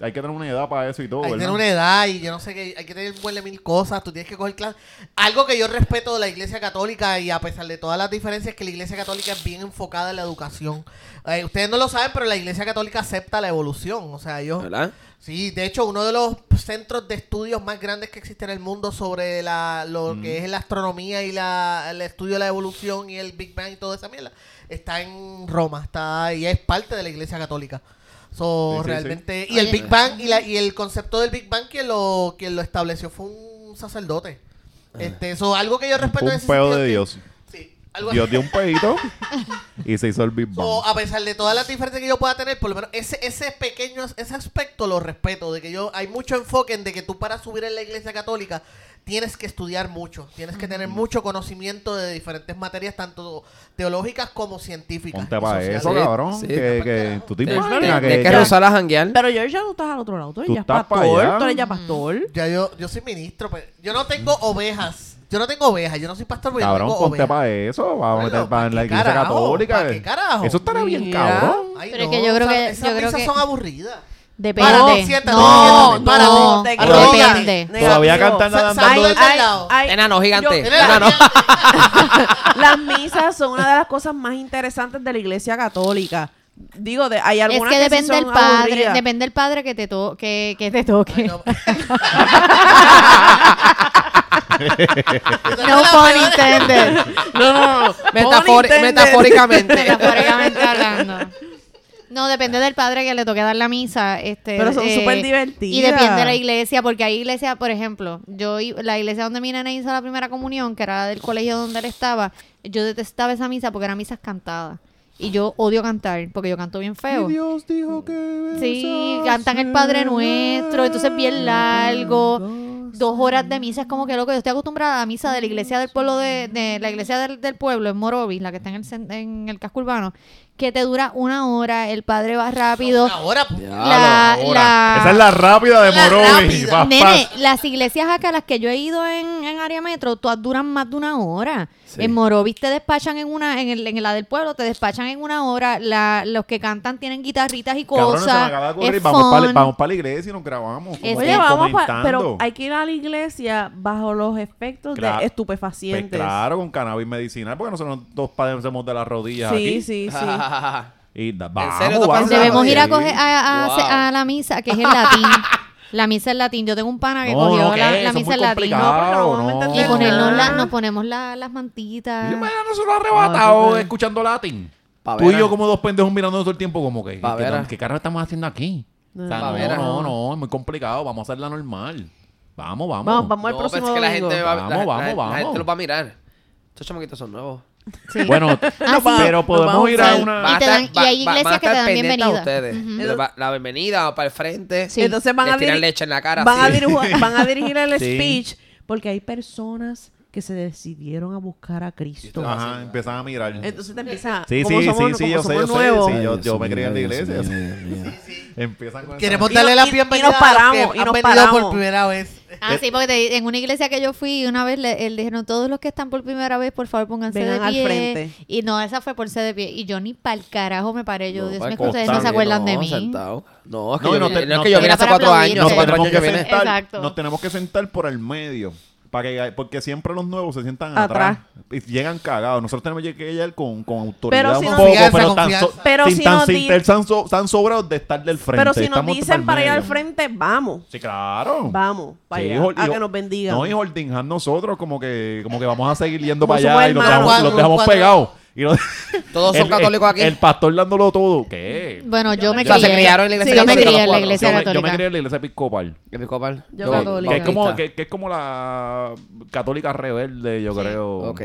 F: Hay que tener una edad para eso y todo,
B: Hay que
F: Oh, ¿verdad?
B: tener una edad y yo no sé qué. Hay que tener un buen de mil cosas. Tú tienes que coger clases. Algo que yo respeto de la iglesia católica y a pesar de todas las diferencias es que la iglesia católica es bien enfocada en la educación. Eh, ustedes no lo saben, pero la iglesia católica acepta la evolución. O sea, ellos.
E: ¿Verdad?
B: Sí, de hecho, uno de los centros de estudios más grandes que existe en el mundo sobre la, lo que es la astronomía y la, el estudio de la evolución y el Big Bang y toda esa mierda está en Roma, está y es parte de la Iglesia Católica. So,
F: Sí, sí, sí.
B: realmente y el Big Bang y, la, y el concepto del Big Bang quien lo quien lo estableció fue un sacerdote. Este, eso algo que yo respeto en
F: Un
B: ese
F: pedo
B: sentido
F: de
B: es que-
F: Dios.
B: Sí, algo Oh,
F: Dios dio un pedito y se hizo el Big Bang.
B: So, a pesar de todas las diferencias que yo pueda tener, por lo menos ese, ese pequeño, ese aspecto lo respeto, de que yo, hay mucho enfoque en de que tú para subir en la iglesia católica tienes que estudiar mucho, tienes que tener mucho conocimiento de diferentes materias, tanto teológicas como científicas.
F: Ponte
B: y
F: para
B: sociales.
F: eso,
E: Sí,
F: cabrón.
E: sí.
F: que, que tú te
E: Tienes
F: imaginas pues,
E: que
F: que, que-
E: rozar a janguear.
C: Pero yo ya no estás al otro lado. Tú eres
F: Tú
C: ya
F: estás pa' allá.
C: pastor. Tú eres ya
D: Mm.
C: pastor. Este
B: Ya yo, yo soy ministro, pues, yo no tengo ovejas, yo no tengo ovejas, yo no soy pastor, pero yo no
F: Cabrón,
B: tengo
F: ponte
B: ovejas.
F: para eso. Vamos a meter
B: Bueno,
F: para
B: ¿pa'
F: en la
B: qué
F: iglesia
B: carajo?
F: católica.
B: ¿Pa' qué carajo?
F: Eso estará bien,
C: Mira.
F: cabrón.
B: Ay,
D: Pero es que yo creo que-
B: esas
D: yo creo
B: misas
D: que-
B: son aburridas.
D: Depende.
B: Párate, siéntate,
D: no,
B: siéntate, párate.
D: no,
C: Te
B: Arrodíllate.
C: equivocas.
D: depende.
C: Negativo.
F: Todavía cantan la
B: Sa-
F: dando
B: sácalo
F: de-
B: de tal lado.
C: ay,
E: Enano gigante.
C: yo-
B: Mira,
E: Enano.
C: las misas son una de las cosas más interesantes de la iglesia católica. Digo, de, hay
D: Es
C: algunas
D: que
C: sí
D: depende
C: son
D: el padre,
C: aburridas.
D: depende el padre que te to- que, que te toque.
B: Ay, no.
D: no pun intended.
E: No, no, no.
C: Metafori-
E: metafóricamente.
D: Metafóricamente hablando. No, depende del padre que le toque dar la misa. Este,
C: Pero son
D: eh,
C: súper divertidas.
D: Y depende de la iglesia, porque hay iglesias, por ejemplo, yo i- la iglesia donde mi nena hizo la primera comunión, que era la del colegio donde él estaba, yo detestaba esa misa porque eran misas cantadas. Y yo odio cantar, porque yo canto bien feo.
F: Dios dijo que.
D: Sí, cantan el Padre Nuestro, entonces bien largo. Dos horas de misa es como que loco. Yo estoy acostumbrada a la misa de la iglesia del pueblo de, de la iglesia del, del pueblo en Morovis, la que está en el, cen- en el casco urbano, que te dura una hora, el padre va rápido.
B: Ahora,
D: La, la-
F: Esa es la rápida de
B: La
F: Morovis.
B: rápida.
F: Paz,
D: Nene,
F: paz.
D: las iglesias acá, las que yo he ido en, en área metro, todas duran más de una hora.
E: Sí.
D: En Morovis te despachan en una, en, el, en la del pueblo te despachan en una hora. La, los que cantan tienen guitarritas y
F: Cabrones, se me
D: cosas.
F: acaba de ocurrir.
D: es
F: Vamos para
D: fun.
F: la iglesia y nos grabamos. como
D: Este-
C: Oye, vamos pa-
F: comentando. Pues
C: pero hay que ir a la iglesia bajo los efectos
F: Claro.
C: de
F: Pues
C: estupefacientes.
F: claro, con cannabis medicinal, porque nosotros dos padecemos de las rodillas
C: Sí,
F: aquí.
C: sí, sí.
F: Y da-
E: serio
F: vamos,
E: tú
F: vamos.
E: pasas la
D: Debemos ir a
E: Sí.
D: coger a, a-
E: Wow.
D: a la misa, que es el latín. la misa en latín. Yo tengo un pana que
F: No,
D: cogió
F: no,
D: la,
F: que
D: la
F: eso es
D: misa
F: muy
D: en latín.
F: complicado,
C: No, pero
F: no.
C: vamos a
D: Y
C: entender.
D: ponernos la-
C: Ah.
D: nos ponemos la- las mantitas.
F: Y mira, nosotros arrebatados
E: Ah,
F: escuchando latín.
E: Pa'
F: Tú y
E: vera.
F: yo como dos pendejos mirándonos todo el tiempo como que,
E: Pa'
F: ¿qué,
E: vera.
F: qué carajo estamos haciendo aquí? O sea,
E: Pa'
F: no,
E: vera.
C: ah.
F: no, no, es muy complicado, vamos a hacerla normal. Vamos, vamos.
C: Vamos, vamos al
E: No, pero
C: próximo
E: es que la
C: domingo.
E: gente va,
F: Vamos,
E: la- la-
F: vamos,
E: la
F: vamos.
E: gente los va a mirar. Estos chamaquitos son nuevos.
D: Ah, Sí.
F: Bueno, Ah, pero podemos
C: vamos
F: ir
D: a
F: a
D: usar.
F: una...
E: Van a
D: te
E: estar-
D: dan- y
E: va-
D: hay
E: va- van a
D: iglesias que te
E: estar
D: dan
E: pendientes a
D: bienvenida.
E: ustedes.
D: Ujú.
E: Les va- La bienvenida para el frente.
D: Sí.
C: Entonces van a
E: Les tiran
C: diri-
E: leche en la cara.
C: van, a
E: así.
C: dirigu- van a dirigir el
F: Sí.
C: speech porque hay personas que se decidieron a buscar a Cristo.
F: Ajá, empezaba a mirar.
C: Entonces te empieza
F: Sí,
C: como
F: sí,
C: somos,
F: sí,
C: como
F: sí, yo sé, yo
C: somos
F: sé,
C: nuevos.
F: sí. yo-
G: Ay,
F: yo me
G: Dios
F: crié en la
G: mío, Dios
F: iglesia.
G: mío, Dios mío.
F: Empiezan con esa-
B: queremos darle
C: y-
B: la
C: y- y
B: bienvenida
C: nos
B: a los
C: paramos,
B: que
C: y
B: han
C: nos
B: venido
C: paramos.
B: por primera vez.
C: Eh,
D: Ah, sí, porque te- en una iglesia que yo fui una vez le, él dijeron todos los que están por primera vez, por favor pónganse
C: Vengan
D: de
C: al
D: pie.
C: frente.
D: Y no, esa fue por ser de pie. Y yo ni pa'l carajo me paré. Yo,
E: No,
D: Dios
F: pues,
E: pa'
D: mío, es que ustedes no se
F: acostarme,
D: acuerdan de
E: no,
D: mí.
E: sentado. No, es que
F: No, y
E: yo,
F: no
E: no,
F: te-
E: es
F: no
E: que
F: te-
E: yo vine
D: Era
E: hace
D: para
E: cuatro
D: aplaudirte.
E: años.
F: nos
E: hace cuatro
F: tenemos
E: años
F: que
E: que viene.
F: sentar,
D: Exacto.
F: nos tenemos que sentar por el medio. Para que, porque siempre los nuevos se sientan atrás.
C: Atrás.
F: Y llegan cagados. Nosotros tenemos que llegar con, con autoridad
C: Pero si
F: un
C: nos-
F: poco,
B: Confianza,
F: pero tan,
B: confianza.
F: so-
C: Pero
F: sin
C: si
F: tan,
C: nos
F: sin-
C: di-
F: tan so- tan sobrados de estar del frente.
C: Pero si nos
F: Estamos
C: dicen para ir al
F: medio.
C: frente, vamos.
F: Sí, claro.
C: Vamos, para
F: Sí,
C: allá,
F: hol-
C: a
F: y hol-
C: que nos bendigan.
F: No, y holdingan nosotros como que, como que vamos a seguir yendo
C: Como
F: para
C: somos
F: allá y los
C: hermanos.
F: dejamos, los
B: Cuatro,
F: dejamos
B: cuatro.
F: pegados. Y los-
E: Todos
F: el-
E: son católicos aquí.
F: El, el pastor dándolo todo. ¿Qué?
D: Bueno, yo me
E: O sea, se
D: crié-
E: criaron en la iglesia
D: Sí, yo me crié
E: católica
D: en
E: los
D: la
E: cuatro.
D: iglesia
F: yo, me, yo me
D: católica.
F: crié en la iglesia episcopal.
E: Episcopal.
C: Yo
E: No,
C: católica.
F: Que es, como,
E: bautista.
F: que, que es como la católica rebelde, yo creo.
E: Ok.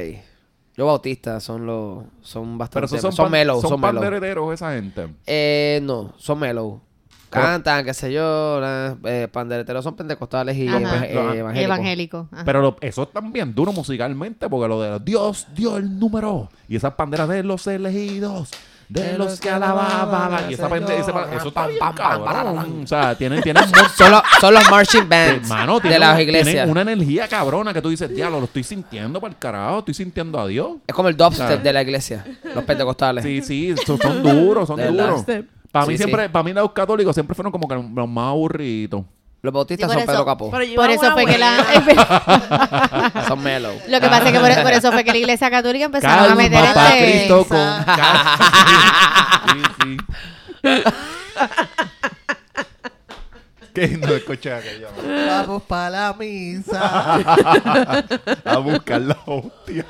E: Yo bautista son los... Son
F: Pero
E: bastante...
F: esos
E: Son,
F: son, pan-
E: mellow, son,
F: son
E: mellow.
F: pandereteros esa gente.
E: Eh, no, son mellow.
F: Pero-
E: Cantan, qué sé yo, na- eh, pandereteros son pentecostales y
D: Ajá.
E: eva- eh,
F: Ajá.
E: evangélicos.
D: Evangélico. ajá.
F: Pero lo- eso están bien duro musicalmente porque lo de Dios dio el número y esas panderas de los elegidos. De los que alababan. Y esa pende- ese pa- eso está bien cabrón. O sea, tienen, tienen un montón-
E: Son, los- son los marching bands
F: Hermano,
E: de
F: tienen,
E: las
F: un-
E: iglesias.
F: tienen una energía cabrona que tú dices, diablo, lo estoy sintiendo para el carajo, estoy sintiendo a Dios.
E: Es como el dubstep de la iglesia, los pentecostales.
F: Sí, sí, son, son duros, son
E: De verdad.
F: duros. Para mí
E: Sí,
F: siempre, para mí los católicos siempre fueron como que los más aburridos.
E: Los bautistas
D: Sí, por
E: son Pedro
D: eso-
E: Capó,
C: Pero yo
D: por
C: iba a
D: eso
C: una
D: fue que
C: buena.
D: la...
E: son mellow.
D: Lo que pasa es que por, por eso fue que la iglesia católica empezaron a
F: Calma,
D: meter
F: pa'
D: este-
F: Cristo con calma. Sí, sí. Que no escuché aquello.
B: Vamos para la misa.
F: A buscar la hostia.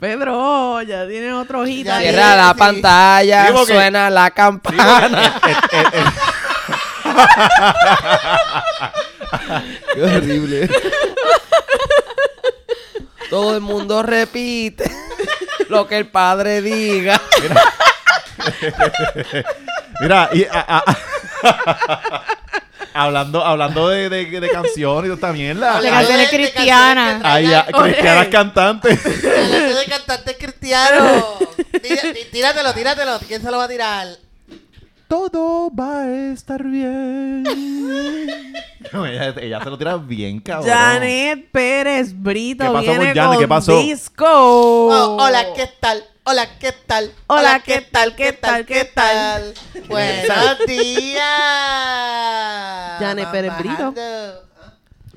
C: Pedro, ya tiene otro hit.
B: Ya
C: ahí.
E: Cierra la
B: Sí.
E: pantalla,
F: Sí, porque-
E: suena la campana.
G: Qué horrible.
E: Todo el mundo repite lo que el padre diga.
F: Mira, y a- a- hablando, hablando de, de, de canciones y de esta mierda.
B: Hablando
D: De
F: Ay,
B: de-
D: canciones
B: de canciones
D: cristianas.
B: que-
F: ay, ay, cristianas
C: Oye.
F: cantantes.
B: Hablando de cantantes cristianos. Tira- tí- Tíratelo, tíratelo. ¿Quién se lo va a tirar?
F: Todo va a estar bien. No, ella, ella se lo tira bien, cabrón.
C: Janet Pérez Brito
F: ¿Qué pasó
C: viene
F: con Janet?
C: con
F: ¿Qué pasó?
C: disco.
B: Oh, hola, ¿qué tal? Hola, ¿qué tal?
C: Hola, ¿qué tal? ¿Qué tal? ¿Qué tal?
B: Buenos días.
C: Janet
B: Van
C: Pérez Brito.
B: bajando.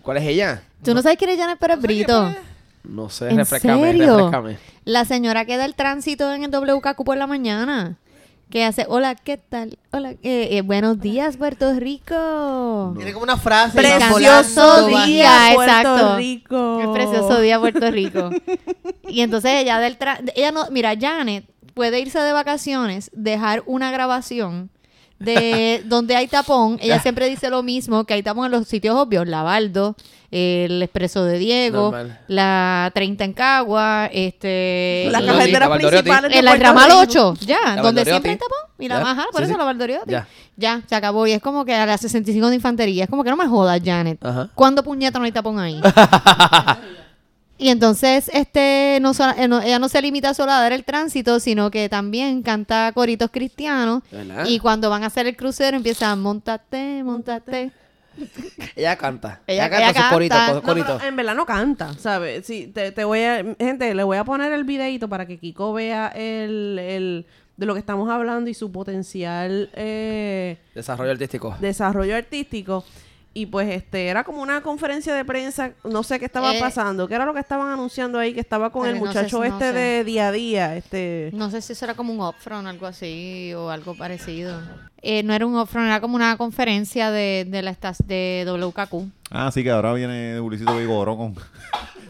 E: ¿Cuál es ella?
D: Tú no sabes quién es Janet Pérez Brito.
F: pues.
E: No sé,
D: ¿En
E: refrescame,
D: serio?
E: refrescame.
D: La señora que da el tránsito en el WKQ por la mañana. Que hace, hola, ¿qué tal? Hola, eh, eh, buenos días, Puerto Rico.
B: Tiene como una frase. y van
C: Precioso
B: volando,
C: día,
D: baja.
C: Puerto
D: Exacto.
C: Rico.
D: Qué precioso día, Puerto Rico. y entonces ella da el tra- Ella no, mira, Janet puede irse de vacaciones, dejar una grabación de donde hay tapón. Ella siempre dice lo mismo, que hay tapón en los sitios obvios. La Baldo, el Expreso de Diego,
E: Normal.
D: la 30 en Cagua, este...
C: Las
D: y-
E: Valdoriotti,
C: carreteras
E: la Valdoriotti.
C: principales de
D: en la
C: Puerto
D: ramal
C: Rico.
D: 8, ya, donde
E: Valdoriotti.
D: siempre hay tapón. Y la
E: Ya.
D: baja, por
E: Sí,
D: eso
E: sí.
D: la Valdoriotti. Ya.
E: Ya.
D: se acabó. Y es como que a las 65 de infantería. Es como que no me jodas, Janet.
E: Ajá.
D: ¿Cuándo puñeta no hay tapón ahí? y entonces, este, no, sola- eh, no- ella no se limita solo a dar el tránsito, sino que también canta coritos cristianos.
E: ¿De verdad?
D: Y cuando van a hacer el crucero, empieza, montate, montate.
E: Ella canta.
D: Ella-
E: Ella,
D: ella
E: canta sus coritos.
D: canta. eh.
E: co-
C: No, pero
E: coritos.
C: en verdad no canta, ¿sabes? Sí, te, te voy a... Gente, le voy a poner el videito para que Kiko vea el, el- de lo que estamos hablando y su potencial eh,
E: Desarrollo artístico.
C: desarrollo artístico. Y pues este era como una conferencia de prensa, no sé qué estaba
D: Eh.
C: pasando, qué era lo que estaban anunciando ahí, que estaba con
D: Ay,
C: el
D: no sé,
C: muchacho
D: no
C: este
D: sé.
C: de día a día, este...
D: No sé si eso era como un upfront, algo así, o algo parecido. Eh, no era un upfront, era como una conferencia de, de la esta- de WKQ.
F: Ah, sí, que ahora viene Luisito Vigoró con...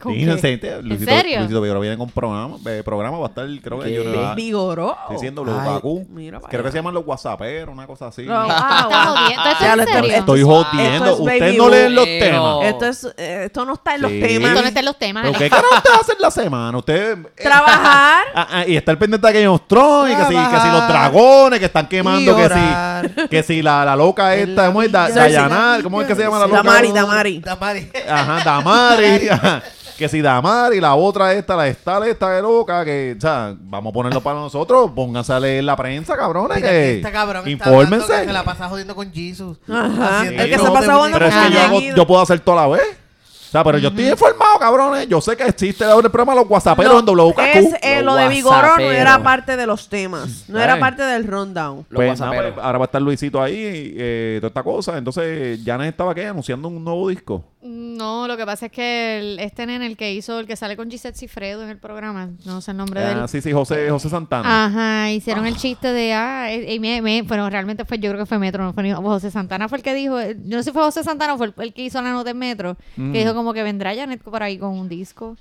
D: ¿Con
F: Dino,
D: qué?
F: gente,
D: ¿En
F: Luisito,
D: serio?
F: Luisito Vigoró viene con programa, eh, programa va a estar, creo que...
E: ¿Qué?
F: yo no-
E: Ah.
C: Vigoró.
F: Estoy diciendo
E: Ay,
F: los Bakú.
C: mira para
F: Creo
C: allá.
F: que se llaman los WhatsApperos, una cosa así.
C: No,
F: Estoy-
C: ah,
D: Estás
C: bueno.
D: jodiendo, ¿esto es
E: Ya lo
D: en
E: esto-
D: serio?
E: esto-
F: Estoy jodiendo.
C: es
F: Usted
C: baby
F: no lee
E: boom.
F: los
E: Eh,
F: temas.
E: no.
C: Esto, es, eh, esto no está en los
F: Sí.
C: temas.
D: Esto no está en los temas. eh,
F: ¿Pero qué carajo usted hace en la semana? Usted... eh,
C: Trabajar.
F: Ah, ah, y está el pendiente de Game of Thrones, y que si, que si los
E: Trabajar.
F: dragones que están quemando,
E: Y
F: que
E: orar.
F: si, que si la, la loca esta, ¿cómo es? Da-
C: Cersei.
F: Dayanara, ¿cómo es que se llama la loca?
C: Damari, Damari.
B: Damari.
F: Ajá, Damari. ajá. que si Damari, la otra esta, la esta, esta de loca, que, o sea, vamos a ponerlo para nosotros, pónganse a leer la prensa, cabrones,
B: Mira,
F: que
B: este cabrón está
F: infórmense.
B: hablando que se la pasa jodiendo con Jesus.
C: Ajá.
B: Haciendo
F: El que se
B: show de
C: pasa jugando
F: Pero es
B: muñeca.
F: que yo,
C: Ajá.
F: hago- yo puedo hacer todo a la vez. O sea, pero yo estoy informado, cabrones. Yo sé que existe ahora el programa Los Guasaperos Ah, en
C: No,
F: WKQ.
C: es, eh, lo de
E: Los
C: Vigoró no era
E: guasaperos.
C: parte de los temas. No
F: Ay.
C: era parte del rundown.
E: Los
F: Pues,
E: guasaperos.
F: nada, pues, ahora va a estar Luisito ahí, eh, toda esta cosa. Entonces, Janet estaba ¿qué? anunciando un nuevo disco.
D: No, lo que pasa es que el- este nene, el que hizo, el que sale con Gisette Cifredo en el programa, no sé el nombre de
F: Ah,
D: él.
F: sí, sí, José, José
D: Ah,
F: Santana.
D: Ajá, hicieron el chiste de, ah, eh, y me- me- bueno, realmente fue, yo creo que fue Metro, no fue ni- José Santana fue el que dijo, eh, yo no sé si fue José Santana o fue el, el que hizo la nota en Metro,
F: Mm.
D: que dijo como que vendrá Janet por ahí con un disco,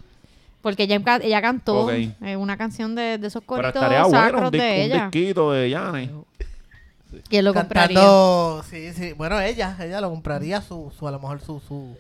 D: porque ella, enca- ella cantó
F: Ok.
D: eh, una canción de, de esos
F: Pero
D: coritos
F: estaría bueno un,
D: sacros
F: dis-
D: de
F: un
D: ella,
F: disquito de Janet.
D: ¿quién lo compraría?
B: Cantando, sí, sí. Bueno, ella, ella lo compraría su, su a lo mejor su, su,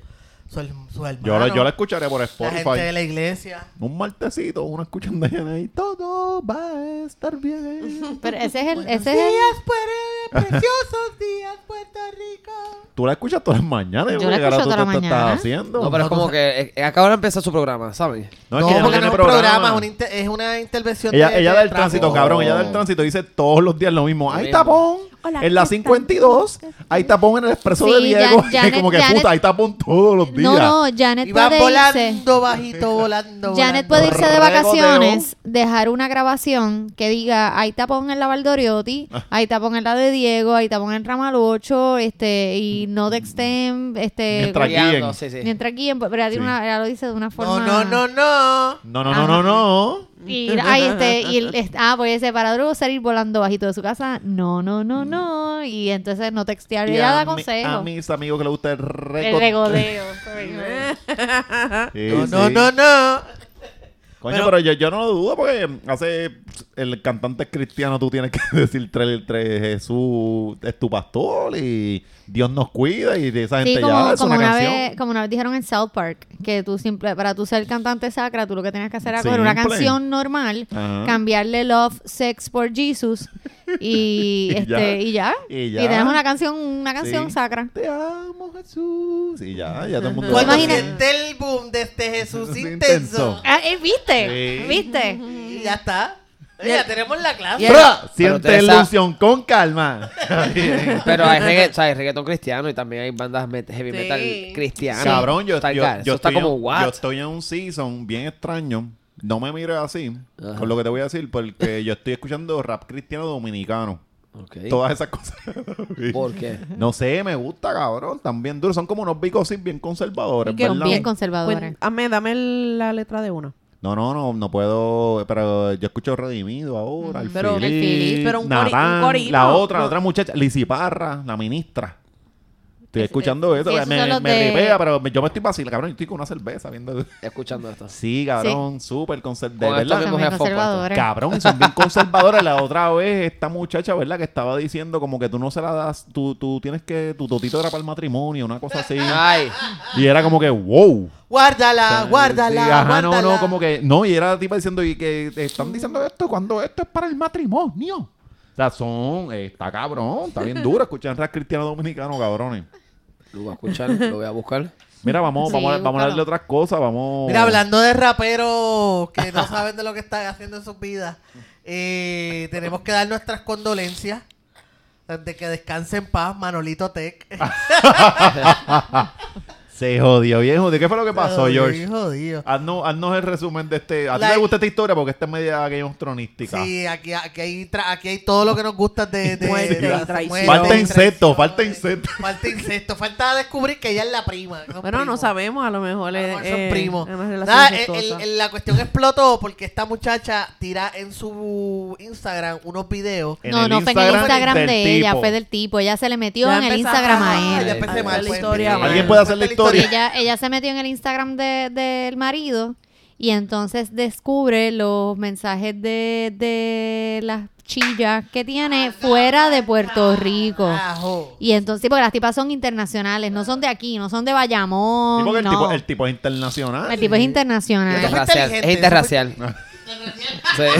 B: su, her- su hermano.
F: Yo, la- yo la escucharé por
B: La gente de
F: Spotify.
B: la iglesia.
F: Un martesito, uno escuchando a Janet y todo va a estar bien.
D: Pero ese es el,
B: Buenos
D: ese es el-
B: días, Puer- preciosos días, Puerto Rico.
F: Tú la escuchas todas las mañanas.
D: Yo
F: porque
D: la
F: ahora
D: escucho
F: tú
D: todas
F: te
D: las
F: estás
D: mañanas.
F: haciendo.
E: No, pero es como que eh, acaba de empezar su programa, ¿saben?
F: No,
B: No,
F: es que ella no
B: porque
F: tiene
B: no es un
F: programa.
B: programa, es una inter- es una intervención.
F: Ella,
B: de-
F: ella
B: de
F: da el
B: trabajo.
F: tránsito, cabrón. Ella da el tránsito. Dice todos los días lo mismo. Hay
E: mismo.
F: tapón.
C: Hola,
F: en la
C: ¿qué tal?
F: 52. Hay tapón en el expreso
D: Sí,
F: de Diego.
D: Jan-
F: Es
D: Janet-
F: como que
D: Janet-
F: puta, hay tapón todos los días.
D: No, no, Janet
B: Y va
D: puede irse.
B: volando bajito, volando.
D: Janet
B: volando.
D: puede irse de
F: Regodeo.
D: vacaciones, dejar una grabación que diga, hay tapón en la Valdoriotti,
F: Ah.
D: hay tapón en la de Diego, hay tapón en Ramal 8, este, y no texten, este, mientras,
F: Mientras guíen.
E: Guiando, sí, sí.
D: guíen, pero ella, tiene
F: Sí.
D: una- ella lo dice de una
B: No,
D: forma...
B: no, no, no.
F: No, no, no, no,
D: Ajá.
F: no.
D: Y, ay, este, y el- es- ah, pues ese para luego salir volando bajito de su casa, no, no, no, no, y entonces no textear,
F: Y
D: ella
F: a
D: da
F: mi- A
D: consejos.
F: mis amigos que les gusta el
D: El
F: récord.
D: regodeo.
F: Sí,
B: No,
F: sí.
B: no, no, no.
F: Coño,
B: Pero-
F: pero, yo, yo no lo dudo porque hace el cantante cristiano tú tienes que decir tres, tres Jesús es tu pastor y Dios nos cuida y de esa gente
D: Sí,
F: ya
D: como,
F: es
D: como
F: una,
D: una
F: canción.
D: vez, como una vez dijeron en South Park, que tú simple, para tú ser cantante sacra, tú lo que tenías que hacer era coger una
F: Simple.
D: canción normal,
F: Ajá.
D: cambiarle Love, Sex por Jesus y,
F: Y
D: este,
F: ya.
D: y ya.
F: Y
D: Y
F: ya.
D: tenemos una canción, una canción
F: Sí.
D: sacra.
F: Te amo, Jesús. Y ya, ya todo el mundo.
B: Cuando
D: Imagina-
B: siente el boom de este Jesús
F: Sí,
B: intenso.
F: intenso.
D: Ah, eh, ¿Viste?
F: Sí.
D: ¿Viste?
B: Y ya está. Oye, ya tenemos la clase.
F: Bra,
E: Pero
F: Siente
E: ustedes
F: la
E: sab-
F: ilusión con calma.
E: Pero hay, regga- o sea, hay reggaetón cristiano y también hay bandas met- heavy
C: Sí.
E: metal cristiano.
F: Cabrón, yo,
E: Está
F: yo,
E: acá,
F: yo
E: eso está
F: estoy
E: como
F: en,
E: what?
F: yo estoy en un season bien extraño. No me mires así
E: Ajá.
F: con lo que te voy a decir porque yo estoy escuchando rap cristiano dominicano.
E: Ok.
F: Todas esas cosas.
E: ¿Por qué?
F: No sé, me gusta, cabrón. Están bien duros. Son como unos bicosis bien conservadores,
C: Y que
F: ¿verdad?
D: Son bien conservadores.
C: Pues, dame, dame el- la letra de una.
F: No, no, no, no puedo. Pero yo escucho Redimido ahora. El
C: Pero-
F: pero,
C: El
F: Filip,
D: Filip,
C: pero un cori- un corito.
F: La otra, la
C: No.
F: otra muchacha. Lizzy Parra, la ministra. Estoy escuchando eso,
D: sí,
F: me,
D: esos son los
F: me
D: de-
F: ripea, pero me- yo me estoy vacilando, cabrón, yo estoy con una cerveza viendo.
E: Escuchando esto.
F: Sí, cabrón, súper conservador,
E: Con esto
F: ¿verdad?
E: mismo
D: También
E: es Fox,
D: conservadores.
F: Cabrón, y son bien conservadores. La otra vez, esta muchacha, ¿verdad? Que estaba diciendo como que tú no se la das, tú, tú tienes que, tu totito era para el matrimonio, una cosa así.
E: Ay,
F: Y era como que, wow.
B: Guárdala, guárdala,
F: Sí, ajá, no,
B: guárdala.
F: no, como que, no, y era la tipa diciendo, y que te están diciendo esto cuando esto es para el matrimonio. O sea, son, eh, está cabrón, está bien duro escuchar rap cristiano dominicano, cabrones.
E: lo voy a escuchar, lo voy a buscar.
F: Mira, vamos,
D: Sí,
F: vamos, a- vamos a darle
D: búscalo.
F: otras cosas, vamos.
B: Mira, hablando de raperos que no saben de lo que están haciendo en sus vidas, eh, tenemos que dar nuestras condolencias de que descanse en paz Manolito Tech.
F: Se jodió, viejo. ¿De qué fue lo que pasó,
B: Ay,
F: George?
B: jodido.
F: Haznos, haznos el resumen de este. ¿A ti
B: La-
F: te gusta esta historia? Porque esta es media Game of Thronesística.
B: Sí, aquí, aquí, hay tra- aquí hay todo lo que nos gusta de... de,
C: Muerte
B: de-
C: y
B: de-
C: traición.
B: muerte,
F: Falta
B: traición,
F: insecto,
B: eh.
F: falta insecto.
B: Falta insecto, falta descubrir que ella es la prima. que son
C: Bueno, no
B: primos.
C: sabemos, a lo mejor
B: A lo
C: es.
B: mejor son
C: eh,
B: primos.
C: es una relación
B: Nada, el-
C: incestuosa.
B: el- el- la cuestión explotó porque esta muchacha tira en su Instagram unos videos
F: En
D: no,
F: el
D: no, fue en el
F: Instagram
D: Instagram
F: del
D: de ella,
F: tipo.
D: fue del tipo. Ella se le metió
C: Ya
D: en el
C: empezamos.
D: Instagram
B: Ah,
D: a
B: ya
D: él.
E: empezamos.
B: empecé
E: Ay,
B: mal.
C: la
B: pues,
C: historia,
B: empecé
F: ¿Alguien
B: mal.
F: puede hacer la historia?
D: Ella, ella se metió en el Instagram de- del marido y entonces descubre los mensajes de, de las chillas que tiene fuera de Puerto Rico.
B: Carajo.
D: Y entonces, sí, porque las tipas son internacionales, no son de aquí, no son de Bayamón.
F: Sí, porque el,
D: no.
F: tipo, el tipo es internacional.
D: El tipo es internacional.
B: Eso fue
E: Interracial,
B: inteligente,
E: es interracial. Sí.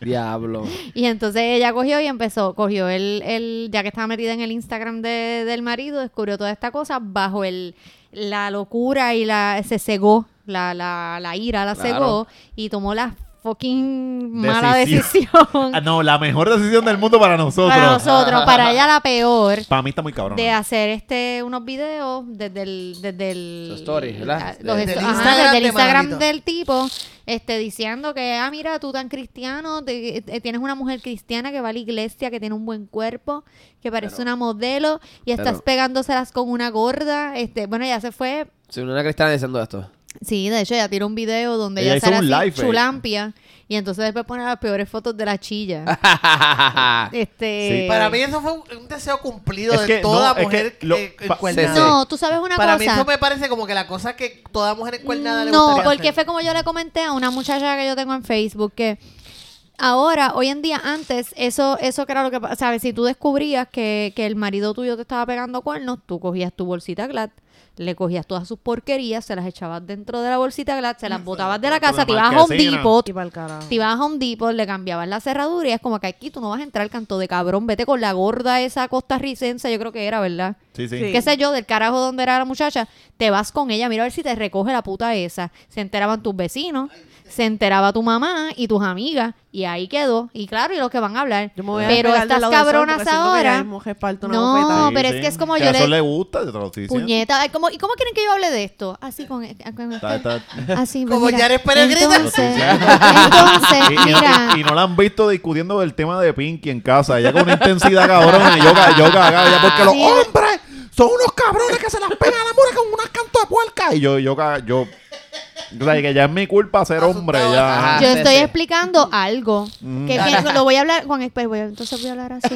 E: Diablo.
D: Y entonces ella cogió y empezó, cogió el, el ya que estaba metida en el Instagram de- del marido, descubrió toda esta cosa bajo el, la locura y la, se cegó, la, la, la ira la
E: Claro.
D: cegó y tomó la fucking mala
F: Decisión.
D: decisión
F: Ah, no, la mejor decisión del mundo para nosotros.
D: para nosotros, para ella la peor.
F: Para mí está muy cabrón.
D: De hacer este unos videos desde el desde el ah,
E: Los stories, ¿verdad?
D: los
E: Desde
D: esto-
B: el
D: ajá,
B: Instagram
D: desde el
B: de
D: Instagram
B: Manolito.
D: del tipo este diciendo que ah mira tú tan cristiano te- eh, tienes una mujer cristiana que va a la iglesia que tiene un buen cuerpo que parece una modelo y estás
E: Claro.
D: pegándoselas con una gorda este bueno ya se fue
E: Si una cristiana diciendo esto.
D: sí de hecho ella tiró un video donde
F: Ella
D: ella,
F: hizo
D: sale
F: un
D: así
F: live, eh.
D: chulampia y entonces después pone las peores fotos de la chilla este
F: Sí.
C: Eh,
B: Para mí eso fue un- un deseo cumplido
F: Es que
B: de toda
F: no, es
B: mujer
F: que lo-
B: eh,
F: pa-
B: encuernada.
E: sí, sí.
D: no tú sabes una
B: Para
D: cosa
B: mí eso me parece como que la cosa que toda mujer encuernada le
D: No,
B: gustaría
D: porque
B: hacer.
D: fue como yo le comenté a una muchacha que yo tengo en Facebook que ahora, hoy en día, antes, eso, eso que era lo que pa- sabes, si tú descubrías que, que el marido tuyo te estaba pegando cuernos, tú cogías tu bolsita Glad, le cogías todas sus porquerías, se las echabas dentro de la bolsita Glad, se las botabas de la
F: por la
D: casa, te ibas a Home
F: marquesina.
D: Depot,
C: Y pa'l carajo.
D: te ibas a Home Depot, le cambiabas la cerradura y es como que aquí tú no vas a entrar, canto de cabrón, vete con la gorda esa costarricense, yo creo que era, ¿verdad?
F: Sí, sí.
C: Sí.
D: qué sé yo, del carajo donde era la muchacha, te vas con ella, mira a ver si te recoge la puta esa. Se enteraban tus vecinos, se enteraba tu mamá y tus amigas, y ahí quedó. Y claro, y los que van a hablar.
C: Yo me voy a
D: Pero
C: pegar del
D: estas
C: lado del sol
D: cabronas
C: porque siento que ya
D: ahora.
C: mismo reparto una
D: No,
C: bofetada.
F: Sí,
D: pero
F: sí.
D: es que es como
F: Que
D: yo
F: a eso le
D: le.
F: gusta, yo te lo estoy diciendo.
D: Puñeta, ay, ¿cómo, ¿y cómo quieren que yo hable de esto? Así con. con-
F: Está- está-
D: Así, pues,
B: Como
D: mira.
B: Jared Peregrino.
D: Entonces,
F: Y,
D: entonces,
F: y-
D: mira.
F: y no la han visto discutiendo del tema de Pinky en casa. Ella con una intensidad cabrona. Yo, ca- yo cagaba. Ella, porque los
D: Sí.
F: hombres son unos cabrones que se las pegan a la mura con unas canto de puerca. Y yo, yo, ca- yo. O sea, que ya es mi culpa ser hombre. Ya.
E: Ah,
D: Yo
E: sí,
D: estoy
E: sí.
D: explicando algo.
F: Mm.
D: Que, que lo voy a hablar con pero voy a- entonces voy a hablar así.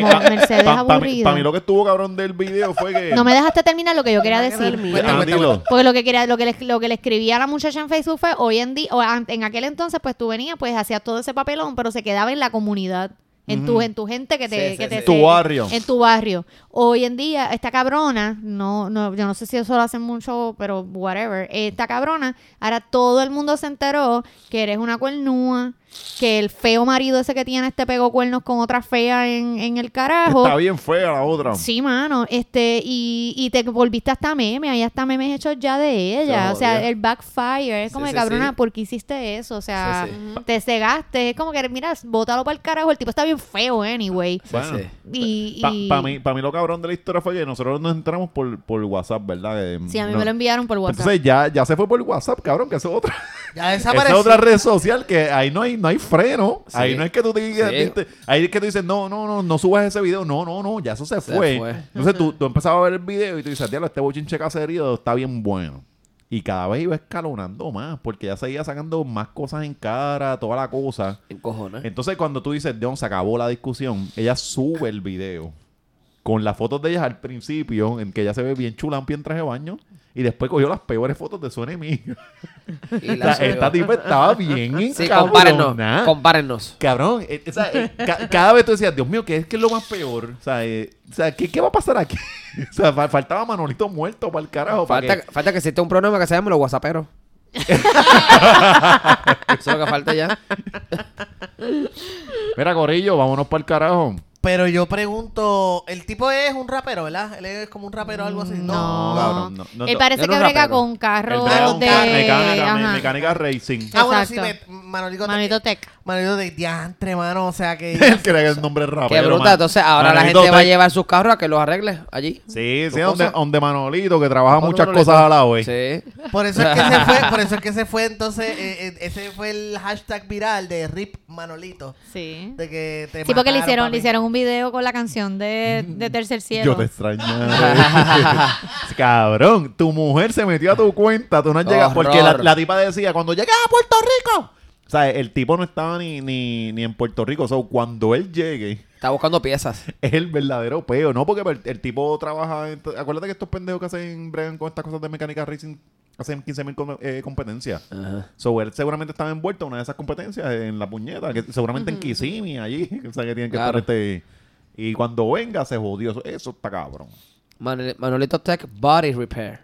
D: como Mercedes
F: Para mí,
D: aburrida.
F: pa' mí lo que estuvo cabrón del video fue que.
D: No me dejaste terminar lo que yo quería
C: Hay que
D: decir.
C: dormir.
F: Ah, dilo.
D: Porque lo que quería, lo que le, lo que le escribía a la muchacha en Facebook fue hoy en día, o an- en aquel entonces, pues tú venías, pues hacías todo ese papelón, pero se quedaba en la comunidad. En tu, en tu gente que te...
E: Sí, sí,
D: que te-
E: sí.
F: En tu
D: te-
F: barrio.
D: En tu barrio. Hoy en día, esta cabrona, no, no, yo no sé si eso lo hacen mucho, pero whatever. Esta cabrona, ahora todo el mundo se enteró que eres una cuernúa, que el feo marido ese que tienes te pegó cuernos con otra fea en, en el carajo.
F: Está bien fea la
E: Oh.
F: otra.
D: Sí, mano, este, y, y te volviste hasta meme, hay hasta memes hechos ya de
E: Se
D: ella, o sea,
E: jodió.
D: el backfire, es como
E: Sí,
D: de
E: sí,
D: cabrona,
E: sí.
D: ¿por qué hiciste eso? O sea,
E: Sí, sí.
D: ujú, te cegaste, es como que, mira, bótalo para el carajo, el tipo está bien feo, anyway.
F: Bueno.
E: Sí, sí.
D: Y,
F: Para
D: y-
F: mí, pa' mí lo cabrón de la historia fue que nosotros nos entramos por, por WhatsApp, ¿verdad? Que,
D: sí, a mí
F: no-
D: me lo enviaron por WhatsApp.
F: Entonces ya, ya se fue por WhatsApp, cabrón, que eso es otra.
B: Ya
F: Esa
B: desapareció.
F: es otra red social que ahí no hay, no hay freno.
E: Sí.
F: Ahí no es que tú te digas,
E: Sí.
F: te- ahí es que tú dices, no, no, no, no subas ese video. No, no, no, ya eso se,
E: Se
F: fue.
E: fue.
F: Entonces tú, tú empezabas a ver el video y tú dices, diablo, este bochinche caserío está bien bueno. Y cada vez iba escalonando más, porque ya seguía sacando más cosas en cara, toda la cosa.
E: Encojona.
F: Entonces cuando tú dices, Dion, se acabó la discusión, ella sube el video con las fotos de ellas al principio, en que ella se ve bien chula, en traje de baño, y después cogió las peores fotos de su enemigo.
E: Y
F: O sea,
E: la subió.
F: esta tipa estaba bien
E: Sí,
F: encabronada.
E: compárennos. Compárennos.
F: Cabrón, eh, o sea, eh, ca- cada vez tú decías, Dios mío, ¿qué es, qué es lo más peor? O sea, eh, o sea, ¿qué, qué va a pasar aquí? O sea, fa- faltaba Manolito muerto para el carajo. pa'
E: Falta,
F: que-
E: falta que exista un problema que se llame los guasaperos. Eso es lo que falta ya.
F: Mira, Corillo, vámonos para el carajo.
B: Pero yo pregunto, el tipo es un rapero, ¿verdad? Él es como un rapero o algo así.
D: No,
F: cabrón, no, no,
D: Él
F: no.
D: parece
E: Era
D: que
E: un
D: brega
E: rapero.
D: con
F: El
D: carros
F: dragón,
D: de...
F: ca- mecánica, me-
D: ajá.
F: mecánica racing.
B: Ah, bueno, sí, me,
D: Exacto.
B: Manolito,
D: Manolito Tech.
B: Manolito de diantre, mano. O sea que.
F: Él cree que es el nombre es rapero.
E: Qué bruta.
F: man.
E: Entonces, ahora la
F: Manolito
E: gente va a
F: Tech.
E: llevar sus carros a que los arregle allí.
F: Sí, sí,
E: ¿Tu
F: donde,
E: cosa?
F: donde Manolito, que trabaja
E: Otro
F: muchas
E: Manolito.
F: cosas a la vez.
E: Sí.
B: Por eso es que se fue, por eso es que se fue entonces, eh, eh, ese fue el hashtag viral de Rip Manolito.
D: Sí.
B: De que te
D: Sí, porque
B: mataron,
D: le hicieron,
B: papi.
D: le hicieron un video con la canción de, de Tercer Cielo.
F: Yo te extrañaba. Cabrón, tu mujer se metió a tu cuenta, tú no has llegado.
E: Horror.
F: Porque la, la tipa decía, cuando llegué a Puerto Rico. O sea, el tipo no estaba ni, ni, ni en Puerto Rico. O sea, cuando él llegue,
E: Está buscando piezas.
F: es el verdadero peo, ¿no? Porque el, el tipo trabaja. en to- Acuérdate que estos pendejos que hacen bregan con estas cosas de mecánica racing hacen 15.000 com- eh, competencias. So, él seguramente estaba envuelto en una de esas competencias en la puñeta, que seguramente en Kissimmee, allí. O sea, que tienen que
E: Claro.
F: estar este. Y cuando venga, se jodió. Eso, eso está cabrón.
E: Manol- Manolito Tech Body Repair.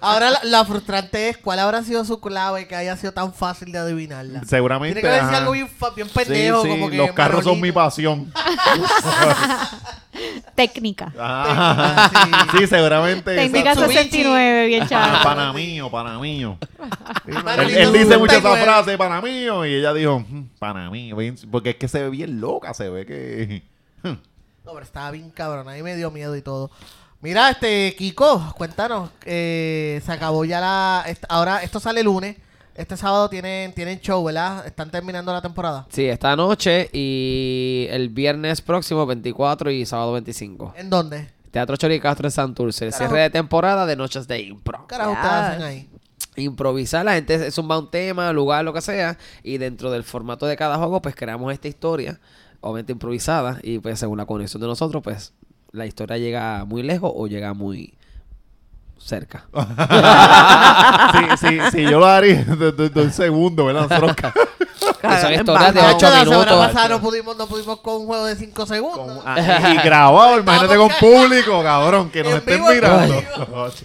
B: Ahora la, la frustrante es cuál habrá sido su clave que haya sido tan fácil de adivinarla.
F: Seguramente.
B: Tiene que haber sido
F: ajá.
B: algo bien, fa- bien
F: Sí,
B: pendejo.
F: sí,
B: como que
F: los carros son mi
B: Manolito.
F: pasión.
D: Técnica.
F: Ah,
B: Sí.
F: sí, seguramente.
D: Técnica
F: exacto.
B: Mitsubishi.
D: 69, bien
F: Ah,
D: chaval.
F: Pana mío, pana mío. Él,
B: Manolito
F: él dice mucho esa
B: 69.
F: frase, pana mío, y ella dijo, "Mm, pana mío, bien", porque es que se ve bien loca, se ve que...
B: No, pero estaba bien cabrón. Ahí me dio miedo y todo. Mira, este, Kiko, cuéntanos. eh, se acabó ya la. est- ahora, esto sale lunes. Este sábado tienen, tienen show, ¿verdad? Están terminando la temporada.
E: Sí, esta noche y el viernes próximo 24 y sábado 25.
B: ¿En dónde?
E: Teatro Chori Castro en Santurce. El cierre de temporada de Noches de Impro.
B: ¿Qué carajo
C: Ya.
B: ustedes hacen ahí?
E: Improvisar, la gente suma un tema, lugar, lo que sea. Y dentro del formato de cada juego, pues creamos esta historia, obviamente improvisada. Y pues según la conexión de nosotros, pues la historia llega muy lejos o llega muy cerca.
F: sí, sí, sí, yo lo haría de, de- de un segundo, ¿verdad? Nosotros ca-
E: Que son
C: Cagar en
E: historias de
C: baja.
E: ocho
B: Nacho, la semana
E: minutos.
B: pasada no pudimos, no pudimos con un juego de 5 segundos.
F: con- ah, y grabado, imagínate con público, cabrón, que nos
B: En
F: estén
B: vivo, en
F: mirando.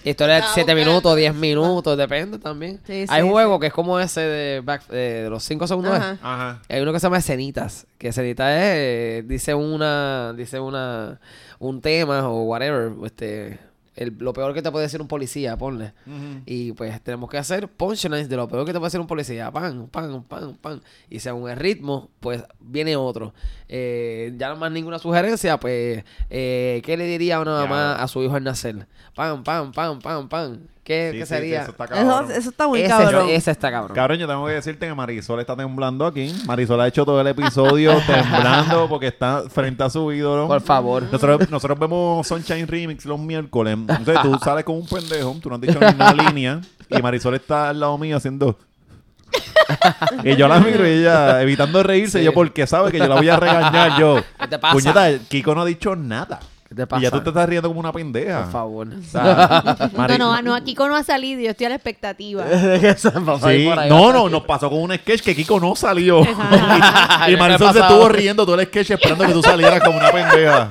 E: Historia de
B: Ah,
E: 7
B: ok.
E: minutos, 10 minutos, depende también.
C: Sí,
E: Hay
C: sí,
E: juegos que es como ese de, back- eh, de los 5 segundos.
C: Ajá. Ah,
F: Ajá.
E: Hay uno que se llama escenitas, que escenita es, eh, dice una, dice una, un tema o whatever, este, el- lo peor que te puede decir un policía, ponle. Y pues tenemos que hacer punchlines de lo peor que te puede decir un policía, pan, pan, pan, pan. Y según el ritmo, pues viene otro. Eh, ya no más ninguna sugerencia, pues, eh, ¿qué le diría una
F: Ya.
E: mamá a su hijo al nacer? Pan, pan, pan, pan, pan. ¿Qué,
F: Sí,
E: qué
F: sí,
E: sería?
F: Eso está cabrón.
C: Eso, eso está muy
E: Ese-
C: cabrón.
E: ese está cabrón.
F: Cabrón, yo tengo que decirte que Marisol está temblando aquí. Marisol ha hecho todo el episodio temblando porque está frente a su ídolo.
E: Por favor.
F: Nosotros, nosotros vemos Sunshine Remix los miércoles. Entonces tú sales con un pendejo, tú no has dicho ninguna línea. Y Marisol está al lado mío haciendo. y yo la miro y ella evitando reírse.
E: Sí.
F: y Yo, porque sabe que yo la voy a regañar. Yo,
E: ¿Qué te pasa?
F: puñeta, Kiko no ha dicho nada.
E: ¿Qué te
F: Y ya
E: pasa?
F: tú te estás riendo como una pendeja.
E: Por favor.
F: O sea,
D: No,
F: Mari-
D: no, no, aquí no ha salido, yo estoy a la expectativa.
F: Sí, No, no, nos pasó con un sketch que Kiko no salió. y
E: Yo no he
F: Marisol se
E: pasado.
F: estuvo riendo todo el sketch esperando que tú salieras como una pendeja.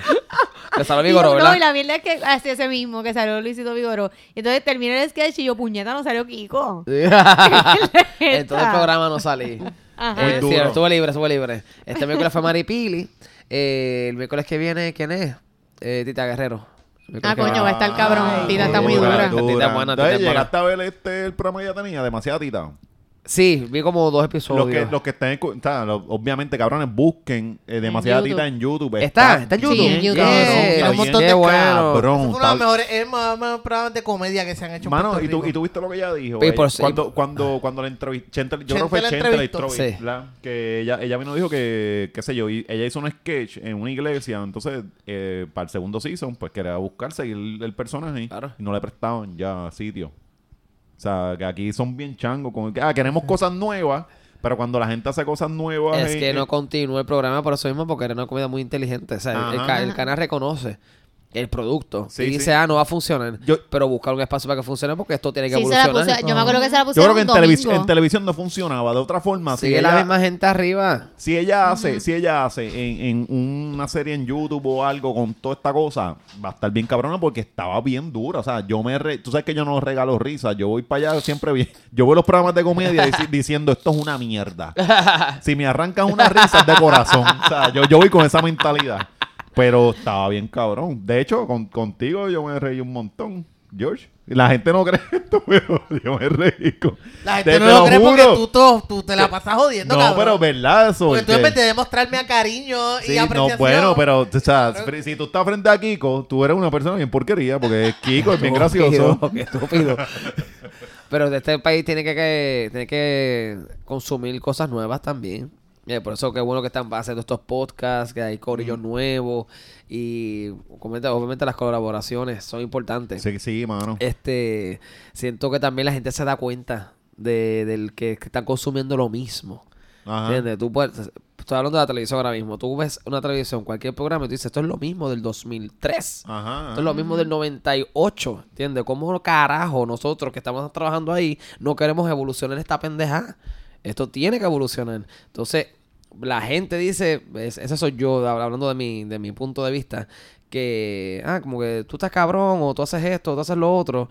E: Te salió
D: Y yo,
E: vigoro,
D: no,
E: ¿verdad?
D: y la mierda es que hace ese mismo, que salió Luisito Vigoró. Entonces termina el sketch y yo, puñeta, no salió Kiko.
E: en todo el programa no salí.
D: Ajá.
F: Muy
E: Eh, sí,
F: duro.
E: estuvo libre, estuvo libre. Este miércoles fue Maripili. Eh, el miércoles que viene, ¿quién es? Eh, Tita Guerrero. El miércoles
D: Ah,
E: que
D: coño, va a
E: viene.
D: estar cabrón.
F: Ay,
D: Tita está muy dura.
E: Tita es buena, tita
F: Entonces,
E: es buena.
F: llegaste a ver este, el programa que ya tenía, demasiada tita.
E: Sí, vi como dos
F: Los que,
E: episodios.
F: los que estén, escu- o sea, los- obviamente, cabrones, busquen eh, demasiada
D: YouTube.
F: tita en YouTube.
E: Está, está en YouTube.
D: Sí, en YouTube.
F: cabrón,
E: Yeah,
F: está
B: un montón
F: bien
E: qué
B: de
E: bueno.
F: cabrón,
B: Fue uno de
F: está-
B: los mejores, es más- más programas de comedia que se han hecho. en
F: Mano,
B: Puerto
F: y tú,
B: Rico.
F: y tú viste lo que ella dijo.
E: Y
F: eh,
E: por-
F: cuando, cuando, cuando la entrevistó, yo creo que fue
B: Chente la
F: Chente la
B: entrevistó.
F: entrevistó,
E: Sí.
F: ¿verdad? Que ella, ella vino y dijo que, qué sé yo, y ella hizo un sketch en una iglesia. Entonces, eh, para el segundo season, pues quería buscar seguir el, el personaje.
E: Claro.
F: Y no le prestaban ya sitio. O sea, que aquí son bien changos. Con, ah, queremos cosas nuevas. Pero cuando la gente hace cosas nuevas.
E: Es
F: eh,
E: que
F: eh,
E: no continúa el programa por eso mismo, porque era una comida muy inteligente. O sea, el,
F: Ajá.
E: ca- el canal reconoce el producto
F: Sí,
E: y dice,
F: sí.
E: ah, no va a funcionar.
F: Yo-
E: pero buscar un espacio para que funcione porque esto tiene que
D: Sí, se la
E: evolucionar.
D: puse, yo me acuerdo que se la
F: yo
D: pusieron
F: creo que en,
D: un
F: televis-
D: domingo.
F: en televisión no funcionaba. De otra forma, si
E: Sigue la
F: ella,
E: misma gente arriba.
F: si ella hace, si ella hace en, en una serie en YouTube o algo con toda esta cosa, va a estar bien cabrona porque estaba bien dura. O sea, yo me re- tú sabes que yo no regalo risas, yo voy para allá siempre bien. Yo veo los programas de comedia dici- diciendo esto es una mierda. Si me arrancan una risa es de corazón. O sea, yo, yo voy con esa mentalidad. Pero estaba bien cabrón. De hecho, con- contigo yo me reí un montón, George. La gente no cree esto, pero yo me reí. con-
B: La gente
F: Te-
B: no
F: te
B: lo cree porque
F: juro.
B: tú, to- tú te la pasas jodiendo,
F: No,
B: cabrón.
F: pero verdad eso.
B: Porque
F: este,
B: tú en
F: que-
B: vez de demostrarme a cariño y
F: Sí, no,
B: apreciación...
F: bueno, pero o sea,
B: Cabrón.
F: si tú estás frente a Kiko, tú eres una persona bien porquería, porque Kiko es bien gracioso.
E: Estúpido, qué estúpido. Pero de este país tiene que, que- tiene que consumir cosas nuevas también. Eh, por eso qué bueno que están haciendo estos podcasts, que hay corillos nuevos y comenta- obviamente las colaboraciones son importantes.
F: Sí, sí, mano.
E: Este, siento que también la gente se da cuenta de, del que, que están consumiendo lo mismo.
F: Ajá.
E: ¿Entiendes? Tú puedes, estoy hablando de la televisión ahora mismo. Tú ves una televisión, cualquier programa, y tú dices, esto es lo mismo del 2003.
F: Ajá.
E: Esto es lo mismo del 98, ¿entiendes? ¿Cómo carajo nosotros que estamos trabajando ahí no queremos evolucionar esta pendeja? Esto tiene que evolucionar. Entonces, la gente dice, es- ese soy yo hab- hablando de mi, de mi punto de vista, que, ah, como que tú estás cabrón o tú haces esto, o tú haces lo otro.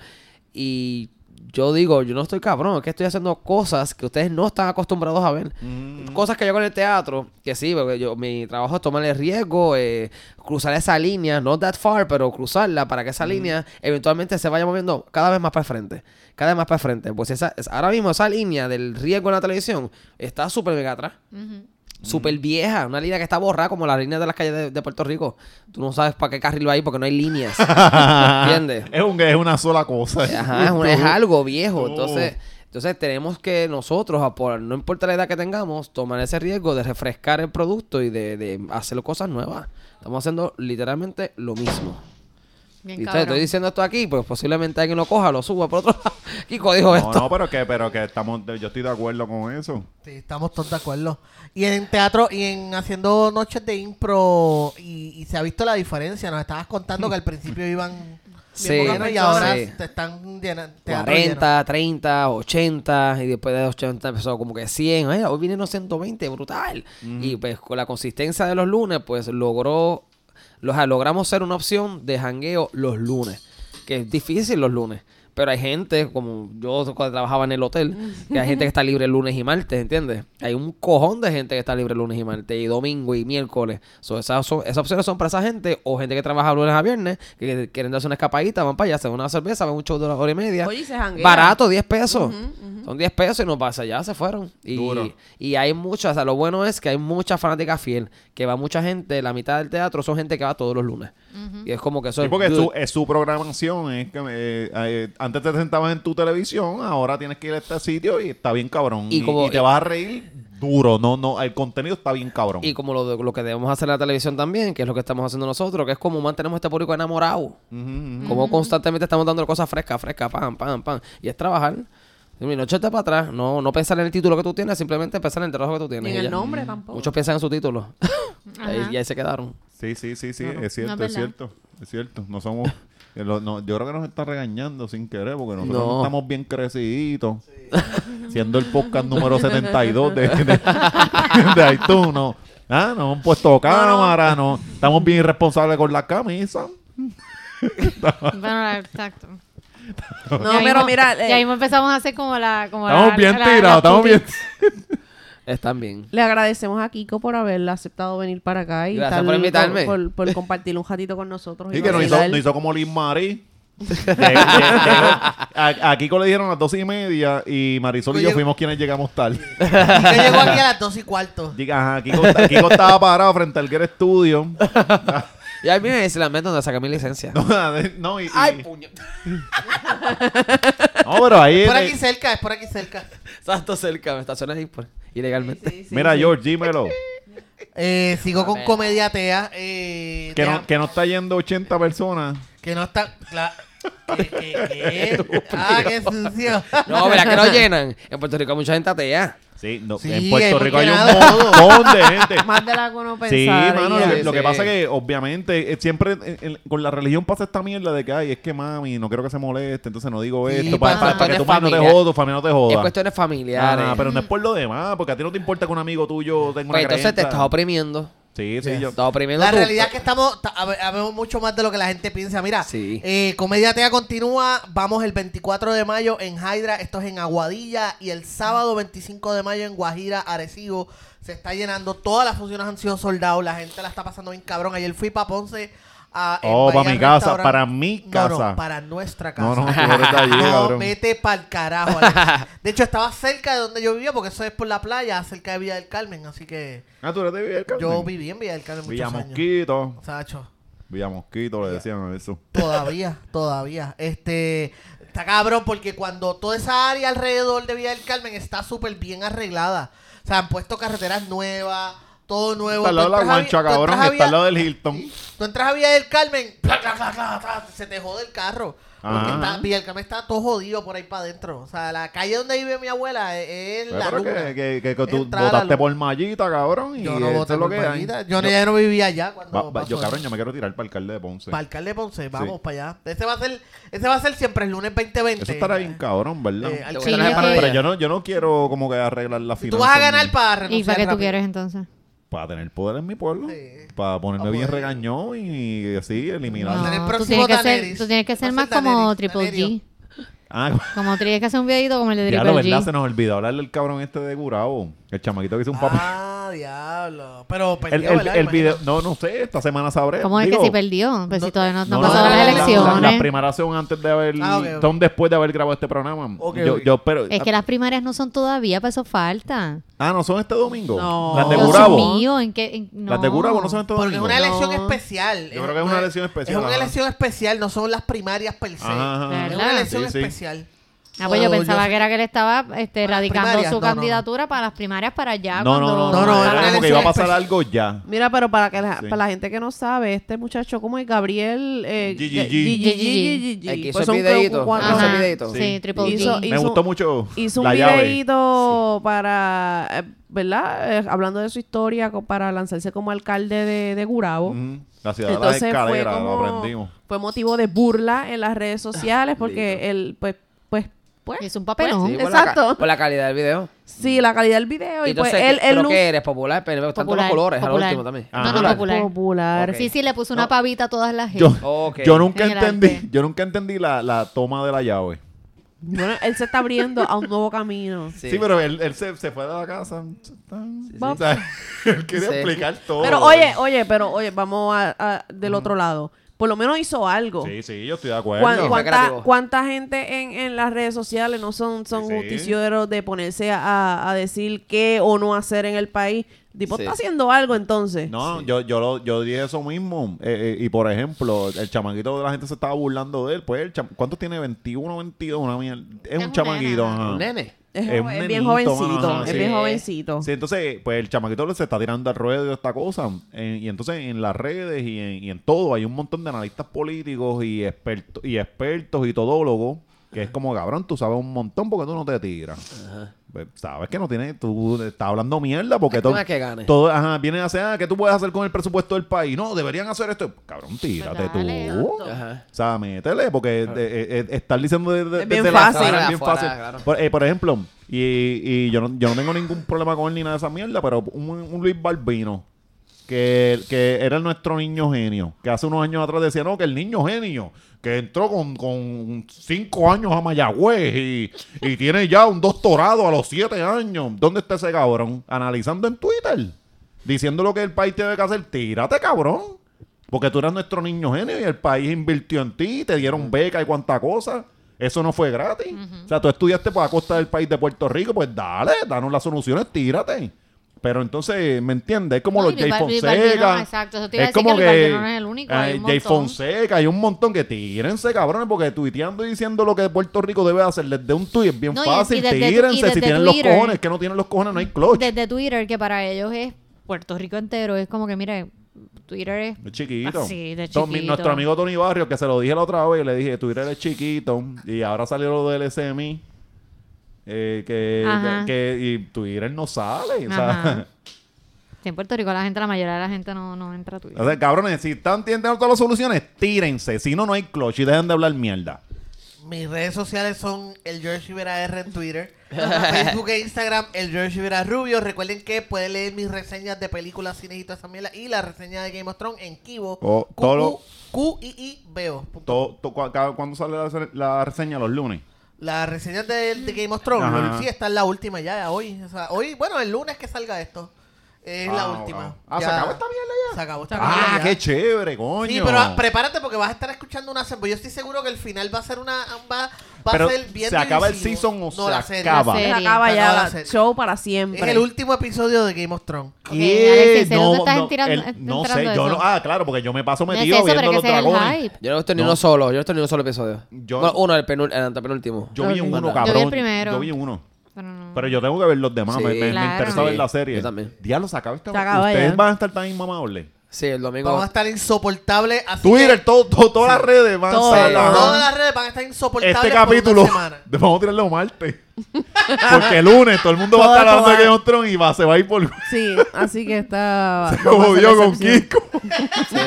E: Y yo digo, yo no estoy cabrón, es que estoy haciendo cosas que ustedes no están acostumbrados a ver.
F: Mm.
E: Cosas que yo hago en el teatro, que sí, porque yo, mi trabajo es tomar el riesgo, eh, cruzar esa línea, no that far, pero cruzarla para que esa línea eventualmente se vaya moviendo cada vez más para el frente. Cada vez más para el frente. Pues esa, es- ahora mismo esa línea del riesgo en la televisión está súper mega atrás.
D: Ujú.
E: Súper vieja, una línea que está borrada como la línea de las calles de, de Puerto Rico. Tú no sabes para qué carril va ahí porque no hay líneas. ¿Entiendes?
F: Es, un- es una sola cosa.
E: Ajá, es, un- es algo viejo.
F: tú-
E: Entonces, entonces tenemos que nosotros, a por- no importa la edad que tengamos, tomar ese riesgo de refrescar el producto y de, de hacer cosas nuevas. Estamos haciendo literalmente lo mismo.
D: Bien
E: Y entonces,
D: cabrón.
E: estoy diciendo esto aquí, pues posiblemente alguien lo coja, lo suba por otro lado. Kiko dijo
F: No,
E: esto.
F: no, pero que, pero que estamos, yo estoy de acuerdo con eso.
B: Sí, Este, estamos todos de acuerdo. Y en teatro y en haciendo noches de impro y, y se ha visto la diferencia. Nos estabas contando que al principio iban
E: Sí,
B: bien pocas y ahora
E: sí.
B: te están llenando.
E: 40, 30, 80 y después de 80 empezó como que 100. Ay, hoy vinieron 120, brutal. Y pues con la consistencia de los lunes, pues logró, lo- o sea, logramos ser una opción de jangueo los lunes, que es difícil los lunes. Pero hay gente, como yo cuando trabajaba en el hotel, que hay gente que está libre lunes y martes, ¿entiendes? Hay un cojón de gente que está libre lunes y martes, y domingo y miércoles. So, esas, son- esas opciones son para esa gente, o gente que trabaja lunes a viernes, que, que quieren darse una escapadita, van para allá, se dan una cerveza, ven un show de una hora y media.
C: Oye, y se janguea.
E: Barato, 10 pesos. Son 10 pesos y nos pasa, ya se fueron. Y,
F: Duro.
E: y hay muchas, o sea, lo bueno es que hay muchas fanáticas fiel, que va mucha gente, la mitad del teatro son gente que va todos los lunes. Y es como que eso
F: Sí,
E: es
F: porque
E: good.
F: su, es su programación. Es que, eh, eh, antes te sentabas en tu televisión, ahora tienes que ir a este sitio y está bien cabrón.
E: Y
F: Y,
E: como-
F: y te vas a reír duro. No, no, el contenido está bien cabrón.
E: Y como lo, de- lo que debemos hacer en la televisión también, que es lo que estamos haciendo nosotros, que es como mantenemos a este público enamorado.
F: Ujú, ujú.
E: Como constantemente estamos dando cosas frescas, frescas, pam, pam, pam. Y es trabajar. Y no echarte para atrás, no, no pensar en el título que tú tienes, simplemente pensar en el trabajo que tú
C: Ni
E: tienes.
C: en
E: y
C: el
E: ya.
C: nombre tampoco.
E: Muchos piensan en su título. Ahí-
D: Ajá.
E: y ahí se quedaron.
F: Sí, sí, sí, sí, es
D: No,
F: cierto,
D: ¿verdad?
F: es cierto, es cierto. No somos, eh, lo- no, yo creo que nos está regañando sin querer, porque nosotros
E: No.
F: estamos bien creciditos. Siendo el podcast número 72 de, de, de iTunes, no. Ah, no han puesto cámara, no. Estamos bien irresponsables con la camisa.
D: Bueno, exacto.
C: No,
D: Ya
C: pero
D: mismo-
C: mira, eh,
D: Ya mismo empezamos a hacer como la... Como
F: Estamos
D: la-
F: bien
D: la- la-
F: tirados, estamos bien.
E: Están bien.
C: le agradecemos a Kiko por haber aceptado venir para acá y
E: Gracias
C: tal-
E: por invitarme.
C: Por, por compartir un ratito con nosotros.
F: Y que nos hizo,
C: vacilar.
F: nos hizo como Liz Marie. Que- que- que- a, a Kiko le dieron a las dos y media y Marisol y yo
B: Oye,
F: fuimos quienes llegamos tarde.
B: Yo llegó aquí a las dos y cuarto.
F: Ajá, Kiko, Kiko estaba parado frente al Gear Studio.
E: Y ahí mismo es la mente donde saqué mi licencia.
F: No, no, y, y-
E: puño.
F: no, pero ahí.
B: Es por
F: eh,
B: aquí cerca, es por aquí cerca.
E: Santo cerca, me estacionas ahí por- ilegalmente.
C: Sí, sí,
F: mira,
C: sí.
F: George, dímelo.
B: Eh, sigo con
E: ver.
B: comedia tea. Eh,
F: Que
B: deja-
F: no, que no está yendo 80 personas.
B: que no está. la- que- que- que- ah, qué sucio.
E: No, ¿verdad que no llenan? En Puerto Rico hay mucha gente atea.
F: Sí, no,
B: Sí,
F: en Puerto
B: hemos
F: Rico hay un
B: llenado
F: montón de gente.
C: Más de la que uno
F: Sí,
C: pensaba.
F: mano, lo que, lo que
E: Sí.
F: pasa es que obviamente eh, siempre en- en- con la religión pasa esta mierda de que ay, es que mami, no quiero que se moleste, entonces no digo
B: Sí,
F: esto,
B: pa-
F: para, para- para que
E: cuestiones
F: tu madre no te
E: familia-
F: joda, tu familia no te
E: Es
F: joda.
E: cuestiones familiares.
F: Ah, pero no es por lo demás, porque a ti no te importa que un amigo tuyo tenga una
E: pues entonces te
F: creencia.
E: estás oprimiendo.
F: Sí, sí,
E: Te
F: yo.
E: estás oprimiendo
B: La
E: tú.
F: eh,
E: pues.
B: realidad es que estamos, ta- habe- habemos mucho más de lo que la gente piensa. Mira,
E: Sí.
B: eh, Comedia Tea continúa. Vamos el 24 de mayo en Hydra, esto es en Aguadilla. Y el sábado 25 de mayo en Guajira, Arecibo. Se está llenando, todas las funciones han sido soldados. La gente la está pasando bien cabrón. Ayer fui para Ponce. a- en
F: Oh,
B: Bahía
F: para mi casa,
B: Restaurant.
F: para mi
B: No, no,
F: casa.
B: para nuestra casa.
F: No, no, tú eres de allí,
B: No,
F: cabrón.
B: vete pa'l carajo. Alex. De hecho, estaba cerca de donde yo vivía, porque eso es por la playa, cerca de Villa del Carmen. Así que
F: Ah, tú eres de Villa del Carmen.
B: yo viví en Villa del Carmen muchos años.
F: Villamosquito.
B: Sacho,
F: Villamosquito le decían a eso.
B: todavía, todavía. Este, está cabrón porque cuando toda esa área alrededor de Villa del Carmen está súper bien arreglada. O sea, han puesto carreteras nuevas, todo nuevo.
F: Está al lado
B: Tú
F: de la
B: entras a Vi- tú
F: guancha,
B: entras
F: cabrón,
B: a
F: está al
B: Villa-
F: lado del Hilton.
B: Tú entras a Villa del Carmen, ¡plac, plac, plac, plac, plac! se te jode el carro. Porque
F: Ah.
B: está, Villa del Carmen está todo jodido por ahí para adentro. O sea, la calle donde vive mi abuela es, es la
F: Pero
B: luna.
F: que, que, que, que tú
B: Entrar a la
F: votaste
B: luna.
F: por mallita, cabrón. Y
B: Yo no
F: eso
B: voté
F: es lo
B: por
F: que hay.
B: Mallita. Yo, no- ya no vivía allá cuando
F: Va- va-
B: pasó
F: yo,
B: eso.
F: cabrón, yo me quiero tirar para el alcalde de Ponce.
B: Para alcalde de Ponce, vamos
F: Sí.
B: para allá. Ese va a ser, ese va a ser siempre el lunes 2020.
F: Eso estará bien, cabrón, ¿verdad?
B: Eh, al-
E: Te
D: Sí,
E: voy a traer
D: es
E: para
D: que-
E: allá.
F: Pero yo no, yo no quiero como que arreglar la
B: Y
F: finanzas.
B: tú vas a ganar
F: ni-
B: para renunciar
D: ¿Y para qué tú
B: rápido.
D: quieres entonces?
F: Para tener poder en mi pueblo.
B: Sí.
F: Para ponerme
B: Pa'
F: bien
B: poder.
F: regañón y así eliminar.
B: Para tener
D: No, tú
B: próximo
D: tienes que ser,
B: Daenerys.
D: tú tienes que ser
B: Va a
D: más
B: ser
D: como
B: Daenerys,
D: Triple G.
B: Daenerys.
F: Ah,
D: Como tienes que hacer un videito como el de
F: diablo,
D: Triple
F: ¿verdad? Se
D: G.
F: nos olvidó hablar del cabrón este de Gurabo. El chamaquito que hizo un papá.
B: Ah, diablo. Pero perdió,
F: el, el-
B: ¿verdad?
F: el
B: Imagino.
F: video. No, no sé. Esta semana sabré.
D: ¿Cómo es
F: Digo,
D: que si perdió? Pues si todavía no, no,
F: No,
D: han
F: no,
D: pasado
F: no,
D: las
F: no, no,
D: elecciones.
F: la- Las primarias son antes de haber.
B: Ah, ok, ok.
F: Son después de haber grabado este programa.
B: Ok,
F: yo,
B: ok.
F: yo espero.
D: es que las primarias no son todavía, para eso falta.
F: Ah, no son este domingo.
C: No.
F: Las de
D: Dios
F: Gurabo.
D: mío, ¿en qué? en- no.
F: Las de Gurabo no son este
B: Porque es
F: domingo.
B: una elección
C: No.
B: especial.
F: Yo creo que es una elección especial,
B: Es una
F: ajá.
B: elección especial, no son las primarias per se.
F: Ajá, ajá.
D: Claro.
B: Es una
D: ¿Verdad?
B: elección
F: Sí, sí.
B: especial.
D: Ah, pues yo
B: Oh,
D: pensaba
B: yo-
D: que era que él estaba este,
B: Para las
D: radicando
B: primarias, no,
D: su
B: no, no.
D: candidatura para las primarias para allá.
F: No, no, no,
D: cuando-
F: no,
B: No, no,
F: era
B: era
F: como que
B: elección
F: iba a pasar
B: especial.
F: algo ya.
C: Mira, pero para, que la,
F: Sí.
C: para la gente que no sabe, este muchacho, ¿cómo es? Gabriel... Eh,
F: Gigi.
C: Ga- Gigi, Gigi, Gigi,
E: El que hizo
C: Pues
E: el
C: son
E: videíto.
C: cuatro-
E: Hizo el
D: Ajá,
E: videíto.
D: Sí, Triple
C: Hizo-
D: G.
F: Me gustó mucho
C: Hizo un
F: la llave.
C: videíto para, eh, ¿verdad? Eh, hablando de su historia, co- para lanzarse como alcalde de, de Gurabo.
F: Ujú. La ciudad Mm, de las
C: Entonces fue
F: escaleras, lo
C: como
F: aprendimos. Ah,
C: fue motivo de burla en las redes sociales porque él pues pues pues
D: Es un papelón.
E: Sí, por la
C: exacto.
E: ca- por la calidad del video.
C: sí la calidad del video y, pues
E: entonces,
C: él
E: ¿qué-
C: él
E: ¿Pero
C: luce
E: qué eres? ¿Popular? Pero me gustan todos los
D: Popular,
E: colores, al
D: popular.
E: último también.
D: No,
F: Ah,
D: no,
F: popular.
D: popular.
C: popular.
E: Ok.
D: Sí, sí, le puso una
E: No.
D: pavita a todas las
F: Yo,
D: gente.
E: Ok.
F: yo nunca
D: En el
F: entendí,
D: arte.
F: yo nunca entendí la, la toma de la llave.
C: Bueno, él se está abriendo a un nuevo camino.
F: Sí, pero él, él se, se fue de la casa. O sea, él quería
E: Sí.
F: explicar todo. Mm.
C: Pero oye, oye, pero oye, vamos a, a- del otro lado. Por lo menos hizo algo.
F: Sí, sí, yo estoy de acuerdo.
C: ¿Cuán-
E: Fue
C: cuánta,
E: creativo.
C: cuánta gente en, en las redes sociales no son, son
F: Sí, sí.
C: justicieros de ponerse a, a decir qué o no hacer en el país? Tipo,
E: Sí.
C: está haciendo algo entonces.
F: No, yo, yo, lo- yo dije eso mismo. Eh, eh, y por ejemplo, el chamaquito de la gente se estaba burlando de él. Pues, el cham- ¿cuántos tiene? 21, 22, una mierda. Es un
D: un
F: chamaquito.
D: nene,
F: ajá.
E: Un nene.
C: Es,
F: Es un
C: es bien
F: nenito,
C: jovencito,
F: ajá,
C: es
F: sí.
C: bien jovencito.
F: Sí, entonces, pues el chamaquito se está tirando al ruedo esta cosa. Eh, y entonces en las redes y en, y en todo hay un montón de analistas políticos y, expertos y expertos y todólogos que es como, cabrón, tú sabes un montón porque tú no te tiras. Pues, sabes que no tienes, tú estás hablando mierda porque
E: El
F: todo,
E: tema es que gane.
F: todo, ajá, vienen a hacer, ah, ¿qué tú puedes hacer con el presupuesto del país? No, deberían hacer esto. Cabrón, tírate
D: Dale,
F: tú.
D: exacto.
E: Ajá.
F: O sea, métele, porque eh, eh, eh, estar diciendo de- de-
C: Es bien
F: desde la
C: fácil.
F: cara es bien
E: Afuera,
F: fácil.
E: claro.
F: Por, eh, por ejemplo, y, y yo, no, yo no tengo ningún problema con él ni nada de esa mierda, pero un, un Luis Balbino, que, que era nuestro niño genio, que hace unos años atrás decía, no, que el niño genio, que entró con, con cinco años a Mayagüez y, y tiene ya un doctorado a los siete años. ¿Dónde está ese cabrón? Analizando en Twitter, diciendo lo que el país tiene que hacer. Tírate, cabrón. Porque tú eras nuestro niño genio y el país invirtió en ti, te dieron beca y cuánta cosa. Eso no fue gratis. O sea, tú estudiaste para costa del país de Puerto Rico, pues dale, danos las soluciones, tírate. Pero entonces, ¿me entiendes? Es como
D: No,
F: los
D: y
F: Jay
D: Val- Val-
F: Fonseca.
D: Valvino, exacto, eso te iba a
F: es
D: decir
F: como
D: que
F: que,
D: el Valvino no es el único, hay
F: eh,
D: un
F: Jay
D: montón.
F: Fonseca, hay un montón que tírense, cabrones, porque tuiteando y diciendo lo que Puerto Rico debe hacer desde un tuit es bien
D: No, y- y
F: fácil.
D: desde- y
F: tírense si
D: desde
F: tienen
D: Twitter.
F: los cojones, que no tienen los cojones, no hay clutch.
D: Desde Twitter, que para ellos es Puerto Rico entero, es como que, mire, Twitter es
F: Es chiquito.
D: Ah, sí, de
F: Tom-
D: chiquito.
F: nuestro amigo Tony Barrio, que se lo dije la otra vez, le dije, Twitter es chiquito. Y ahora salió lo del SMI. eh, que,
D: Ajá.
F: que y Twitter no sale. O
D: Ajá.
F: sea,
D: Sí, en Puerto Rico la gente, la mayoría de la gente no, no entra a Twitter.
F: o sea, cabrones, si están intentando todas las soluciones, tírense. Si no, no hay clutch y dejen de hablar mierda.
B: Mis redes sociales son el George Rivera R en Twitter, Facebook e Instagram, el George Rivera Rubio. Recuerden que pueden leer mis reseñas de películas, cines y toda esa mierda, y la reseña de Game of Thrones en Kibo.
F: Oh,
B: Q-
F: todo lo-
B: Q- Q-I-I-B-O.
F: To- to- cua- cada- ¿Cuándo sale la, la reseña? Los lunes.
B: La reseña de, de Game of Thrones,
F: Ajá.
B: sí, está en la última ya, hoy. O sea, hoy, bueno, el lunes que salga esto. Es la
F: Ah,
B: última.
F: ah, ¿se
B: Ya-
F: acabó esta mierda
B: Se acabó esta
F: Ah,
B: mierda ya.
F: qué chévere, coño.
B: Sí, pero ah, prepárate porque vas a estar escuchando una serie. Yo estoy seguro que el final va a ser una. Va, va
F: Pero,
B: a ser bien.
F: ¿se acaba el
B: divisivo.
F: season o se
B: la serie.
F: acaba?
D: La
C: Se
D: serie.
C: acaba
B: Se
C: ya
B: acaba la
C: la
B: serie.
C: show para
B: Es
C: siempre.
B: el último episodio de Game of Thrones.
D: Ok, Alexis, ¿de dónde estás tirando-
F: el-
D: estás
F: no sé,
D: tirando
F: yo
D: eso?
F: no, ah, claro, porque yo me paso
D: No es
F: metido
D: eso,
F: viendo
D: pero que
F: los
D: sea el
F: dragones.
D: hype.
E: Yo no he visto ni
F: No.
E: uno solo, yo no he visto ni un solo episodio.
F: Yo-
E: Bueno, uno, el, penul- el antepenúltimo.
F: Yo vi en
C: Ok.
F: uno,
E: Yo
F: cabrón.
D: vi el primero. Mm.
F: Yo vi en uno.
D: Pero no.
F: Pero yo tengo que ver los demás.
E: Sí,
F: me, me- me
D: claro.
F: interesa ver
E: Sí,
F: la serie.
E: yo también.
F: Diablo, se acaba esta.
C: Se acaba
F: Ustedes
C: ya.
F: van a estar tan inmamables.
E: Sí, el domingo.
B: Vamos a estar insoportables. Así
F: Twitter,
B: que
F: todo, todo- todas las redes van
C: Todo.
F: a estar.
C: Ajá.
B: todas las redes van a estar insoportables.
F: Este
B: por una
F: capítulo
B: semana.
F: vamos a tirarlo martes. Porque el lunes todo el mundo va a
C: Todo,
F: estar hablando de
C: todo.
F: Game of Thrones y va, se va a ir por.
C: Sí, así que está. no va a
F: Como
C: ser
F: yo con
C: excepción.
F: Kiko.
E: Sí,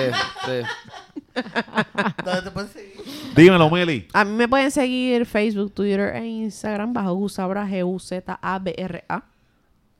E: sí.
B: Entonces, pues, te puedes
F: Este
B: seguir.
F: Dímelo, Meli.
C: A mí me pueden seguir Facebook, Twitter e Instagram bajo Gusabra, G-U-Z-A-B-R-A.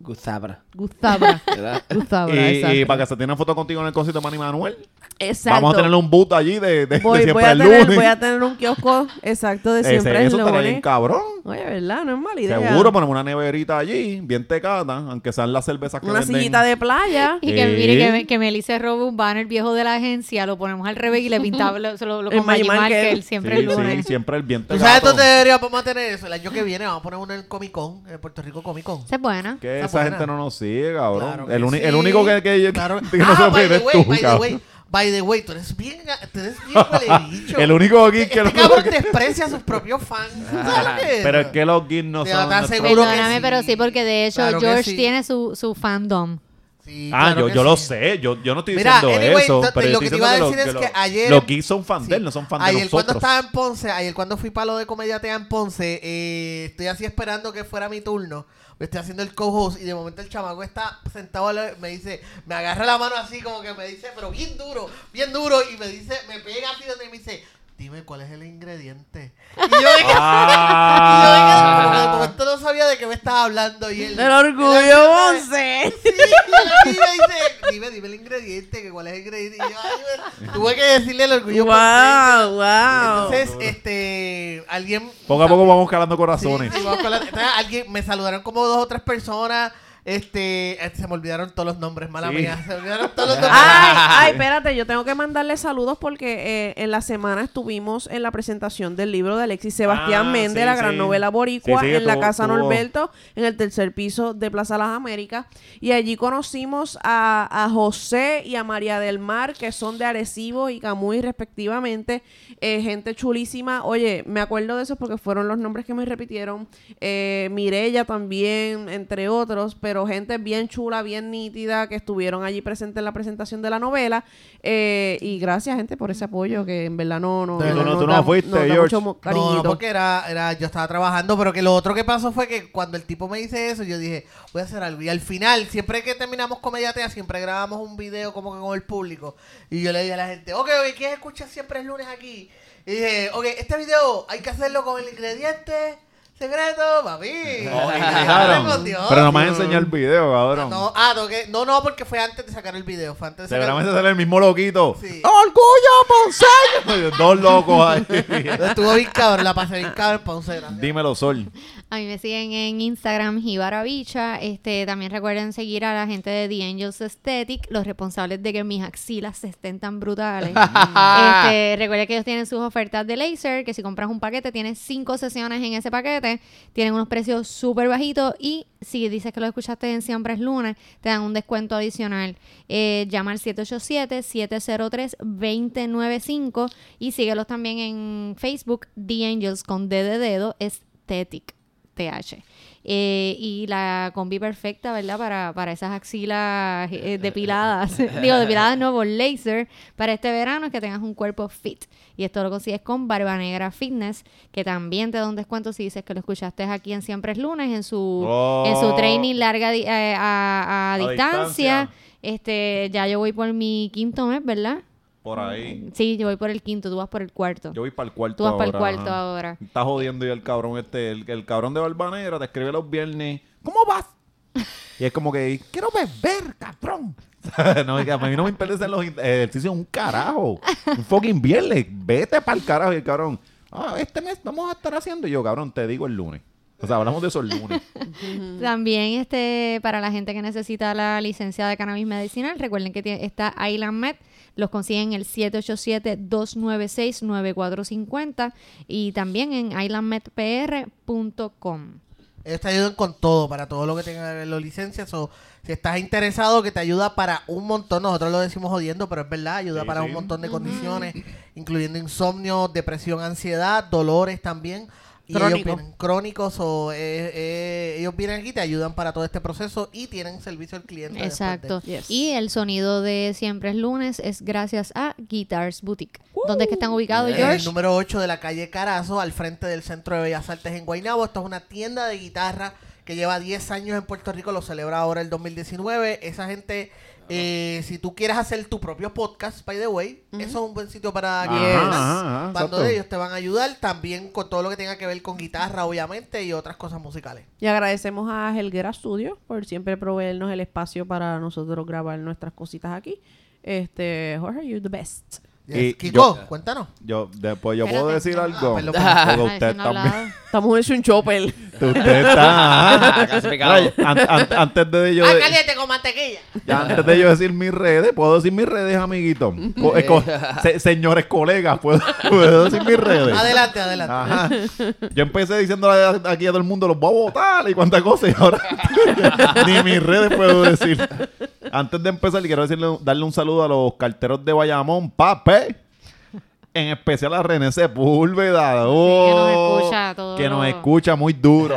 E: Gusabra.
C: Gusabra.
E: ¿Verdad?
C: Gusabra, Ah, exacto.
F: Y, y para que se tenga foto contigo en el concierto de Manny Manuel.
C: Exacto.
F: Vamos a tenerle un boot allí de, de- de,
C: voy,
F: siempre
C: voy a
F: el
C: tener,
F: lunes.
C: voy a tener un kiosco exacto de
F: Ese-
C: siempre el
F: eso estaría
C: lunes.
F: bien cabrón.
C: Oye, ¿verdad? No es mala idea.
F: Seguro ponemos una neverita allí, bien tecata, aunque sean las cervezas que
C: Una
F: venden.
C: sillita de playa.
D: Y que
F: Sí.
D: mire que, me- que Meli se robe un banner viejo de la agencia, lo ponemos al revés y le pintamos lo, se lo, lo
C: El
D: con
C: Magic
D: Magic Marker,
C: Marker.
D: siempre
F: Sí,
D: el
F: sí,
D: lunes.
F: siempre el bien
B: Tú
F: tecata.
B: sabes dónde deberíamos vamos a tener eso. El año que viene vamos a poner uno en el Comic Con, en el Puerto Rico Comic Con.
D: Esa es buena.
F: Que
B: Está
F: esa
B: buena.
F: gente no nos sigue, cabrón.
B: Claro que
F: el, uni- el
B: sí.
F: único que, que, que-
B: Claro.
F: que no
B: Ah, by
F: se puede
B: the
F: es
B: way,
F: tú,
B: by the
F: cabrón. Ah,
B: way, by the way, tú eres bien, tú eres bien huelebicho.
F: El único aquí que
B: este
F: no-
B: cabrón desprecia a sus propios fans. ¿Sabes lo que es?
F: Pero es que los geeks no
B: Te
F: son...
B: vas a
F: nuestros-
B: seguro que
D: Perdóname,
B: sí.
D: pero sí, porque de hecho
B: Claro que
D: George
B: sí.
D: tiene su, su fandom.
B: Sí,
F: Ah,
B: claro
F: yo,
B: que
F: yo lo
B: sí.
F: sé, yo, yo no estoy
B: Mira,
F: diciendo
B: anyway,
F: eso.
B: entonces,
F: Pero yo
B: lo
F: estoy
B: que te iba a
F: diciendo
B: decir
F: lo-
B: es que
F: lo-
B: ayer-
F: Los geeks son fan de él,
B: Sí.
F: no son fan de
B: Ayer cuando
F: nosotros.
B: estaba en Ponce, ayer cuando fui para lo de Comedia Tea en Ponce, eh, estoy así esperando que fuera mi turno. Me Estoy haciendo el co-host y de momento el chamaco está sentado, al lado- me dice, me agarra la mano así como que me dice, pero bien duro, bien duro, y me dice, me pega así donde me dice, dime cuál es el ingrediente. Y yo de que-
F: Ah,
B: y yo de que- como que de momento no sabía de qué me estaba hablando y él...
C: El orgullo, Monse.
B: Sí, y me dice, dime, dime el ingrediente, que cuál es el ingrediente. Y yo, ay, me- tuve que decirle el orgullo. ponceño.
C: Wow, wow.
B: Entonces, este, alguien.
F: Poco a poco vamos calando
B: Sí,
F: corazones.
B: sí, vamos con la- entonces, alguien me saludaron como dos o tres personas. Este, eh, se me olvidaron todos los nombres, mala
F: Sí. Ah,
B: mía. Se me olvidaron todos los nombres.
C: Ay, ay, espérate, yo tengo que mandarle saludos porque eh, en la semana estuvimos en la presentación del libro de Alexis Sebastián
F: Ah,
C: Méndez,
F: sí,
C: la gran
F: sí.
C: novela boricua,
F: Sí, sí,
C: en la
F: estuvo-
C: Casa
F: estuvo-
C: Norberto, en el tercer piso de Plaza Las Américas. Y allí conocimos a, a José y a María del Mar, que son de Arecibo y Camuy respectivamente. Eh, gente chulísima. Oye, me acuerdo de eso porque fueron los nombres que me repitieron. Eh, Mirella también, entre otros, pero gente bien chula, bien nítida, que estuvieron allí presentes en la presentación de la novela. Eh, y gracias, gente, por ese apoyo que en verdad no... no
F: Tú no-
C: nos
F: tú no
C: da-
F: fuiste,
C: nos da
F: George.
C: mucho mo-
B: No,
C: cariñito.
B: no, porque era, era, yo estaba trabajando, pero que lo otro que pasó fue que cuando el tipo me dice eso, yo dije, voy a hacer algo. Y al final, siempre que terminamos Comedia Tea, siempre grabamos un video como que con el público. Y yo le dije a la gente, ok, ok, ¿quién escucha siempre el lunes aquí? Y dije, ok, este video hay que hacerlo con el ingrediente secreto, papi.
F: Ay,
B: Ya,
F: claro.
B: por Dios.
F: Pero nomás enseñar el video, cabrón.
B: No, ah, no, que- no, no, porque fue antes de sacar el video, fue antes de sacar
F: Seguramente sale el mismo loquito.
B: Sí.
F: ¡Orgullo, Ponceño! Dos locos ahí.
B: Estuvo bien cabrón, la pasé bien cabrón, Poncera.
F: Dímelo, Sol.
D: A mí me siguen en Instagram, Jibarabicha. Este, también recuerden seguir a la gente de The Angels Aesthetic, los responsables de que mis axilas estén tan brutales. este, recuerden que ellos tienen sus ofertas de laser, que si compras un paquete, tienes cinco sesiones en ese paquete, tienen unos precios súper bajitos y si dices que lo escuchaste en Siempre es Lunes, te dan un descuento adicional. Eh, llama al 787-703-2095 y síguelos E también en Facebook, The Angels con D de dedo, es Tetic. TH. eh, y la combi perfecta, ¿verdad? Para, para esas axilas eh, depiladas, digo, depiladas no, por laser, para este verano es que tengas un cuerpo fit. Y esto lo consigues con Barba Negra Fitness, que también te da un descuento si dices que lo escuchaste aquí en Siempre es Lunes, en su,
F: Oh.
D: en su training larga di- eh, a, a
F: A
D: distancia.
F: distancia.
D: Este, ya yo voy por mi quinto mes, ¿verdad?
F: Por ahí.
D: Sí, yo voy por el quinto, tú vas por el cuarto.
F: Yo voy para el cuarto
D: Tú vas para el
F: ahora,
D: cuarto
F: ajá.
D: ahora.
F: Me Está jodiendo y el cabrón este, el, el cabrón de Barba Negra te escribe los viernes, ¿cómo vas? Y es como que, quiero beber, cabrón. no, es que a mí no me interesan los in- ejercicios un carajo. Un fucking viernes, vete para el carajo. Y el cabrón, ah, este mes vamos a estar haciendo. Y yo, cabrón, te digo el lunes. O sea, hablamos de eso el lunes.
D: También este para la gente que necesita la licencia de cannabis medicinal, recuerden que tiene- está Island Med, los consiguen en el 787-296-9450 y también en islandmedpr.com.
B: Ellos te ayudan con todo, para todo lo que tenga que ver las licencias. O si estás interesado, que te ayuda para un montón. Nosotros lo decimos jodiendo, pero es verdad, ayuda
F: Sí,
B: para
F: sí.
B: un montón de condiciones, incluyendo insomnio, depresión, ansiedad, dolores también. Y ellos
C: Crónico.
B: vienen crónicos o eh, eh, ellos vienen aquí, te ayudan para todo este proceso y tienen servicio al cliente. después de-
D: Exacto.
C: Yes.
D: Y el sonido de siempre es lunes es gracias a Guitars Boutique. ¿Dónde es que están ubicados,
B: En el
D: George?
B: número 8 de la calle Carazo, al frente del Centro de Bellas Artes en Guaynabo. Esto es una tienda de guitarra que lleva 10 años en Puerto Rico, lo celebra ahora el 2019. Esa gente, eh, si tú quieres hacer tu propio podcast, by the way, eso es un buen sitio para que
F: Ajá,
B: vendas.
F: ajá, ajá,
B: Cuando
F: exacto.
B: ellos te van a ayudar, también con todo lo que tenga que ver con guitarra, obviamente, y otras cosas musicales.
C: Y agradecemos a Helguera Studio por siempre proveernos el espacio para nosotros grabar nuestras cositas aquí. Este, Jorge, you're the best.
B: Yes.
F: Y
B: Kiko,
F: yo-
B: cuéntanos.
F: Yo, después yo puedo
D: Espérate.
F: decir
D: Ah,
F: algo.
B: perdón,
D: Ah,
F: Porque
D: eso
F: usted
D: no he hablado.
F: también.
C: Estamos hecho un chopper.
F: Usted está.
E: Casi picado.
F: An- an- antes de
D: Ah,
F: yo. de-
B: Ah, con mantequilla!
F: Ya antes de yo decir mis redes, puedo decir mis redes, amiguito. Co- eh, co- se- señores colegas, ¿puedo, puedo decir mis redes.
B: Adelante, adelante.
F: Ajá. Yo empecé diciendo a- aquí a todo el mundo los voy a votar y cuántas cosas y ahora ni mis redes puedo decir. Antes de empezar, quiero decirle, darle un saludo a los carteros de Bayamón, pape. En especial a René Sepúlveda. oh,
D: escucha todo
F: que nos
D: lo-
F: escucha muy duro.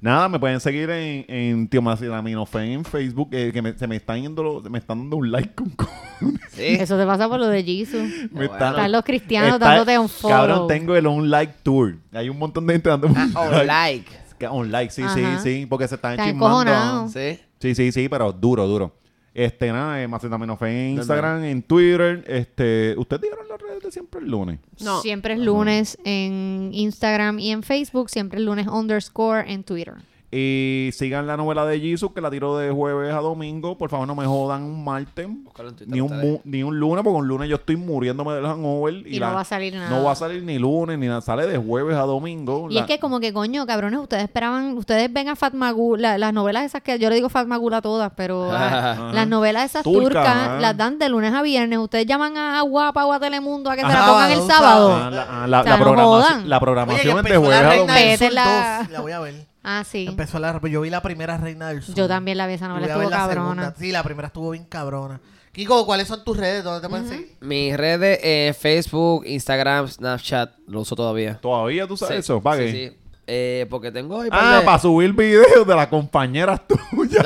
F: Nada, me pueden seguir en, en Tiomacilaminosfen en Facebook, eh, que me- se me están yendo, los- me están dando un like con cojones.
E: Sí.
D: Eso te pasa por lo de Jesus.
F: Me
E: bueno.
D: Están los cristianos dándote un follow.
F: Cabrón, tengo el on like tour. Hay un montón de gente dando un
E: Ah, o like.
F: Que On like, sí,
D: Ajá.
F: sí, sí, porque se están
D: Están
F: chismando.
D: encojonados.
E: Sí.
F: Sí, sí, sí, pero duro, duro. Este, nada, eh, Macetaminofen en Instagram, en Twitter, este, ¿ustedes dieron las redes de siempre el lunes?
C: No.
D: Siempre es lunes en Instagram y en Facebook, siempre es lunes underscore en Twitter.
F: Y sigan la novela de Jesus, que la tiro de jueves a domingo. Por favor, no me jodan un martes.
E: Búscalo en Twitter,
F: Ni un,
E: búscalo.
F: mu- ni un lunes, porque un lunes yo estoy muriéndome del hangover.
D: Y no va a salir nada.
F: No va a salir ni lunes, ni nada. Sale de jueves a domingo.
D: Y
F: La-
D: es que como que, coño, cabrones, ustedes esperaban, ustedes ven a Fatma Gul- la- las novelas esas que yo le digo Fatma Gula a todas, pero ah, las novelas esas
F: Turca,
D: turcas
F: ajá.
D: las dan de lunes a viernes. Ustedes llaman a, a Guapa o a Telemundo a que se la
B: Ajá.
D: pongan el
B: Sábado,
F: Ah,
D: sábado.
F: la, ah, la-
D: O sea,
F: la
D: no
F: programación,
D: jodan.
F: la
B: Oye, que
F: programación es de
B: empezó
F: jueves
B: la
F: a
B: Reina
F: domingo.
B: del Sol
D: Vete la-
B: 2. La voy a ver.
D: Ah, sí.
B: Empezó la... Yo vi la primera Reina del Sur.
D: Yo también la vi, esa
B: Y
D: novela
B: voy a ver
D: estuvo
B: la
D: cabrona.
B: segunda. Sí, la primera estuvo bien cabrona. Kiko, ¿cuáles son tus redes? ¿Dónde te pueden seguir?
E: Mis redes, eh, Facebook, Instagram, Snapchat, lo uso todavía.
F: Todavía tú sabes
E: Sí,
F: eso, pague.
E: Sí, sí. Eh, porque tengo ahí
B: Pues
F: Ah,
E: par
F: para subir videos de las compañeras tuyas.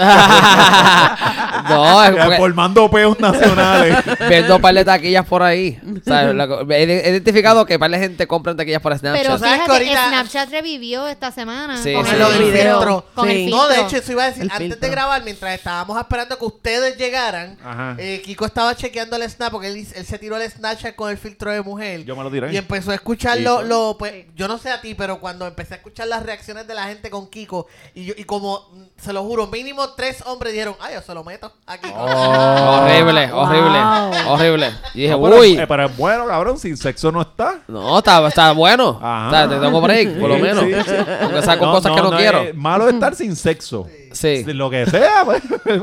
E: de- No, es porque
F: Eh, formando peos nacionales.
E: vendo un par de taquillas por ahí. O sea, la co- he he identificado que par de gente compran taquillas por Snapchat.
D: Pero
B: O sea, es que
D: fíjate,
B: ahorita-
D: Snapchat revivió esta semana
E: Sí,
D: con
E: sí.
D: el
E: Lo del
D: filtro.
B: filtro.
D: Con el
C: Sí.
D: filtro.
B: No, de hecho, eso iba a decir,
C: El
B: antes
C: filtro.
B: de grabar, mientras estábamos esperando que ustedes llegaran,
F: Ajá.
B: eh, Kiko estaba chequeando el snap, porque él, él se tiró el Snapchat con el filtro de mujer.
F: Yo me lo tiré.
B: Y empezó a escuchar
F: Sí.
B: lo, lo- pues, yo no sé a ti, pero cuando empecé a escuchar las reacciones de la gente con Kiko, y, yo- y como, mm, se lo juro, mínimo tres hombres dijeron, ay, yo se lo meto a Kiko.
F: Oh.
E: Oh, Horrible, horrible,
C: Wow.
E: horrible. Y dije,
F: No, pero,
E: uy.
F: eh, pero es bueno, cabrón, sin sexo no está.
E: No, está, está bueno.
F: Ajá.
E: O sea, te tengo break, por lo
F: Sí,
E: menos.
F: sí, sí.
E: Aunque sea con
F: No,
E: cosas que no, quiero.
F: eh, malo es estar sin sexo.
E: Sí.
F: Si Lo que sea, pues. Pues.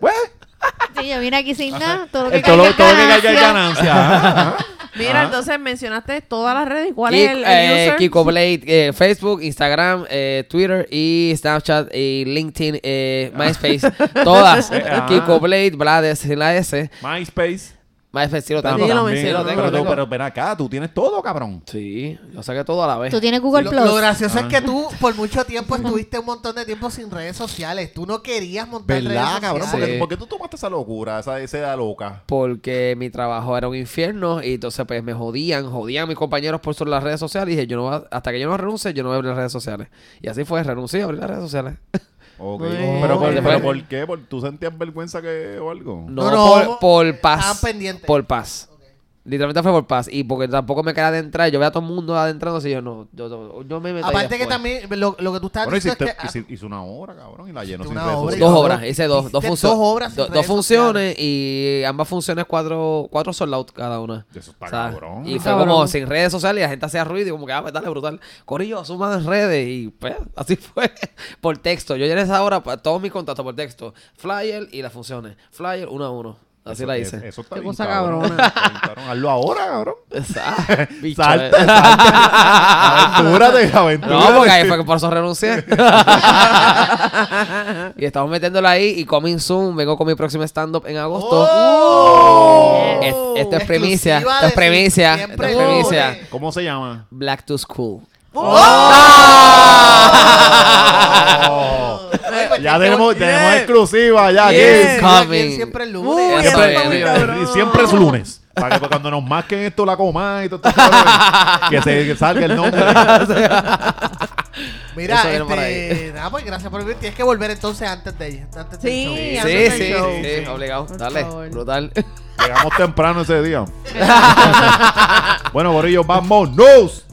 F: pues.
D: Sí, yo vine aquí sin nada, todo lo que
F: Eh, Todo lo todo lo que
D: caiga en
F: caiga en
D: ganancia.
F: ganancia. Ajá, ajá.
C: Mira,
F: Ah.
C: entonces mencionaste todas las redes. ¿Cuál
E: Kik-
C: es el, el
E: eh,
C: user?
E: Kiko Blade, eh, Facebook, Instagram, eh, Twitter y Snapchat y LinkedIn, eh, MySpace, todas.
F: Eh, ah.
E: Kiko Blade, Blades, sin la S,
F: MySpace.
E: Más sí lo
F: Tanto
E: tengo.
C: Sí, lo
F: también,
C: mencionó,
F: pero,
C: lo
F: tú-
C: tengo.
F: pero ven acá, tú tienes todo, cabrón.
E: Sí, yo saqué todo a la vez.
D: Tú tienes Google
B: Lo,
D: Plus.
B: lo gracioso
F: Ah.
B: es que tú por mucho tiempo estuviste un montón de tiempo sin redes sociales. Tú no querías montar redes
F: ¿Verdad,
B: sociales.
F: cabrón?
E: Sí.
F: ¿Por, qué, por qué tú tomaste esa locura, esa esa idea loca?
E: Porque mi trabajo era un infierno y entonces pues me jodían, jodían a mis compañeros por sobre las redes sociales y dije, yo no voy a- hasta que yo no renuncie, yo no voy a abrir las redes sociales. Y así fue, renuncié a abrir las redes sociales.
F: Ok.
C: Bueno.
F: Pero, por,
E: Después-
F: pero ¿por qué? ¿Por- ¿Tú sentías vergüenza que, o algo?
E: No,
B: no,
E: por, por
B: estaban
E: paz.
B: pendientes.
E: Por paz. Literalmente fue por paz. Y porque tampoco me quería adentrar. Yo veía a todo el mundo adentrándose y yo no, yo, yo- yo me meto ahí
B: Aparte que
E: después.
B: también lo, lo que tú estabas
F: Bueno,
B: diciendo
F: hiciste,
B: es que... ah,
F: hici- hizo una obra, cabrón, y la llenó
B: Hiciste
F: sin
B: una
F: redes
B: obra y
F: sociales.
E: Dos
B: Dos
E: obras, hice dos, dos
B: hiciste
E: funciones.
B: dos obras sin
E: do- dos
B: redes
E: funciones y ambas funciones cuatro, cuatro sold out cada una.
F: Eso está
E: O sea,
F: cabrón.
E: Y fue
C: Cabrón.
E: como sin redes sociales y la gente hacía ruido y como que, ah, pues dale, brutal. Corillo, suman en redes y pues así fue. por texto. Yo llené esa hora pa- todos mis contactos por texto. Flyer y las funciones. Flyer uno a uno. Así
F: Eso-
E: la
F: es-
E: hice.
F: Eso está
C: Qué
F: bien,
C: cosa
F: cabrón.
C: cabrona.
F: Está bien, cabrón. Hazlo ahora, cabrón.
E: Esa- bicho,
F: Salta,
E: eh.
F: salta. aventúrate,
E: No,
F: aventúrate.
E: porque ahí fue que por eso renuncié. y estamos metiéndola ahí y coming soon. Vengo con mi próximo stand-up en agosto.
B: ¡Oh!
E: Es- Esto es
B: Exclusiva
E: primicia. Esto
B: de
E: es primicia.
B: Siempre
E: Esto es
B: Lunes.
E: primicia.
F: ¿Cómo se llama?
E: Black to School.
F: Oh. Ya tenemos, tenemos
C: Yeah.
F: exclusiva ya aquí.
E: Yeah.
F: Sí,
E: coming.
B: Eh, Siempre el
C: Uy,
B: lunes.
E: Eso
C: eso
E: es,
C: está muy
E: eh,
C: cabrón.
F: Y siempre es lunes. Para que cuando nos marquen esto la coma y todo esto, cabrón, que se que salga el nombre.
B: Mira,
E: Eso viene por
B: este, nada, pues gracias por venir. Tienes que volver entonces antes de ella. Antes del
C: Sí,
B: show.
E: Sí,
C: ya
E: sí,
C: empezó el
E: sí,
C: show.
E: sí, Obligado.
C: Por
E: Dale.
C: favor.
E: Brutal.
F: Llegamos temprano ese día. bueno, Borillo, vámonos.